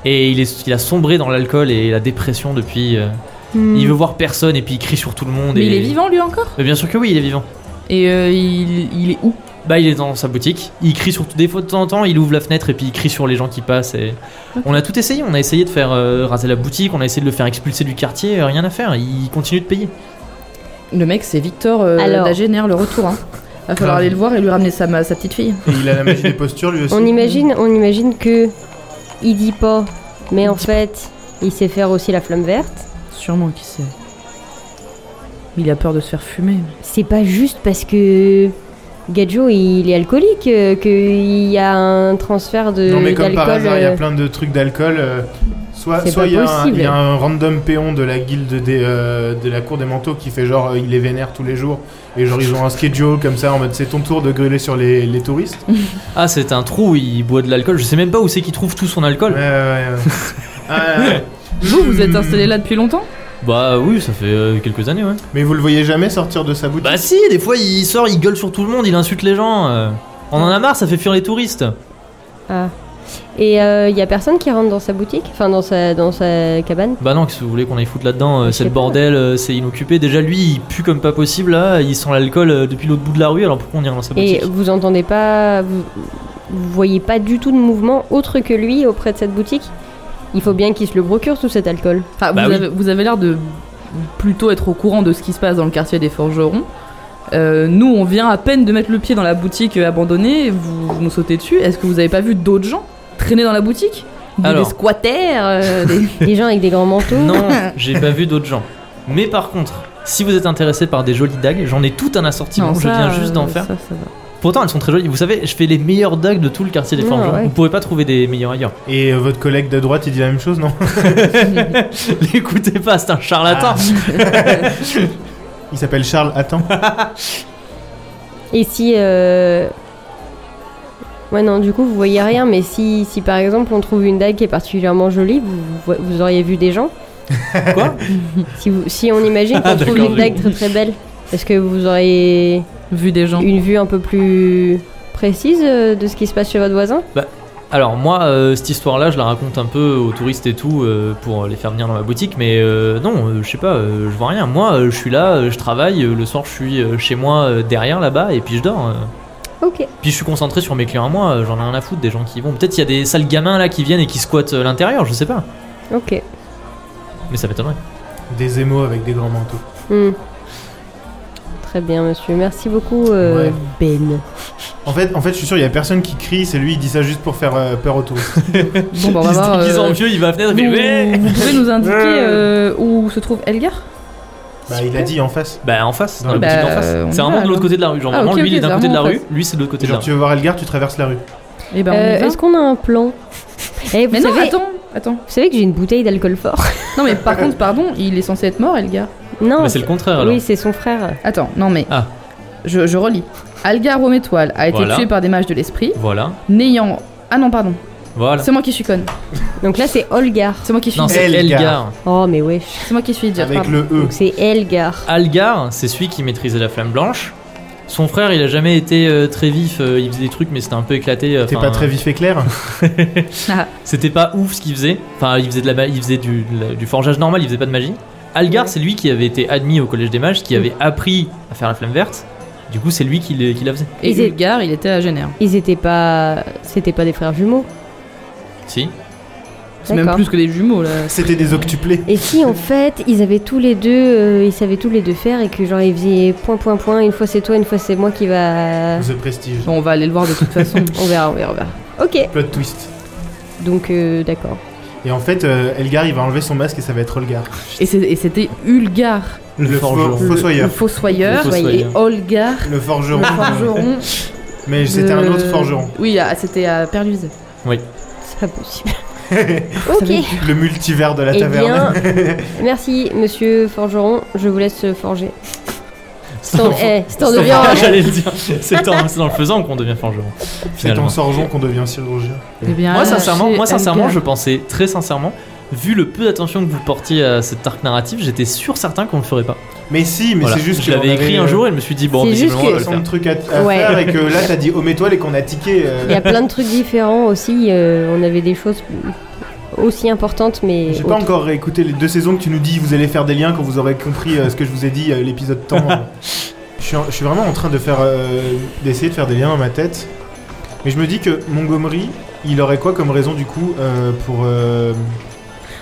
[SPEAKER 1] Et il, est, il a sombré dans l'alcool et la dépression depuis. euh,
[SPEAKER 4] Hmm.
[SPEAKER 1] Il veut voir personne et puis il crie sur tout le monde.
[SPEAKER 2] Mm.
[SPEAKER 1] et...
[SPEAKER 2] Mais il est vivant lui encore
[SPEAKER 1] Mais Bien sûr que oui, il est vivant.
[SPEAKER 2] Et euh, il, il est où
[SPEAKER 1] Bah, il est dans sa boutique, il crie sur tout. Des fois, de temps en temps, il ouvre la fenêtre et puis il crie sur les gens qui passent. Et... On a tout essayé, on a essayé de faire euh, raser la boutique, on a essayé de le faire expulser du quartier, euh, rien à faire, il continue de payer.
[SPEAKER 2] Le mec, c'est Victor euh,
[SPEAKER 4] Alors.
[SPEAKER 2] Dagénère, le retour. Hein. Va falloir
[SPEAKER 1] Grave.
[SPEAKER 2] aller le voir et lui ramener sa, ma- sa petite fille.
[SPEAKER 3] Et il a la magie des postures lui aussi.
[SPEAKER 4] On imagine, on imagine que il dit pas, mais en fait, il sait faire aussi la flamme verte.
[SPEAKER 2] Sûrement, qui sait. Il a peur de se faire fumer.
[SPEAKER 4] C'est pas juste parce que Gadjo il est alcoolique euh, qu'il y a un transfert de
[SPEAKER 3] Non mais comme par
[SPEAKER 4] d'alcool,
[SPEAKER 3] hasard, il y a
[SPEAKER 4] euh,
[SPEAKER 3] plein de trucs d'alcool. euh, Soit,
[SPEAKER 4] C'est
[SPEAKER 3] soit
[SPEAKER 4] pas
[SPEAKER 3] il y, a un-
[SPEAKER 4] possible.
[SPEAKER 3] il y a un random péon de la guilde des, euh, de la cour des manteaux qui fait genre euh, il les vénère tous les jours et genre ils ont un schedule comme ça en mode c'est ton tour de griller sur les, les touristes.
[SPEAKER 1] Ah, c'est un trou, il boit de l'alcool, je sais même pas où c'est qu'il trouve tout son alcool.
[SPEAKER 3] Ouais, ouais, ouais. Ah, ouais, Hmm. ouais.
[SPEAKER 2] Vous, vous êtes installé là depuis longtemps
[SPEAKER 1] Bah oui, ça fait euh, quelques années, ouais.
[SPEAKER 3] Mais vous le voyez jamais sortir de sa boutique
[SPEAKER 1] Bah si, des fois il sort, il gueule sur tout le monde, il insulte les gens. euh. On en a marre, ça fait fuir les touristes.
[SPEAKER 4] ah. Et euh, il y a personne qui rentre dans sa boutique, enfin dans sa dans sa cabane.
[SPEAKER 1] Bah non, qu'est-ce que vous voulez qu'on aille foutre là-dedans euh,
[SPEAKER 4] Je sais
[SPEAKER 1] C'est le
[SPEAKER 4] pas.
[SPEAKER 1] bordel, euh, c'est inoccupé. Déjà lui, il pue comme pas possible là, il sent l'alcool euh, depuis l'autre bout de la rue, alors pourquoi on irait dans sa
[SPEAKER 4] Et
[SPEAKER 1] boutique
[SPEAKER 4] vous entendez pas, vous, vous voyez pas du tout de mouvement autre que lui auprès de cette boutique. Il faut bien qu'il se le procure tout cet alcool.
[SPEAKER 2] Enfin,
[SPEAKER 1] Bah
[SPEAKER 2] vous,
[SPEAKER 1] oui.
[SPEAKER 2] avez, vous avez l'air de plutôt être au courant de ce qui se passe dans le quartier des forgerons. Euh, nous, on vient à peine de mettre le pied dans la boutique euh, abandonnée, vous, vous nous sautez dessus. Est-ce que vous avez pas vu d'autres gens traîner dans la boutique Des-
[SPEAKER 1] Alors.
[SPEAKER 2] Des squatters euh, des-
[SPEAKER 4] Des gens avec des grands manteaux.
[SPEAKER 1] Non, j'ai pas vu d'autres gens. Mais par contre, si vous êtes intéressé par des jolies dagues, j'en ai tout un assortiment, je
[SPEAKER 2] ça,
[SPEAKER 1] viens juste d'en
[SPEAKER 2] euh,
[SPEAKER 1] faire.
[SPEAKER 2] ça, ça va.
[SPEAKER 1] Pourtant elles sont très jolies, vous savez, je fais les meilleures dagues de tout le quartier des
[SPEAKER 4] Ah,
[SPEAKER 1] forgerons.
[SPEAKER 4] ouais.
[SPEAKER 1] Vous pourrez pas trouver des meilleures ailleurs.
[SPEAKER 3] Et euh, votre collègue de droite il dit la même chose non
[SPEAKER 1] L'écoutez pas, c'est un charlatan.
[SPEAKER 3] Il s'appelle Charles, attends.
[SPEAKER 4] Et si. euh, Ouais, non, du coup, vous voyez rien, mais si, si par exemple on trouve une dague qui est particulièrement jolie, vous, vous- vous auriez vu des gens
[SPEAKER 1] Quoi
[SPEAKER 4] si, vous- si on imagine qu'on
[SPEAKER 1] Ah,
[SPEAKER 4] trouve
[SPEAKER 1] d'accord,
[SPEAKER 4] une
[SPEAKER 1] j'ai
[SPEAKER 4] dague très très belle, est-ce que vous auriez
[SPEAKER 2] Vu des gens.
[SPEAKER 4] une vue un peu plus précise euh, de ce qui se passe chez votre voisin
[SPEAKER 1] Alors moi, euh, cette histoire-là, je la raconte un peu aux touristes et tout euh, pour les faire venir dans ma boutique, mais euh, non, euh, je sais pas, euh, je vois rien. Moi, euh, je suis là, euh, je travaille, euh, le soir, je suis euh, chez moi euh, derrière là-bas et puis je dors. euh.
[SPEAKER 4] Ok.
[SPEAKER 1] Puis je suis concentré sur mes clients à moi, euh, j'en ai rien à foutre des gens qui y vont. Peut-être il y a des sales gamins là qui viennent et qui squattent euh, l'intérieur, je sais pas.
[SPEAKER 4] Ok.
[SPEAKER 1] Mais ça m'étonnerait.
[SPEAKER 3] Des émaux avec des grands manteaux.
[SPEAKER 4] Hmm. Très bien, monsieur. Merci beaucoup, euh,
[SPEAKER 3] Ouais.
[SPEAKER 4] Ben.
[SPEAKER 3] En fait, en fait, je suis sûr, il y a personne qui crie, c'est lui, il dit ça juste pour faire euh, peur aux touristes.
[SPEAKER 2] Bon, bah, on va
[SPEAKER 1] Ils se
[SPEAKER 2] voir.
[SPEAKER 1] déguisent en
[SPEAKER 2] euh,
[SPEAKER 1] vieux, il va à la fenêtre, mais ouais.
[SPEAKER 2] vous, vous pouvez nous indiquer euh, où se trouve Elgar
[SPEAKER 3] Bah, il a dit en face.
[SPEAKER 1] Bah en face, dans
[SPEAKER 3] Bah,
[SPEAKER 1] la boutique d'en face.
[SPEAKER 2] Ah on
[SPEAKER 1] C'est
[SPEAKER 2] va,
[SPEAKER 1] vraiment de
[SPEAKER 2] alors.
[SPEAKER 1] l'autre côté de la rue. Genre
[SPEAKER 2] Ah,
[SPEAKER 1] vraiment,
[SPEAKER 2] ok,
[SPEAKER 1] lui il est
[SPEAKER 2] ok,
[SPEAKER 1] d'un côté de la
[SPEAKER 2] vraiment en
[SPEAKER 1] rue, lui c'est de l'autre côté de la
[SPEAKER 3] Genre,
[SPEAKER 1] rue.
[SPEAKER 3] tu veux voir Elgar, tu traverses la rue.
[SPEAKER 2] Eh ben, on y
[SPEAKER 4] Euh,
[SPEAKER 2] va.
[SPEAKER 4] Est-ce qu'on a un plan Et vous,
[SPEAKER 2] Mais non,
[SPEAKER 4] savez, Euh,
[SPEAKER 2] attends, attends.
[SPEAKER 4] vous savez que j'ai une bouteille d'alcool fort
[SPEAKER 2] Non, mais par contre, pardon, il est censé être mort, Elgar.
[SPEAKER 4] Non,
[SPEAKER 1] Bah,
[SPEAKER 2] Ah,
[SPEAKER 1] c'est le contraire alors.
[SPEAKER 4] oui, c'est son frère.
[SPEAKER 2] Attends, non, mais.
[SPEAKER 1] Ah.
[SPEAKER 2] Je, je relis. Algar Rome Étoile a été
[SPEAKER 1] Voilà.
[SPEAKER 2] tué par des mages de l'esprit,
[SPEAKER 1] Voilà,
[SPEAKER 2] n'ayant. Ah non, pardon.
[SPEAKER 1] voilà.
[SPEAKER 2] C'est moi qui suis conne.
[SPEAKER 4] Donc là, c'est Olgar.
[SPEAKER 2] C'est moi qui suis
[SPEAKER 1] Non, c'est
[SPEAKER 3] Elgar.
[SPEAKER 1] Elgar.
[SPEAKER 4] Oh, mais wesh.
[SPEAKER 2] C'est moi qui suis idiot.
[SPEAKER 3] Avec
[SPEAKER 2] pardon.
[SPEAKER 3] le E.
[SPEAKER 4] Donc c'est Elgar.
[SPEAKER 1] Algar, c'est celui qui maîtrisait la flamme blanche. Son frère, il a jamais été euh, très vif, euh, il faisait des trucs, mais c'était un peu éclaté. euh,
[SPEAKER 3] T'es
[SPEAKER 1] enfin,
[SPEAKER 3] pas très vif et clair
[SPEAKER 2] Ah,
[SPEAKER 1] C'était pas ouf ce qu'il faisait. Enfin, il faisait, de la, ma- il faisait du, de la- du forgeage normal, il faisait pas de magie. Algar, c'est lui qui avait été admis au collège des mages, qui avait appris à faire la flamme verte. Du coup, c'est lui qui, le- qui la faisait.
[SPEAKER 2] et
[SPEAKER 4] Ils étaient-
[SPEAKER 2] Elgar, il était à Génère.
[SPEAKER 4] Ils étaient pas. C'était pas des frères jumeaux.
[SPEAKER 1] Si.
[SPEAKER 2] C'est même
[SPEAKER 4] D'accord.
[SPEAKER 2] plus que des jumeaux là.
[SPEAKER 3] C'était des octuplés.
[SPEAKER 4] Et si en fait ils avaient tous les deux, euh, ils savaient tous les deux faire et que genre ils faisaient point point point, une fois c'est toi, une fois c'est moi qui va.
[SPEAKER 3] The Prestige.
[SPEAKER 2] Bon, on va aller le voir de toute façon.
[SPEAKER 4] On verra, on verra, on verra. Ok,
[SPEAKER 3] Plot twist.
[SPEAKER 4] donc euh, d'accord.
[SPEAKER 3] Et en fait, euh, Elgar, il va enlever son masque et ça va être Olgar.
[SPEAKER 2] et c'est- et c'était Ulgar,
[SPEAKER 1] Le forgeron.
[SPEAKER 3] fo-
[SPEAKER 2] le, le
[SPEAKER 3] Fossoyeur.
[SPEAKER 2] fossoyeur,
[SPEAKER 1] Le
[SPEAKER 2] et
[SPEAKER 1] fossoyeur.
[SPEAKER 2] Olgar,
[SPEAKER 3] Le
[SPEAKER 2] le
[SPEAKER 3] forgeron.
[SPEAKER 2] forgeron.
[SPEAKER 3] Mais c'était
[SPEAKER 2] de-
[SPEAKER 3] un autre forgeron.
[SPEAKER 2] Oui, ah, c'était à Perluise.
[SPEAKER 4] C'est pas possible.
[SPEAKER 2] Ça va
[SPEAKER 4] ok.
[SPEAKER 2] être
[SPEAKER 3] Le multivers de la
[SPEAKER 4] Eh bien,
[SPEAKER 3] taverne.
[SPEAKER 4] merci Monsieur Forgeron, je vous laisse forger.
[SPEAKER 1] C'est
[SPEAKER 4] Stand,
[SPEAKER 1] dans-
[SPEAKER 4] eh, stand de
[SPEAKER 1] Ah,
[SPEAKER 4] viande.
[SPEAKER 1] J'allais le dire. C'est dans, c'est dans le faisant qu'on devient forgeron.
[SPEAKER 3] C'est en
[SPEAKER 1] Finalement.
[SPEAKER 3] sorgeon qu'on devient chirurgien.
[SPEAKER 2] Eh bien,
[SPEAKER 1] Moi, sincèrement,
[SPEAKER 2] chez
[SPEAKER 1] moi, sincèrement
[SPEAKER 2] Elgar.
[SPEAKER 1] je pensais très sincèrement, vu le peu d'attention que vous portiez à cette arc narrative, j'étais sûr certain qu'on le ferait pas.
[SPEAKER 3] Mais si, mais
[SPEAKER 1] Voilà.
[SPEAKER 3] c'est juste que.
[SPEAKER 1] je l'avais
[SPEAKER 3] on
[SPEAKER 1] écrit
[SPEAKER 3] avait,
[SPEAKER 1] un
[SPEAKER 3] euh,
[SPEAKER 1] jour et je me suis dit, bon,
[SPEAKER 4] C'est juste
[SPEAKER 1] visiblement, on va
[SPEAKER 4] que-
[SPEAKER 1] le
[SPEAKER 3] son
[SPEAKER 1] faire.
[SPEAKER 3] truc à, à
[SPEAKER 4] Ouais.
[SPEAKER 3] faire et que là t'as dit ommets-toi et qu'on a tiqué. euh,
[SPEAKER 4] Il y a plein de trucs différents aussi. euh, on avait des choses aussi importantes, mais
[SPEAKER 3] J'ai pas
[SPEAKER 4] autres.
[SPEAKER 3] encore écouté les deux saisons que tu nous dis, vous allez faire des liens quand vous aurez compris euh, ce que je vous ai dit euh, l'épisode temps. je, suis en- je suis vraiment en train de faire euh, d'essayer de faire des liens dans ma tête. Mais je me dis que Montgomery, il aurait quoi comme raison du coup euh, pour, euh,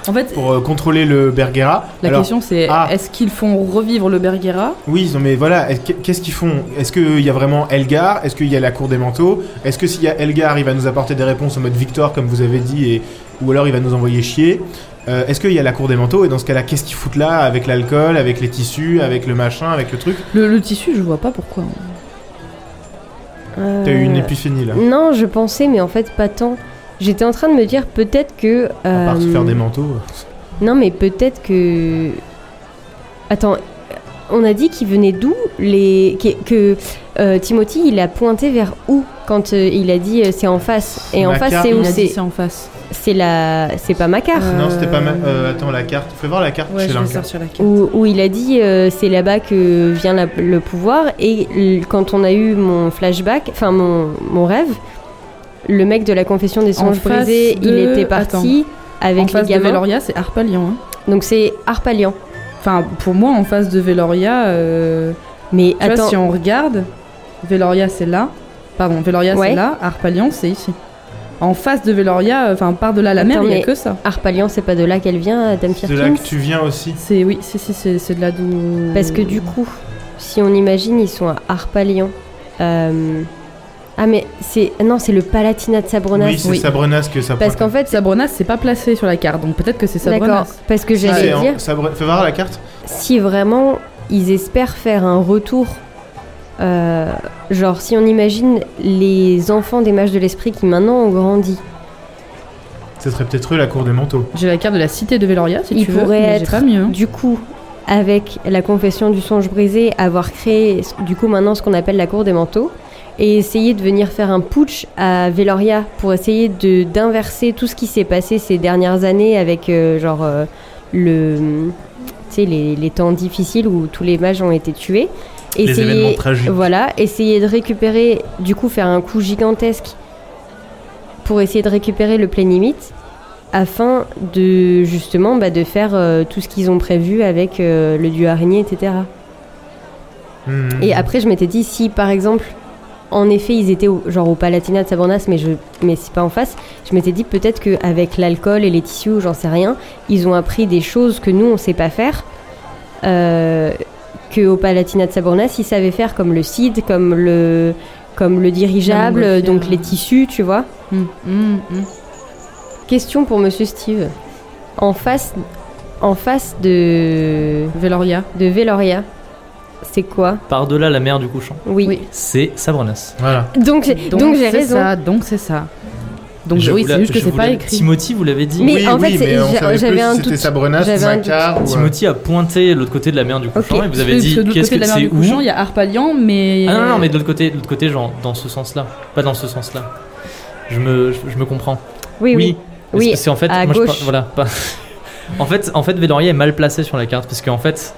[SPEAKER 2] En fait,
[SPEAKER 3] pour euh, contrôler le Bergera
[SPEAKER 2] la
[SPEAKER 3] Alors,
[SPEAKER 2] question c'est
[SPEAKER 3] ah.
[SPEAKER 2] est-ce qu'ils font revivre le Bergera
[SPEAKER 3] Oui, non mais voilà, est-ce que- qu'est-ce qu'ils font Est-ce qu'il y a vraiment Elgar Est-ce qu'il y a la cour des manteaux Est-ce que s'il y a Elgar, il va nous apporter des réponses en mode victoire, comme vous avez dit, et... ou alors il va nous envoyer chier Euh, Est-ce qu'il y a la cour des manteaux Et dans ce cas-là, qu'est-ce qu'ils foutent là Avec l'alcool, avec les tissus, avec le machin, avec le truc
[SPEAKER 2] le, le tissu, je vois pas pourquoi.
[SPEAKER 4] Euh,
[SPEAKER 3] T'as eu une hein. épiphanie là,
[SPEAKER 4] Non, je pensais, mais en fait pas tant. J'étais en train de me dire peut-être que.
[SPEAKER 3] à part se
[SPEAKER 4] euh,
[SPEAKER 3] faire des manteaux.
[SPEAKER 4] Non, mais peut-être que. Attends, on a dit qu'il venait d'où les. Que, que, euh, Timothy, il a pointé vers où quand euh, il a dit euh, c'est en face. Et en
[SPEAKER 3] Macar-
[SPEAKER 4] face, c'est
[SPEAKER 2] Il
[SPEAKER 4] où
[SPEAKER 2] a dit
[SPEAKER 4] C'est
[SPEAKER 2] c'est en face.
[SPEAKER 4] c'est la. C'est pas Macar.
[SPEAKER 2] Euh,
[SPEAKER 3] Non, c'était pas mal. euh, attends, la carte. Fais voir la carte
[SPEAKER 2] Ouais,
[SPEAKER 3] chez
[SPEAKER 2] je vais
[SPEAKER 3] Lincoln.
[SPEAKER 2] sortir la carte.
[SPEAKER 4] Où, où il a dit euh, c'est là-bas que vient la- le pouvoir. Et l- quand on a eu mon flashback, enfin mon, mon rêve, le mec de la confession des songes
[SPEAKER 2] face
[SPEAKER 4] brisés, il
[SPEAKER 2] de-
[SPEAKER 4] était parti
[SPEAKER 2] En
[SPEAKER 4] avec les
[SPEAKER 2] face de
[SPEAKER 4] gamins.
[SPEAKER 2] Veloria, c'est Harpalion. hein.
[SPEAKER 4] Donc c'est Harpalian.
[SPEAKER 2] Enfin, pour moi, en face de Veloria, euh,
[SPEAKER 4] Mais
[SPEAKER 2] tu vois,
[SPEAKER 4] attends.
[SPEAKER 2] si on regarde, Veloria c'est là. Pardon, Veloria
[SPEAKER 4] Ouais.
[SPEAKER 2] c'est là, Harpalion c'est ici. En face de Veloria, euh, enfin par delà la mer,
[SPEAKER 4] Attends,
[SPEAKER 2] il n'y a
[SPEAKER 4] mais-
[SPEAKER 2] que ça.
[SPEAKER 4] Harpalian, c'est pas de là qu'elle vient, Dame
[SPEAKER 3] C'est de là
[SPEAKER 4] Firkins
[SPEAKER 3] que tu viens aussi.
[SPEAKER 2] C'est oui, si si c'est c'est de là d'où.
[SPEAKER 4] Parce que du coup, si on imagine, ils sont à Harpalion. Euh, Ah mais c'est non, c'est le Palatinat de Sabronas.
[SPEAKER 3] oui, c'est Sabrenas que ça
[SPEAKER 4] Parce
[SPEAKER 3] pointe.
[SPEAKER 4] qu'en fait,
[SPEAKER 2] Sabronas c'est pas placé sur la carte, donc peut-être que c'est
[SPEAKER 4] d'accord.
[SPEAKER 2] Sabronas.
[SPEAKER 4] Parce que
[SPEAKER 3] C'est
[SPEAKER 4] j'allais
[SPEAKER 3] en-
[SPEAKER 4] dire,
[SPEAKER 3] Sabre- Fais voir la carte.
[SPEAKER 4] si vraiment ils espèrent faire un retour, euh, genre si on imagine les enfants des mages de l'esprit qui maintenant ont grandi,
[SPEAKER 3] Ce serait peut-être eux la cour des manteaux.
[SPEAKER 2] J'ai la carte de la cité de Veloria si
[SPEAKER 4] Il
[SPEAKER 2] tu veux.
[SPEAKER 4] pourrait
[SPEAKER 2] mais
[SPEAKER 4] être
[SPEAKER 2] J'ai pas mieux. hein.
[SPEAKER 4] du coup. Avec la confession du songe brisé, avoir créé du coup maintenant ce qu'on appelle la cour des manteaux, et essayer de venir faire un putsch à Veloria pour essayer de d'inverser tout ce qui s'est passé ces dernières années avec euh, genre euh, le tu sais les, les temps difficiles où tous les mages ont été tués.
[SPEAKER 1] Les événements tragiques.
[SPEAKER 4] Voilà, essayer de récupérer, du coup faire un coup gigantesque pour essayer de récupérer le plein limite afin de justement bah, de faire euh, tout ce qu'ils ont prévu avec euh, le dieu araignée, etc.
[SPEAKER 3] Hmm.
[SPEAKER 4] Et après, je m'étais dit, si par exemple, en effet, ils étaient au- genre au Palatinat de Sabornas, mais, je, mais c'est pas en face, je m'étais dit peut-être qu'avec l'alcool et les tissus, ou j'en sais rien, ils ont appris des choses que nous, on sait pas faire. Euh, que au Palatinat de Sabornas, ils savaient faire comme le cid, comme le, comme le hein. dirigeable,
[SPEAKER 2] montgolfière.
[SPEAKER 4] donc les tissus, tu vois.
[SPEAKER 2] Mm, mm, mm.
[SPEAKER 4] Question pour monsieur Steve. En face, en face de,
[SPEAKER 2] Veloria.
[SPEAKER 4] de Veloria, c'est quoi
[SPEAKER 1] Par-delà la mer du couchant,
[SPEAKER 4] oui.
[SPEAKER 2] Oui.
[SPEAKER 1] c'est Sabronas.
[SPEAKER 3] Voilà.
[SPEAKER 4] Donc, j'ai- donc j'ai
[SPEAKER 2] c'est
[SPEAKER 4] raison.
[SPEAKER 2] ça, donc c'est ça. Donc
[SPEAKER 1] Je
[SPEAKER 2] oui,
[SPEAKER 1] vous la-
[SPEAKER 2] c'est juste que
[SPEAKER 1] je
[SPEAKER 2] c'est
[SPEAKER 1] vous
[SPEAKER 2] pas
[SPEAKER 1] la-
[SPEAKER 2] écrit.
[SPEAKER 1] Timothy vous l'avez dit.
[SPEAKER 4] Mais
[SPEAKER 3] oui,
[SPEAKER 4] en
[SPEAKER 3] oui,
[SPEAKER 4] fait, c'est-
[SPEAKER 3] mais on
[SPEAKER 4] j'a-
[SPEAKER 3] savait
[SPEAKER 4] j'avais
[SPEAKER 3] plus
[SPEAKER 4] un
[SPEAKER 3] si
[SPEAKER 4] doute.
[SPEAKER 3] c'était Sabrenas,
[SPEAKER 4] J'avais un doute.
[SPEAKER 3] Macar ou... euh,
[SPEAKER 1] Timothy a pointé de l'autre côté de la mer du couchant
[SPEAKER 4] Ok.
[SPEAKER 1] et vous
[SPEAKER 2] Parce
[SPEAKER 1] avez
[SPEAKER 2] que-
[SPEAKER 1] dit
[SPEAKER 2] parce que de l'autre
[SPEAKER 1] qu'est-ce
[SPEAKER 2] côté de
[SPEAKER 1] que
[SPEAKER 2] la mer
[SPEAKER 1] c'est
[SPEAKER 2] du
[SPEAKER 1] où
[SPEAKER 2] couchant, il y a Arpalian, mais.
[SPEAKER 1] Ah non, non, non, mais de l'autre côté, de l'autre côté, genre dans ce sens-là, pas dans ce sens-là. Je me, je, je me comprends.
[SPEAKER 4] Oui, oui.
[SPEAKER 1] Parce
[SPEAKER 4] Oui,
[SPEAKER 1] que c'est en fait,
[SPEAKER 4] à
[SPEAKER 1] moi, je par-
[SPEAKER 4] gauche.
[SPEAKER 1] voilà. pas- en fait, en fait, Véloria est mal placé sur la carte parce qu'en fait,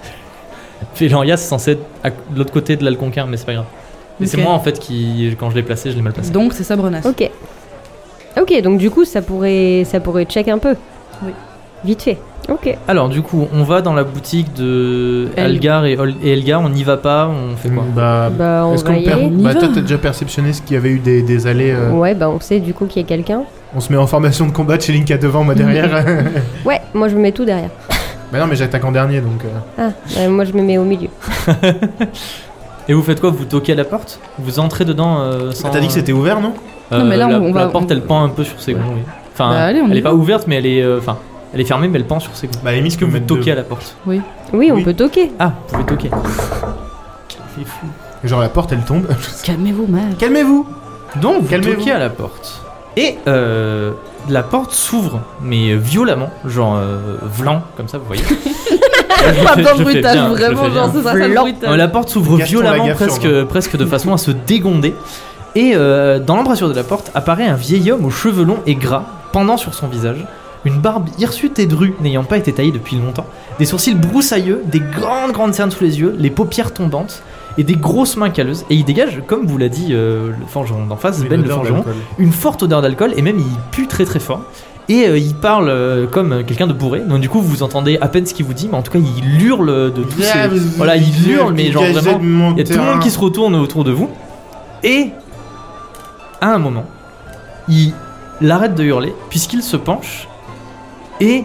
[SPEAKER 1] Véloria c'est censé être à- de l'autre côté de l'Alconquin, mais c'est pas grave. Et c'est
[SPEAKER 2] Ok.
[SPEAKER 1] moi en fait qui, quand je l'ai placé, je l'ai mal placé.
[SPEAKER 2] Donc c'est Sabrenas.
[SPEAKER 4] Ok. Ok, donc du coup, ça pourrait, ça pourrait check un peu.
[SPEAKER 2] Oui.
[SPEAKER 4] Vite fait. Ok.
[SPEAKER 1] Alors du coup, on va dans la boutique de
[SPEAKER 2] Elle.
[SPEAKER 1] Algar et, Ol- et Elgar. On n'y va pas, on fait quoi
[SPEAKER 3] Bah,
[SPEAKER 4] Bah, on
[SPEAKER 3] Est-ce
[SPEAKER 4] va
[SPEAKER 3] qu'on
[SPEAKER 4] y aller.
[SPEAKER 3] perd
[SPEAKER 2] On y
[SPEAKER 3] Bah
[SPEAKER 2] va.
[SPEAKER 3] toi t'as déjà perceptionné ce qu'il y avait eu des, des allées. euh,
[SPEAKER 4] Ouais, bah on sait du coup qu'il y a quelqu'un.
[SPEAKER 3] On se met en formation de combat, Chelinka devant, moi derrière.
[SPEAKER 4] Ouais, moi je me mets tout derrière.
[SPEAKER 3] bah non mais j'attaque en dernier donc. euh,
[SPEAKER 4] Ah, bah, moi je me mets au milieu.
[SPEAKER 1] Et vous faites quoi Vous toquez à la porte Vous entrez dedans euh, sans.
[SPEAKER 3] Ah, T'as dit que c'était ouvert non
[SPEAKER 1] Euh,
[SPEAKER 2] Non, mais là,
[SPEAKER 1] la,
[SPEAKER 2] on
[SPEAKER 1] la
[SPEAKER 2] va-
[SPEAKER 1] porte, elle pend un peu sur ses gonds. oui. Enfin,
[SPEAKER 2] Bah, allez, on
[SPEAKER 1] elle
[SPEAKER 2] y
[SPEAKER 1] est pas
[SPEAKER 2] va.
[SPEAKER 1] ouverte, mais elle est, euh, enfin, elle est fermée, mais elle pend sur ses gonds.
[SPEAKER 3] Bah les
[SPEAKER 1] Est-ce que vous toquez à la porte
[SPEAKER 4] Oui, on
[SPEAKER 3] Oui.
[SPEAKER 4] peut toquer.
[SPEAKER 1] Ah, vous pouvez toquer. C'est fou.
[SPEAKER 3] Genre la porte elle tombe.
[SPEAKER 2] Calmez-vous, mal.
[SPEAKER 3] Calmez-vous
[SPEAKER 1] Donc, vous
[SPEAKER 3] Calmez-vous.
[SPEAKER 1] toquez à la porte. Et euh, la porte s'ouvre, mais violemment, genre euh, vlan, comme ça, vous voyez.
[SPEAKER 2] Pas
[SPEAKER 1] Je
[SPEAKER 2] dans le
[SPEAKER 1] fais
[SPEAKER 2] bruitage,
[SPEAKER 1] bien, je fais
[SPEAKER 2] vraiment,
[SPEAKER 1] bien.
[SPEAKER 2] genre c'est ça, ça le
[SPEAKER 4] Blanc.
[SPEAKER 1] Euh,
[SPEAKER 2] bruitage.
[SPEAKER 1] la porte s'ouvre
[SPEAKER 3] Gaston
[SPEAKER 1] violemment,
[SPEAKER 3] Lagaffe,
[SPEAKER 1] presque,
[SPEAKER 3] sûrement.
[SPEAKER 1] presque de façon à se dégonder. Et euh, dans l'embrasure de la porte apparaît un vieil homme aux cheveux longs et gras, pendant sur son visage, une barbe hirsute et drue, n'ayant pas été taillée depuis longtemps, des sourcils broussailleux, des grandes grandes cernes sous les yeux, les paupières tombantes et des grosses mains calleuses. Et il dégage, comme vous l'a dit euh, le forgeron d'en face,
[SPEAKER 3] Une
[SPEAKER 1] Ben le
[SPEAKER 3] odeur
[SPEAKER 1] forgeron,
[SPEAKER 3] d'alcool.
[SPEAKER 1] une forte odeur d'alcool et même il pue très très fort. Et euh, il parle euh, comme euh, quelqu'un de bourré, donc du coup vous entendez à peine ce qu'il vous dit, mais en tout cas il hurle de tous
[SPEAKER 3] Ah,
[SPEAKER 1] ses...
[SPEAKER 3] vous-
[SPEAKER 1] Voilà, il
[SPEAKER 3] vous-
[SPEAKER 1] hurle, mais
[SPEAKER 3] vous
[SPEAKER 1] genre
[SPEAKER 3] gagez
[SPEAKER 1] vraiment,
[SPEAKER 3] de mon
[SPEAKER 1] Il y a tout le
[SPEAKER 3] terrain.
[SPEAKER 1] monde qui se retourne autour de vous. Et à un moment, il arrête de hurler puisqu'il se penche et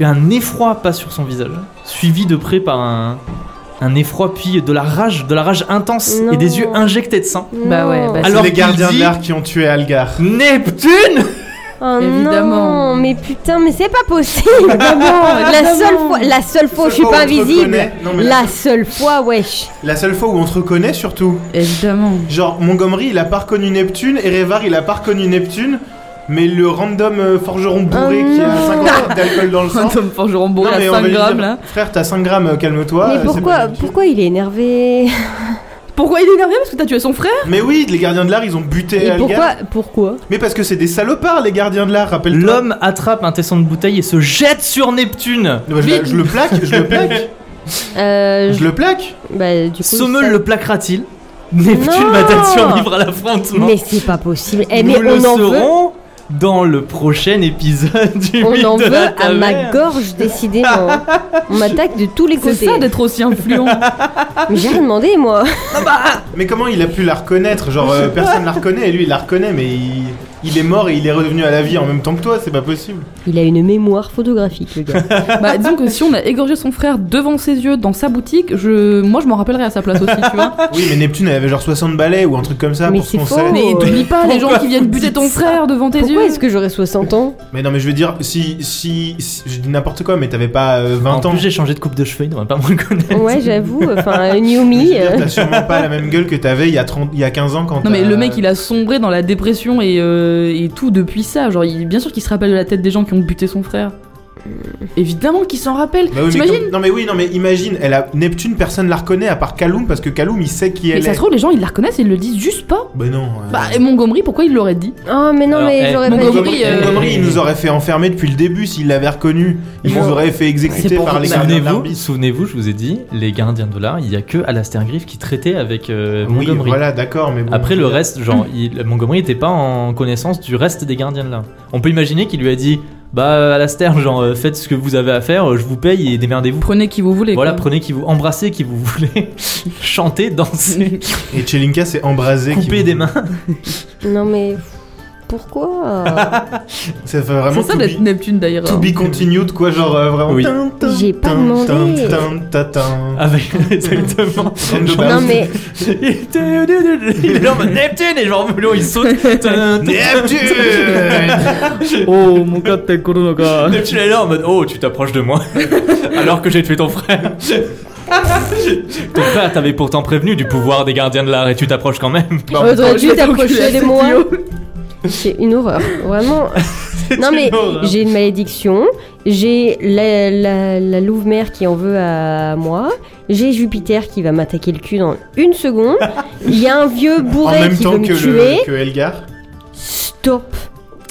[SPEAKER 1] un effroi passe sur son visage, suivi de près par un, un effroi puis de la rage, de la rage intense
[SPEAKER 4] Non.
[SPEAKER 1] et des yeux injectés de sang.
[SPEAKER 2] Bah ouais,
[SPEAKER 4] Non.
[SPEAKER 2] bah,
[SPEAKER 3] C'est
[SPEAKER 1] Alors
[SPEAKER 3] les
[SPEAKER 1] qu'il
[SPEAKER 3] gardiens
[SPEAKER 1] dit-
[SPEAKER 3] de l'art qui ont tué Algar.
[SPEAKER 1] Neptune
[SPEAKER 4] Oh
[SPEAKER 2] Évidemment.
[SPEAKER 4] non, mais putain, mais c'est pas possible. la seule fois, la seule fois, où je
[SPEAKER 3] La seule fois
[SPEAKER 4] suis pas
[SPEAKER 3] où on te
[SPEAKER 4] invisible.
[SPEAKER 3] reconnaît- non, mais la...
[SPEAKER 4] La seule fois, wesh.
[SPEAKER 3] la seule fois où on te reconnaît surtout.
[SPEAKER 2] Évidemment.
[SPEAKER 3] Genre Montgomery il a pas reconnu Neptune, Erevar il a pas reconnu Neptune, mais le random euh, forgeron bourré
[SPEAKER 4] Oh
[SPEAKER 3] qui a
[SPEAKER 2] Ah.
[SPEAKER 3] 50
[SPEAKER 4] non.
[SPEAKER 3] grammes d'alcool dans le sang.
[SPEAKER 2] Tom Forgeron
[SPEAKER 3] Non,
[SPEAKER 2] bourré à
[SPEAKER 3] mais on va
[SPEAKER 2] 5
[SPEAKER 3] lui dire,
[SPEAKER 2] grammes là.
[SPEAKER 3] Frère, t'as 5 grammes, euh, calme-toi. euh,
[SPEAKER 4] mais
[SPEAKER 3] c'est
[SPEAKER 4] pourquoi,
[SPEAKER 3] pas compliqué.
[SPEAKER 4] pourquoi il est énervé
[SPEAKER 2] Pourquoi il est énervé Parce que t'as tué son frère
[SPEAKER 3] Mais oui, les gardiens de l'art ils ont buté
[SPEAKER 4] Et
[SPEAKER 3] Algar.
[SPEAKER 4] pourquoi, pourquoi
[SPEAKER 3] Mais parce que c'est des salopards les gardiens de l'art, rappelle-toi.
[SPEAKER 1] L'homme attrape un tesson de bouteille et se jette sur Neptune.
[SPEAKER 3] Non, bah, je, la- je le plaque, je le plaque,
[SPEAKER 4] euh,
[SPEAKER 3] je le plaque.
[SPEAKER 4] Bah du coup.
[SPEAKER 1] Sommel
[SPEAKER 4] ça-
[SPEAKER 1] le plaquera-t-il Neptune
[SPEAKER 4] Non.
[SPEAKER 1] va-t-elle survivre à l'affrontement
[SPEAKER 4] Mais c'est pas possible. Eh,
[SPEAKER 1] Nous
[SPEAKER 4] mais
[SPEAKER 1] le
[SPEAKER 4] on en veut.
[SPEAKER 1] saurons dans le prochain épisode du
[SPEAKER 4] On
[SPEAKER 1] Mythe
[SPEAKER 4] en
[SPEAKER 1] de
[SPEAKER 4] veut
[SPEAKER 1] la
[SPEAKER 4] à ma
[SPEAKER 1] Taverne.
[SPEAKER 4] gorge, décidément. On m'attaque de tous les
[SPEAKER 2] C'est
[SPEAKER 4] côtés.
[SPEAKER 2] ça d'être aussi influent.
[SPEAKER 4] Mais j'ai rien demandé, moi.
[SPEAKER 3] Mais comment il a pu la reconnaître Genre euh, personne la reconnaît et lui il la reconnaît mais il, il est mort et il est redevenu à la vie en même temps que toi, c'est pas possible.
[SPEAKER 4] Il a une mémoire photographique, le gars.
[SPEAKER 2] bah disons que si on a égorgé son frère devant ses yeux dans sa boutique, je, moi je m'en rappellerai à sa place aussi, tu vois.
[SPEAKER 3] Oui mais Neptune elle avait genre 60 balais ou un truc comme ça
[SPEAKER 4] Ah. Mais
[SPEAKER 3] pour ce
[SPEAKER 4] c'est
[SPEAKER 3] qu'on
[SPEAKER 4] faux.
[SPEAKER 3] sait.
[SPEAKER 2] Mais
[SPEAKER 4] Oh.
[SPEAKER 2] n'oublie pas les gens
[SPEAKER 1] Pourquoi
[SPEAKER 2] qui viennent
[SPEAKER 1] vous
[SPEAKER 2] buter
[SPEAKER 1] dites
[SPEAKER 2] ton
[SPEAKER 1] ça
[SPEAKER 2] frère devant tes
[SPEAKER 4] Pourquoi
[SPEAKER 2] yeux.
[SPEAKER 4] est-ce que j'aurais 60 ans
[SPEAKER 3] Mais non mais je veux dire si si, si- je dis n'importe quoi mais t'avais pas euh, 20
[SPEAKER 1] En
[SPEAKER 3] ans.
[SPEAKER 1] plus, j'ai changé de coupe de cheveux, il ne va pas me reconnaître.
[SPEAKER 4] Ouais, j'avoue. Enfin, une
[SPEAKER 3] Je veux
[SPEAKER 4] Yumi.
[SPEAKER 3] dire,
[SPEAKER 4] euh,
[SPEAKER 3] T'as sûrement pas la même gueule que t'avais il y a 30, il y a 15 ans quand.
[SPEAKER 2] Non mais le mec il a sombré dans la dépression et, euh, et tout depuis ça. Genre il, bien sûr qu'il se rappelle de la tête des gens qui ont buté son frère. Évidemment qu'il s'en rappelle.
[SPEAKER 3] Bah oui, mais
[SPEAKER 2] T'imagines
[SPEAKER 3] comme- Non mais oui non mais imagine elle a Neptune personne la reconnaît à part Kaloum parce que Kaloum il sait qui
[SPEAKER 2] Mais
[SPEAKER 3] elle
[SPEAKER 2] ça
[SPEAKER 3] est.
[SPEAKER 2] se trouve les gens ils la reconnaissent et ils le disent juste pas.
[SPEAKER 3] Bah non. euh,
[SPEAKER 2] Bah et Montgomery pourquoi il l'aurait dit
[SPEAKER 4] Oh, mais non,
[SPEAKER 1] Alors, eh,
[SPEAKER 4] mais j'aurais pas
[SPEAKER 2] Montgomery,
[SPEAKER 4] dû-
[SPEAKER 3] Montgomery,
[SPEAKER 2] euh,
[SPEAKER 3] Montgomery, il nous aurait fait enfermer depuis le début s'il l'avait reconnu. Il
[SPEAKER 4] Bon.
[SPEAKER 3] nous aurait fait
[SPEAKER 2] C'est
[SPEAKER 3] exécuter
[SPEAKER 2] pour
[SPEAKER 3] par
[SPEAKER 2] vous
[SPEAKER 3] les
[SPEAKER 2] que
[SPEAKER 3] gardiens de
[SPEAKER 1] Souvenez-vous,
[SPEAKER 3] l'arbitre.
[SPEAKER 1] souvenez-vous, je vous ai dit, les gardiens de l'art, il n'y a que Alastair Griff qui traitait avec euh,
[SPEAKER 3] Oui,
[SPEAKER 1] Montgomery.
[SPEAKER 3] voilà, d'accord, mais bon.
[SPEAKER 1] Après le reste, genre, il- Montgomery n'était pas en connaissance du reste des gardiens de l'art. On peut imaginer qu'il lui a dit Bah, Alastair, genre, euh, faites ce que vous avez à faire, euh, je vous paye et démerdez-vous.
[SPEAKER 2] Prenez qui vous voulez.
[SPEAKER 1] Voilà,
[SPEAKER 2] quoi.
[SPEAKER 1] prenez qui vous embrassez qui vous voulez, chantez, dansez,
[SPEAKER 3] Et Chelinka s'est embrasé.
[SPEAKER 1] coupez des mains.
[SPEAKER 4] Non, mais. Pourquoi
[SPEAKER 3] Ça fait vraiment
[SPEAKER 2] C'est ça
[SPEAKER 3] to
[SPEAKER 2] d'être
[SPEAKER 3] be,
[SPEAKER 2] Neptune d'ailleurs.
[SPEAKER 3] to be continued, quoi, genre euh, vraiment.
[SPEAKER 1] Oui.
[SPEAKER 3] Tin, tin,
[SPEAKER 4] Bah, J'ai pas
[SPEAKER 3] tin,
[SPEAKER 4] demandé. Ah.
[SPEAKER 3] tin, tin, tin, tin.
[SPEAKER 1] Avec exactement.
[SPEAKER 3] Random
[SPEAKER 1] Genre,
[SPEAKER 4] Non,
[SPEAKER 3] House.
[SPEAKER 4] mais.
[SPEAKER 1] Il est genre en mode Neptune et genre Melon il saute.
[SPEAKER 3] Neptune
[SPEAKER 2] Oh mon capitaine Kuronoka.
[SPEAKER 1] Neptune est là en mode Oh tu t'approches de moi alors que j'ai tué ton frère. ton frère t'avait pourtant prévenu du pouvoir des gardiens de l'art et tu t'approches quand même.
[SPEAKER 3] Bon,
[SPEAKER 4] Aurais-tu t'approcher de moi C'est une horreur. Vraiment.
[SPEAKER 1] C'est
[SPEAKER 4] Non
[SPEAKER 1] une
[SPEAKER 4] mais
[SPEAKER 1] horreur.
[SPEAKER 4] j'ai une malédiction, j'ai la, la, la louve-mère qui en veut à moi, j'ai Jupiter qui va m'attaquer le cul dans une seconde, il y a un vieux
[SPEAKER 3] en
[SPEAKER 4] bourré
[SPEAKER 3] même
[SPEAKER 4] qui
[SPEAKER 3] temps
[SPEAKER 4] veut me
[SPEAKER 3] que,
[SPEAKER 4] tuer.
[SPEAKER 3] le, que Elgar.
[SPEAKER 4] Stop.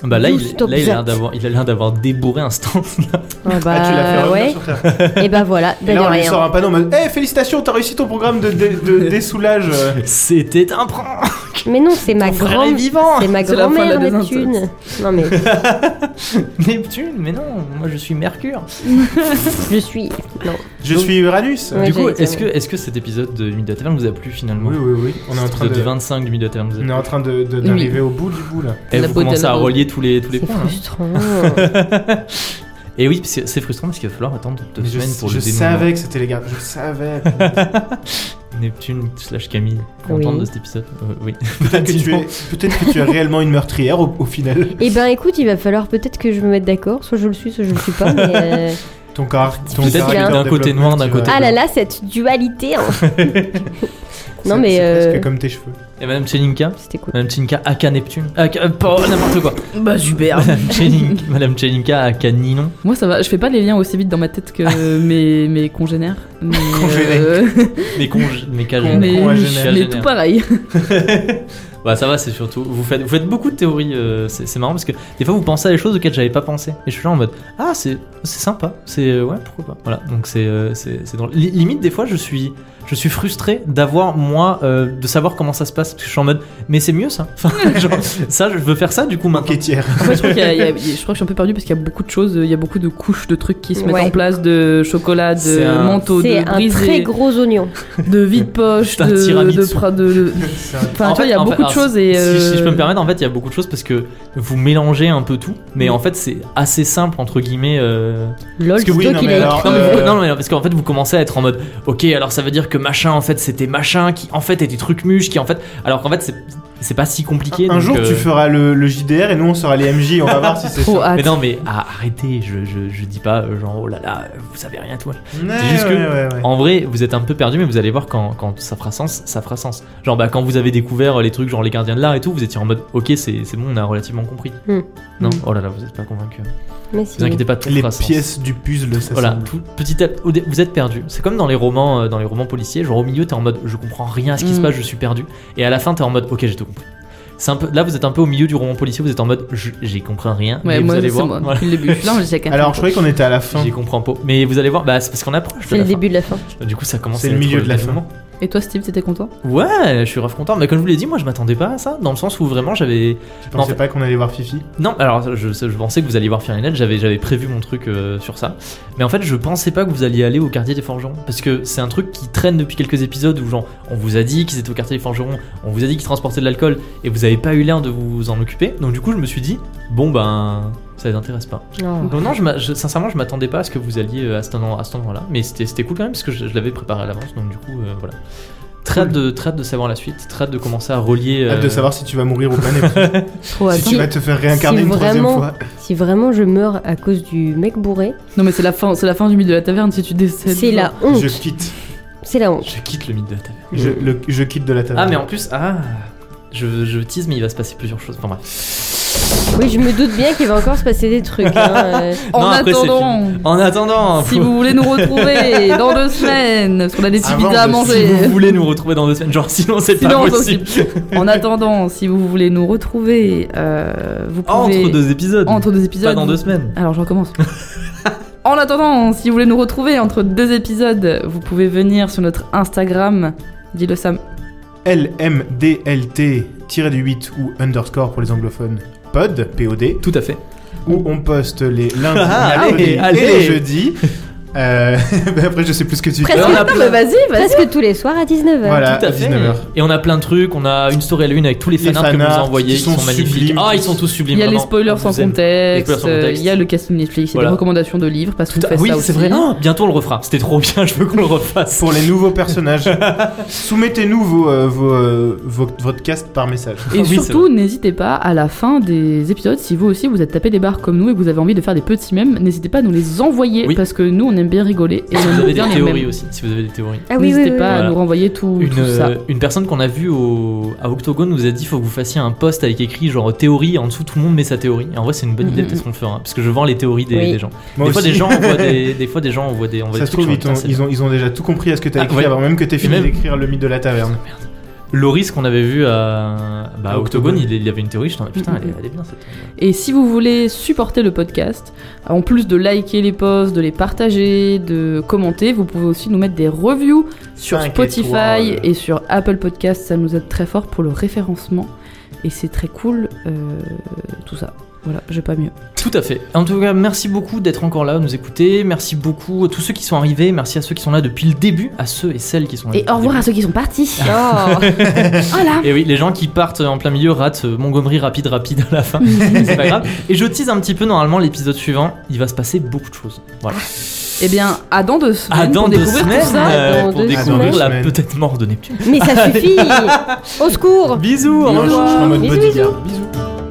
[SPEAKER 1] Bah là,
[SPEAKER 4] You
[SPEAKER 1] il,
[SPEAKER 4] stop
[SPEAKER 1] là, il a
[SPEAKER 4] that.
[SPEAKER 1] l'air d'avoir, il a l'air d'avoir débourré un stand. là.
[SPEAKER 4] Ah bah
[SPEAKER 3] Ah, tu l'as fait revenir
[SPEAKER 4] ouais.
[SPEAKER 3] sur Terre.
[SPEAKER 4] Et bah voilà,
[SPEAKER 3] Et
[SPEAKER 4] bah,
[SPEAKER 3] là,
[SPEAKER 4] de
[SPEAKER 3] on lui
[SPEAKER 4] rien.
[SPEAKER 3] sort un panneau en mode Eh, félicitations, t'as réussi ton programme de, dé- de dessoulage. euh.
[SPEAKER 1] C'était un prank.
[SPEAKER 4] Mais non, c'est ma
[SPEAKER 1] Ton frère
[SPEAKER 4] grand,
[SPEAKER 1] est vivant.
[SPEAKER 4] c'est ma
[SPEAKER 2] C'est la fin de la
[SPEAKER 4] grand-mère
[SPEAKER 2] désintox.
[SPEAKER 4] Neptune. Non mais
[SPEAKER 1] Neptune, mais non, moi je suis Mercure.
[SPEAKER 4] je suis non.
[SPEAKER 3] Je
[SPEAKER 1] Donc-
[SPEAKER 3] suis Uranus.
[SPEAKER 4] Ouais,
[SPEAKER 1] du coup,
[SPEAKER 4] j'allais dire,
[SPEAKER 1] est-ce que,
[SPEAKER 4] ouais.
[SPEAKER 1] est-ce que cet épisode de Midnight Tavern vous a plu finalement
[SPEAKER 3] Oui, oui, oui. On est en train
[SPEAKER 1] Cet épisode
[SPEAKER 3] de.
[SPEAKER 1] 25 du Midnight Tavern vous a
[SPEAKER 3] On est
[SPEAKER 1] plu.
[SPEAKER 3] en train de- de- d'arriver au bout du bout là.
[SPEAKER 1] Et
[SPEAKER 2] La
[SPEAKER 1] vous
[SPEAKER 2] peau de
[SPEAKER 1] commencez à
[SPEAKER 2] la-
[SPEAKER 1] relier tous les, tous les
[SPEAKER 4] C'est
[SPEAKER 1] points. hein.
[SPEAKER 4] frustrant.
[SPEAKER 1] Et oui, c'est c'est frustrant parce qu'il va falloir attendre deux
[SPEAKER 3] Mais je
[SPEAKER 1] semaines pour
[SPEAKER 3] je
[SPEAKER 1] le dénouement.
[SPEAKER 3] savais que c'était les gars. Je savais.
[SPEAKER 1] Neptune slash Camille, contente
[SPEAKER 4] Oui.
[SPEAKER 1] de cet épisode. Euh, oui.
[SPEAKER 3] Peut-être que, tu es... peut que tu es réellement une meurtrière au, au final.
[SPEAKER 4] Et ben écoute, il va falloir peut-être que je me mette d'accord, soit je le suis, soit je le suis pas. Mais euh,
[SPEAKER 3] Ton corps. Ton
[SPEAKER 4] Peut-être
[SPEAKER 3] caractère
[SPEAKER 4] qu'il y a
[SPEAKER 1] un d'un côté
[SPEAKER 3] développement
[SPEAKER 1] noir,
[SPEAKER 3] qui
[SPEAKER 1] d'un
[SPEAKER 3] va-
[SPEAKER 1] côté
[SPEAKER 4] ah là là, cette dualité. hein.
[SPEAKER 3] C'est-
[SPEAKER 4] non mais
[SPEAKER 3] c'est
[SPEAKER 4] euh,
[SPEAKER 3] presque comme tes cheveux.
[SPEAKER 1] Et Madame Chelinka
[SPEAKER 4] c'était cool.
[SPEAKER 1] Madame Chelinka, aka Neptune. Aka, euh, pas n'importe quoi.
[SPEAKER 2] Bah super.
[SPEAKER 1] Madame Chelinka, Madame Chelinka, aka Ninon.
[SPEAKER 2] Moi ça va, je fais pas les liens aussi vite dans ma tête que mes, mes congénères. Mais,
[SPEAKER 3] Congénères.
[SPEAKER 2] euh,
[SPEAKER 1] Mais con, mais
[SPEAKER 3] Con-
[SPEAKER 2] mais,
[SPEAKER 1] cagénère.
[SPEAKER 3] congénères.
[SPEAKER 2] mais tout pareil.
[SPEAKER 1] Bah ça va, c'est surtout. Vous faites, vous faites beaucoup de théories. euh, c'est c'est marrant parce que des fois vous pensez à des choses auxquelles j'avais pas pensé. Et je suis là en mode ah c'est c'est sympa. C'est euh, ouais pourquoi pas. Voilà donc c'est euh, c'est c'est drôle. Li- limite des fois je suis je suis frustré d'avoir moi euh, de savoir comment ça se passe parce que je suis en mode mais c'est mieux ça. Enfin, genre, ça je veux faire ça du coup maintenant.
[SPEAKER 3] Quêtière.
[SPEAKER 2] En fait, je, crois qu'il y a- il y a- je crois que je suis un peu perdu parce qu'il y a beaucoup de choses, il y a beaucoup de couches de trucs qui se mettent
[SPEAKER 4] Ouais.
[SPEAKER 2] en place, de chocolat, de
[SPEAKER 1] C'est un-
[SPEAKER 2] manteau,
[SPEAKER 4] C'est
[SPEAKER 2] de
[SPEAKER 4] un
[SPEAKER 2] brisé,
[SPEAKER 4] très gros oignon.
[SPEAKER 2] de vide poche,
[SPEAKER 1] C'est un
[SPEAKER 2] de,
[SPEAKER 1] tiramisu.
[SPEAKER 2] de, pra- de- de-
[SPEAKER 3] C'est un-
[SPEAKER 2] Enfin,
[SPEAKER 1] En
[SPEAKER 2] tu vois,
[SPEAKER 1] fait-
[SPEAKER 2] il y a
[SPEAKER 1] en fait,
[SPEAKER 2] beaucoup de
[SPEAKER 1] alors,
[SPEAKER 2] choses et.
[SPEAKER 1] Si, si je peux
[SPEAKER 2] euh,
[SPEAKER 1] me permettre, en fait, il y a beaucoup de choses parce que vous mélangez un peu tout, mais en fait, c'est assez simple entre guillemets. euh,
[SPEAKER 4] Lol,
[SPEAKER 3] Parce que
[SPEAKER 4] c'est
[SPEAKER 3] oui,
[SPEAKER 4] toi
[SPEAKER 3] non,
[SPEAKER 4] qui
[SPEAKER 3] mais
[SPEAKER 4] l'as
[SPEAKER 3] alors-
[SPEAKER 4] écrit.
[SPEAKER 1] Non mais,
[SPEAKER 3] Euh,
[SPEAKER 1] vous- non, mais parce qu'en fait vous commencez à être en mode ok alors ça veut dire que machin en fait c'était machin qui en fait était truc muche qui en fait alors qu'en fait c'est- c'est pas si compliqué.
[SPEAKER 3] Un
[SPEAKER 1] donc,
[SPEAKER 3] jour,
[SPEAKER 1] euh,
[SPEAKER 3] tu feras le, le JDR et nous, on sera les MJ. On va voir si c'est
[SPEAKER 2] Trop
[SPEAKER 3] ça.
[SPEAKER 2] hâte.
[SPEAKER 1] Mais non mais ah, arrêtez je, je, je dis pas euh, genre oh là là euh, vous savez rien tout.
[SPEAKER 3] Ouais,
[SPEAKER 1] juste que-
[SPEAKER 3] ouais, ouais, ouais.
[SPEAKER 1] En vrai vous êtes un peu perdu mais vous allez voir quand, quand ça fera sens ça fera sens. Genre bah quand vous avez découvert euh, les trucs genre les gardiens de l'art et tout vous étiez en mode ok c'est c'est bon on a relativement compris.
[SPEAKER 4] Hmm.
[SPEAKER 1] Non
[SPEAKER 4] Hmm.
[SPEAKER 1] oh là là vous êtes pas convaincu.
[SPEAKER 4] Mais si.
[SPEAKER 1] Vous inquiétez pas tout
[SPEAKER 3] Les
[SPEAKER 1] fera sens.
[SPEAKER 3] pièces du puzzle, ça
[SPEAKER 1] Voilà,
[SPEAKER 3] semble.
[SPEAKER 1] tout- petit à au dé- vous êtes perdu. C'est comme dans les romans, euh, dans les romans policiers, genre au milieu t'es en mode je comprends rien à ce qui se
[SPEAKER 2] Mm.
[SPEAKER 1] passe, je suis perdu, et à la fin t'es en mode ok j'ai tout compris. C'est un peu, là vous êtes un peu au milieu du roman policier, vous êtes en mode je- j'y comprends rien,
[SPEAKER 2] Ouais,
[SPEAKER 1] mais vous
[SPEAKER 2] moi,
[SPEAKER 1] allez
[SPEAKER 2] c'est
[SPEAKER 1] voir,
[SPEAKER 2] moi,
[SPEAKER 1] voilà,
[SPEAKER 2] depuis le début. Là, on est chacun.
[SPEAKER 3] Alors, je croyais qu'on était à la fin.
[SPEAKER 1] j'y comprends pas, mais vous allez voir, bah c'est parce qu'on approche. de
[SPEAKER 4] C'est
[SPEAKER 1] la
[SPEAKER 4] le début de la fin.
[SPEAKER 1] fin. Du coup ça commence.
[SPEAKER 3] C'est
[SPEAKER 1] à
[SPEAKER 3] le
[SPEAKER 1] être
[SPEAKER 3] milieu de la fin.
[SPEAKER 1] dénouement.
[SPEAKER 2] Et toi, Steve, t'étais content
[SPEAKER 1] Ouais, je suis grave content, mais comme je vous l'ai dit, moi je m'attendais pas à ça, dans le sens où vraiment j'avais,
[SPEAKER 3] Tu
[SPEAKER 1] Non, en
[SPEAKER 3] pensais
[SPEAKER 1] fait-
[SPEAKER 3] pas qu'on allait voir Fifi
[SPEAKER 1] non, alors je, je pensais que vous alliez voir Firinette, j'avais j'avais prévu mon truc euh, sur ça, mais en fait je pensais pas que vous alliez aller au quartier des forgerons, parce que c'est un truc qui traîne depuis quelques épisodes où genre on vous a dit qu'ils étaient au quartier des forgerons, on vous a dit qu'ils transportaient de l'alcool et vous avez pas eu l'air de vous en occuper, donc du coup je me suis dit bon ben ça les intéresse pas.
[SPEAKER 4] Non.
[SPEAKER 1] Donc non, je m'a- je- sincèrement je m'attendais pas à ce que vous alliez euh, à cet endroit, à cet endroit-là, mais c'était c'était cool quand même parce que je, je l'avais préparé à l'avance, donc du coup euh, voilà. Très hâte de, très hâte de savoir la suite, très hâte de commencer à relier.
[SPEAKER 3] Hâte de
[SPEAKER 1] euh,
[SPEAKER 3] savoir si tu vas mourir ou pas, Neptune.
[SPEAKER 4] Trop
[SPEAKER 3] si tu
[SPEAKER 4] hâte.
[SPEAKER 3] vas te faire réincarner
[SPEAKER 4] si
[SPEAKER 3] une troisième
[SPEAKER 4] vraiment-
[SPEAKER 3] fois.
[SPEAKER 4] Si vraiment je meurs à cause du mec bourré,
[SPEAKER 2] Non, mais c'est la fin, c'est la fin du mythe de la taverne si tu décèdes.
[SPEAKER 4] c'est la honte.
[SPEAKER 3] Je quitte.
[SPEAKER 4] C'est la honte.
[SPEAKER 1] Je quitte le mythe de la taverne.
[SPEAKER 3] Je, le- je quitte de la
[SPEAKER 2] Euh,
[SPEAKER 3] table.
[SPEAKER 1] Ah mais en plus ah je, je tease mais il va se passer plusieurs choses. Enfin bref.
[SPEAKER 4] Oui, je me doute bien qu'il va encore se passer des trucs. hein, euh.
[SPEAKER 2] En
[SPEAKER 1] Non, après, c'est
[SPEAKER 2] attendant,
[SPEAKER 1] En attendant,
[SPEAKER 2] si
[SPEAKER 1] faut-
[SPEAKER 2] vous voulez nous retrouver dans deux semaines, parce qu'on a des petits
[SPEAKER 3] Avant
[SPEAKER 2] pizzas à
[SPEAKER 3] de- si
[SPEAKER 1] si
[SPEAKER 2] manger.
[SPEAKER 1] vous voulez nous retrouver dans deux semaines, genre sinon c'est pas
[SPEAKER 2] Sinon,
[SPEAKER 1] possible.
[SPEAKER 2] En attendant, si vous voulez nous retrouver, euh, vous pouvez.
[SPEAKER 1] Entre deux épisodes.
[SPEAKER 2] Entre deux épisodes.
[SPEAKER 1] Pas dans deux semaines.
[SPEAKER 2] Alors je recommence. en attendant, si vous voulez nous retrouver entre deux épisodes, vous pouvez venir sur notre Instagram. Dis-le Sam.
[SPEAKER 3] LMDLT-8 ou underscore pour les anglophones. Pod, POD,
[SPEAKER 1] Tout à fait.
[SPEAKER 3] où on poste les lundis,
[SPEAKER 1] Ah, allez,
[SPEAKER 3] mardis et
[SPEAKER 1] allez.
[SPEAKER 3] les jeudis. Euh, bah après, je sais plus ce que tu dis.
[SPEAKER 4] Presque.
[SPEAKER 1] on a
[SPEAKER 2] Non,
[SPEAKER 1] plein-
[SPEAKER 2] mais vas-y, vas-y.
[SPEAKER 4] Presque tous les soirs à 19h.
[SPEAKER 3] Voilà,
[SPEAKER 1] Tout à
[SPEAKER 3] à
[SPEAKER 1] fait.
[SPEAKER 3] 19h.
[SPEAKER 1] Et on a plein de trucs, on a une story à la une avec tous les
[SPEAKER 3] Les
[SPEAKER 1] fanarts que vous
[SPEAKER 3] fanarts
[SPEAKER 1] envoyez
[SPEAKER 3] qui
[SPEAKER 1] qui sont,
[SPEAKER 3] sont
[SPEAKER 1] magnifiques.
[SPEAKER 3] sublimes.
[SPEAKER 1] Ah, ils sont tous sublimes.
[SPEAKER 2] Il y a les
[SPEAKER 1] vraiment.
[SPEAKER 2] spoilers
[SPEAKER 1] On
[SPEAKER 2] sans
[SPEAKER 1] vous aime.
[SPEAKER 2] contexte,
[SPEAKER 1] Les spoilers sans
[SPEAKER 2] euh,
[SPEAKER 1] contexte.
[SPEAKER 2] il y a le casting Netflix, il y a
[SPEAKER 1] Voilà.
[SPEAKER 2] des recommandations de livres parce qu'on
[SPEAKER 1] Tout à-
[SPEAKER 2] fait
[SPEAKER 1] Oui,
[SPEAKER 2] ça aussi.
[SPEAKER 1] c'est vrai. Ah, bientôt on le refera. C'était trop bien, je veux qu'on le refasse.
[SPEAKER 3] Pour les nouveaux personnages, soumettez-nous vos, euh, vos, euh, vos- votre cast par message.
[SPEAKER 2] Et
[SPEAKER 1] Ah oui,
[SPEAKER 2] surtout, n'hésitez pas à la fin des épisodes, si vous aussi vous êtes tapé des barres comme nous et que vous avez envie de faire des petits mèmes, n'hésitez pas à nous les envoyer
[SPEAKER 1] Oui.
[SPEAKER 2] parce que nous on aime aime bien rigoler
[SPEAKER 1] Si
[SPEAKER 2] et on
[SPEAKER 1] vous
[SPEAKER 2] aime
[SPEAKER 1] avez
[SPEAKER 2] bien
[SPEAKER 1] des
[SPEAKER 2] les
[SPEAKER 1] théories
[SPEAKER 2] mêmes.
[SPEAKER 1] aussi, si vous avez des théories.
[SPEAKER 4] Ah oui, oui,
[SPEAKER 2] N'hésitez
[SPEAKER 4] oui,
[SPEAKER 2] pas à
[SPEAKER 4] oui.
[SPEAKER 1] Voilà.
[SPEAKER 2] nous renvoyer tout,
[SPEAKER 1] Une,
[SPEAKER 2] tout ça.
[SPEAKER 1] euh, une personne qu'on a vue au, à Octogone nous a dit faut que vous fassiez un post avec écrit genre théorie, en dessous tout le monde met sa théorie. Et en vrai, c'est une bonne idée,
[SPEAKER 2] Mhm.
[SPEAKER 1] peut-être qu'on le fera, parce que je vends les théories des,
[SPEAKER 4] Oui.
[SPEAKER 1] des gens.
[SPEAKER 3] Moi
[SPEAKER 1] des, fois,
[SPEAKER 3] aussi.
[SPEAKER 1] des, gens envoient des, des fois, des gens envoient des. envoient
[SPEAKER 3] Ça
[SPEAKER 1] des
[SPEAKER 3] se
[SPEAKER 1] trucs,
[SPEAKER 3] trouve, ils,
[SPEAKER 1] je suis en
[SPEAKER 3] ont,
[SPEAKER 1] train de
[SPEAKER 3] ils,
[SPEAKER 1] dire,
[SPEAKER 3] ont, ils ont déjà tout compris à ce que t'as
[SPEAKER 1] Ah,
[SPEAKER 3] écrit
[SPEAKER 1] ouais.
[SPEAKER 3] avant même que t'aies fini
[SPEAKER 1] même-
[SPEAKER 3] d'écrire le mythe de la taverne.
[SPEAKER 1] Laurie, ce qu'on avait vu à, bah, à
[SPEAKER 3] À
[SPEAKER 1] Octogone,
[SPEAKER 3] Octogone.
[SPEAKER 1] il, il avait une théorie, je t'en putain,
[SPEAKER 2] Mhm.
[SPEAKER 1] elle, est- elle est bien cette théorie.
[SPEAKER 2] Et si vous voulez supporter le podcast, en plus de liker les posts, de les partager, de commenter, vous pouvez aussi nous mettre des reviews sur
[SPEAKER 3] Cinq euh,
[SPEAKER 2] Spotify
[SPEAKER 3] étoiles.
[SPEAKER 2] et sur Apple Podcast. Ça nous aide très fort pour le référencement et c'est très cool euh, tout ça. Voilà, j'ai pas mieux.
[SPEAKER 1] Tout à fait. En tout cas, merci beaucoup d'être encore là, à nous écouter. Merci beaucoup à tous ceux qui sont arrivés. Merci à ceux qui sont là depuis le début, à ceux et celles qui sont là.
[SPEAKER 4] Et
[SPEAKER 1] depuis
[SPEAKER 4] au
[SPEAKER 1] le
[SPEAKER 4] revoir à
[SPEAKER 1] début.
[SPEAKER 4] ceux qui sont partis. Oh. voilà.
[SPEAKER 1] Et oui, les gens qui partent en plein milieu ratent euh, Montgomery rapide rapide à la fin. c'est pas grave. Et je tease un petit peu, normalement, l'épisode suivant, il va se passer beaucoup de choses. Voilà.
[SPEAKER 2] Eh bien, à dans deux semaines
[SPEAKER 1] à Ah, dans
[SPEAKER 2] pour
[SPEAKER 1] deux
[SPEAKER 2] découvrir
[SPEAKER 1] semaines
[SPEAKER 2] tout ça.
[SPEAKER 1] euh,
[SPEAKER 4] Ah, dans
[SPEAKER 1] pour
[SPEAKER 4] deux
[SPEAKER 1] découvrir
[SPEAKER 3] semaines.
[SPEAKER 1] la peut-être mort de Neptune.
[SPEAKER 4] Mais ça suffit. Au secours.
[SPEAKER 1] Bisous, au
[SPEAKER 3] Non, je- je
[SPEAKER 1] revoir.
[SPEAKER 3] suis en mode
[SPEAKER 4] Bisous,
[SPEAKER 3] bodyguard.
[SPEAKER 4] bisous.
[SPEAKER 3] Bisous.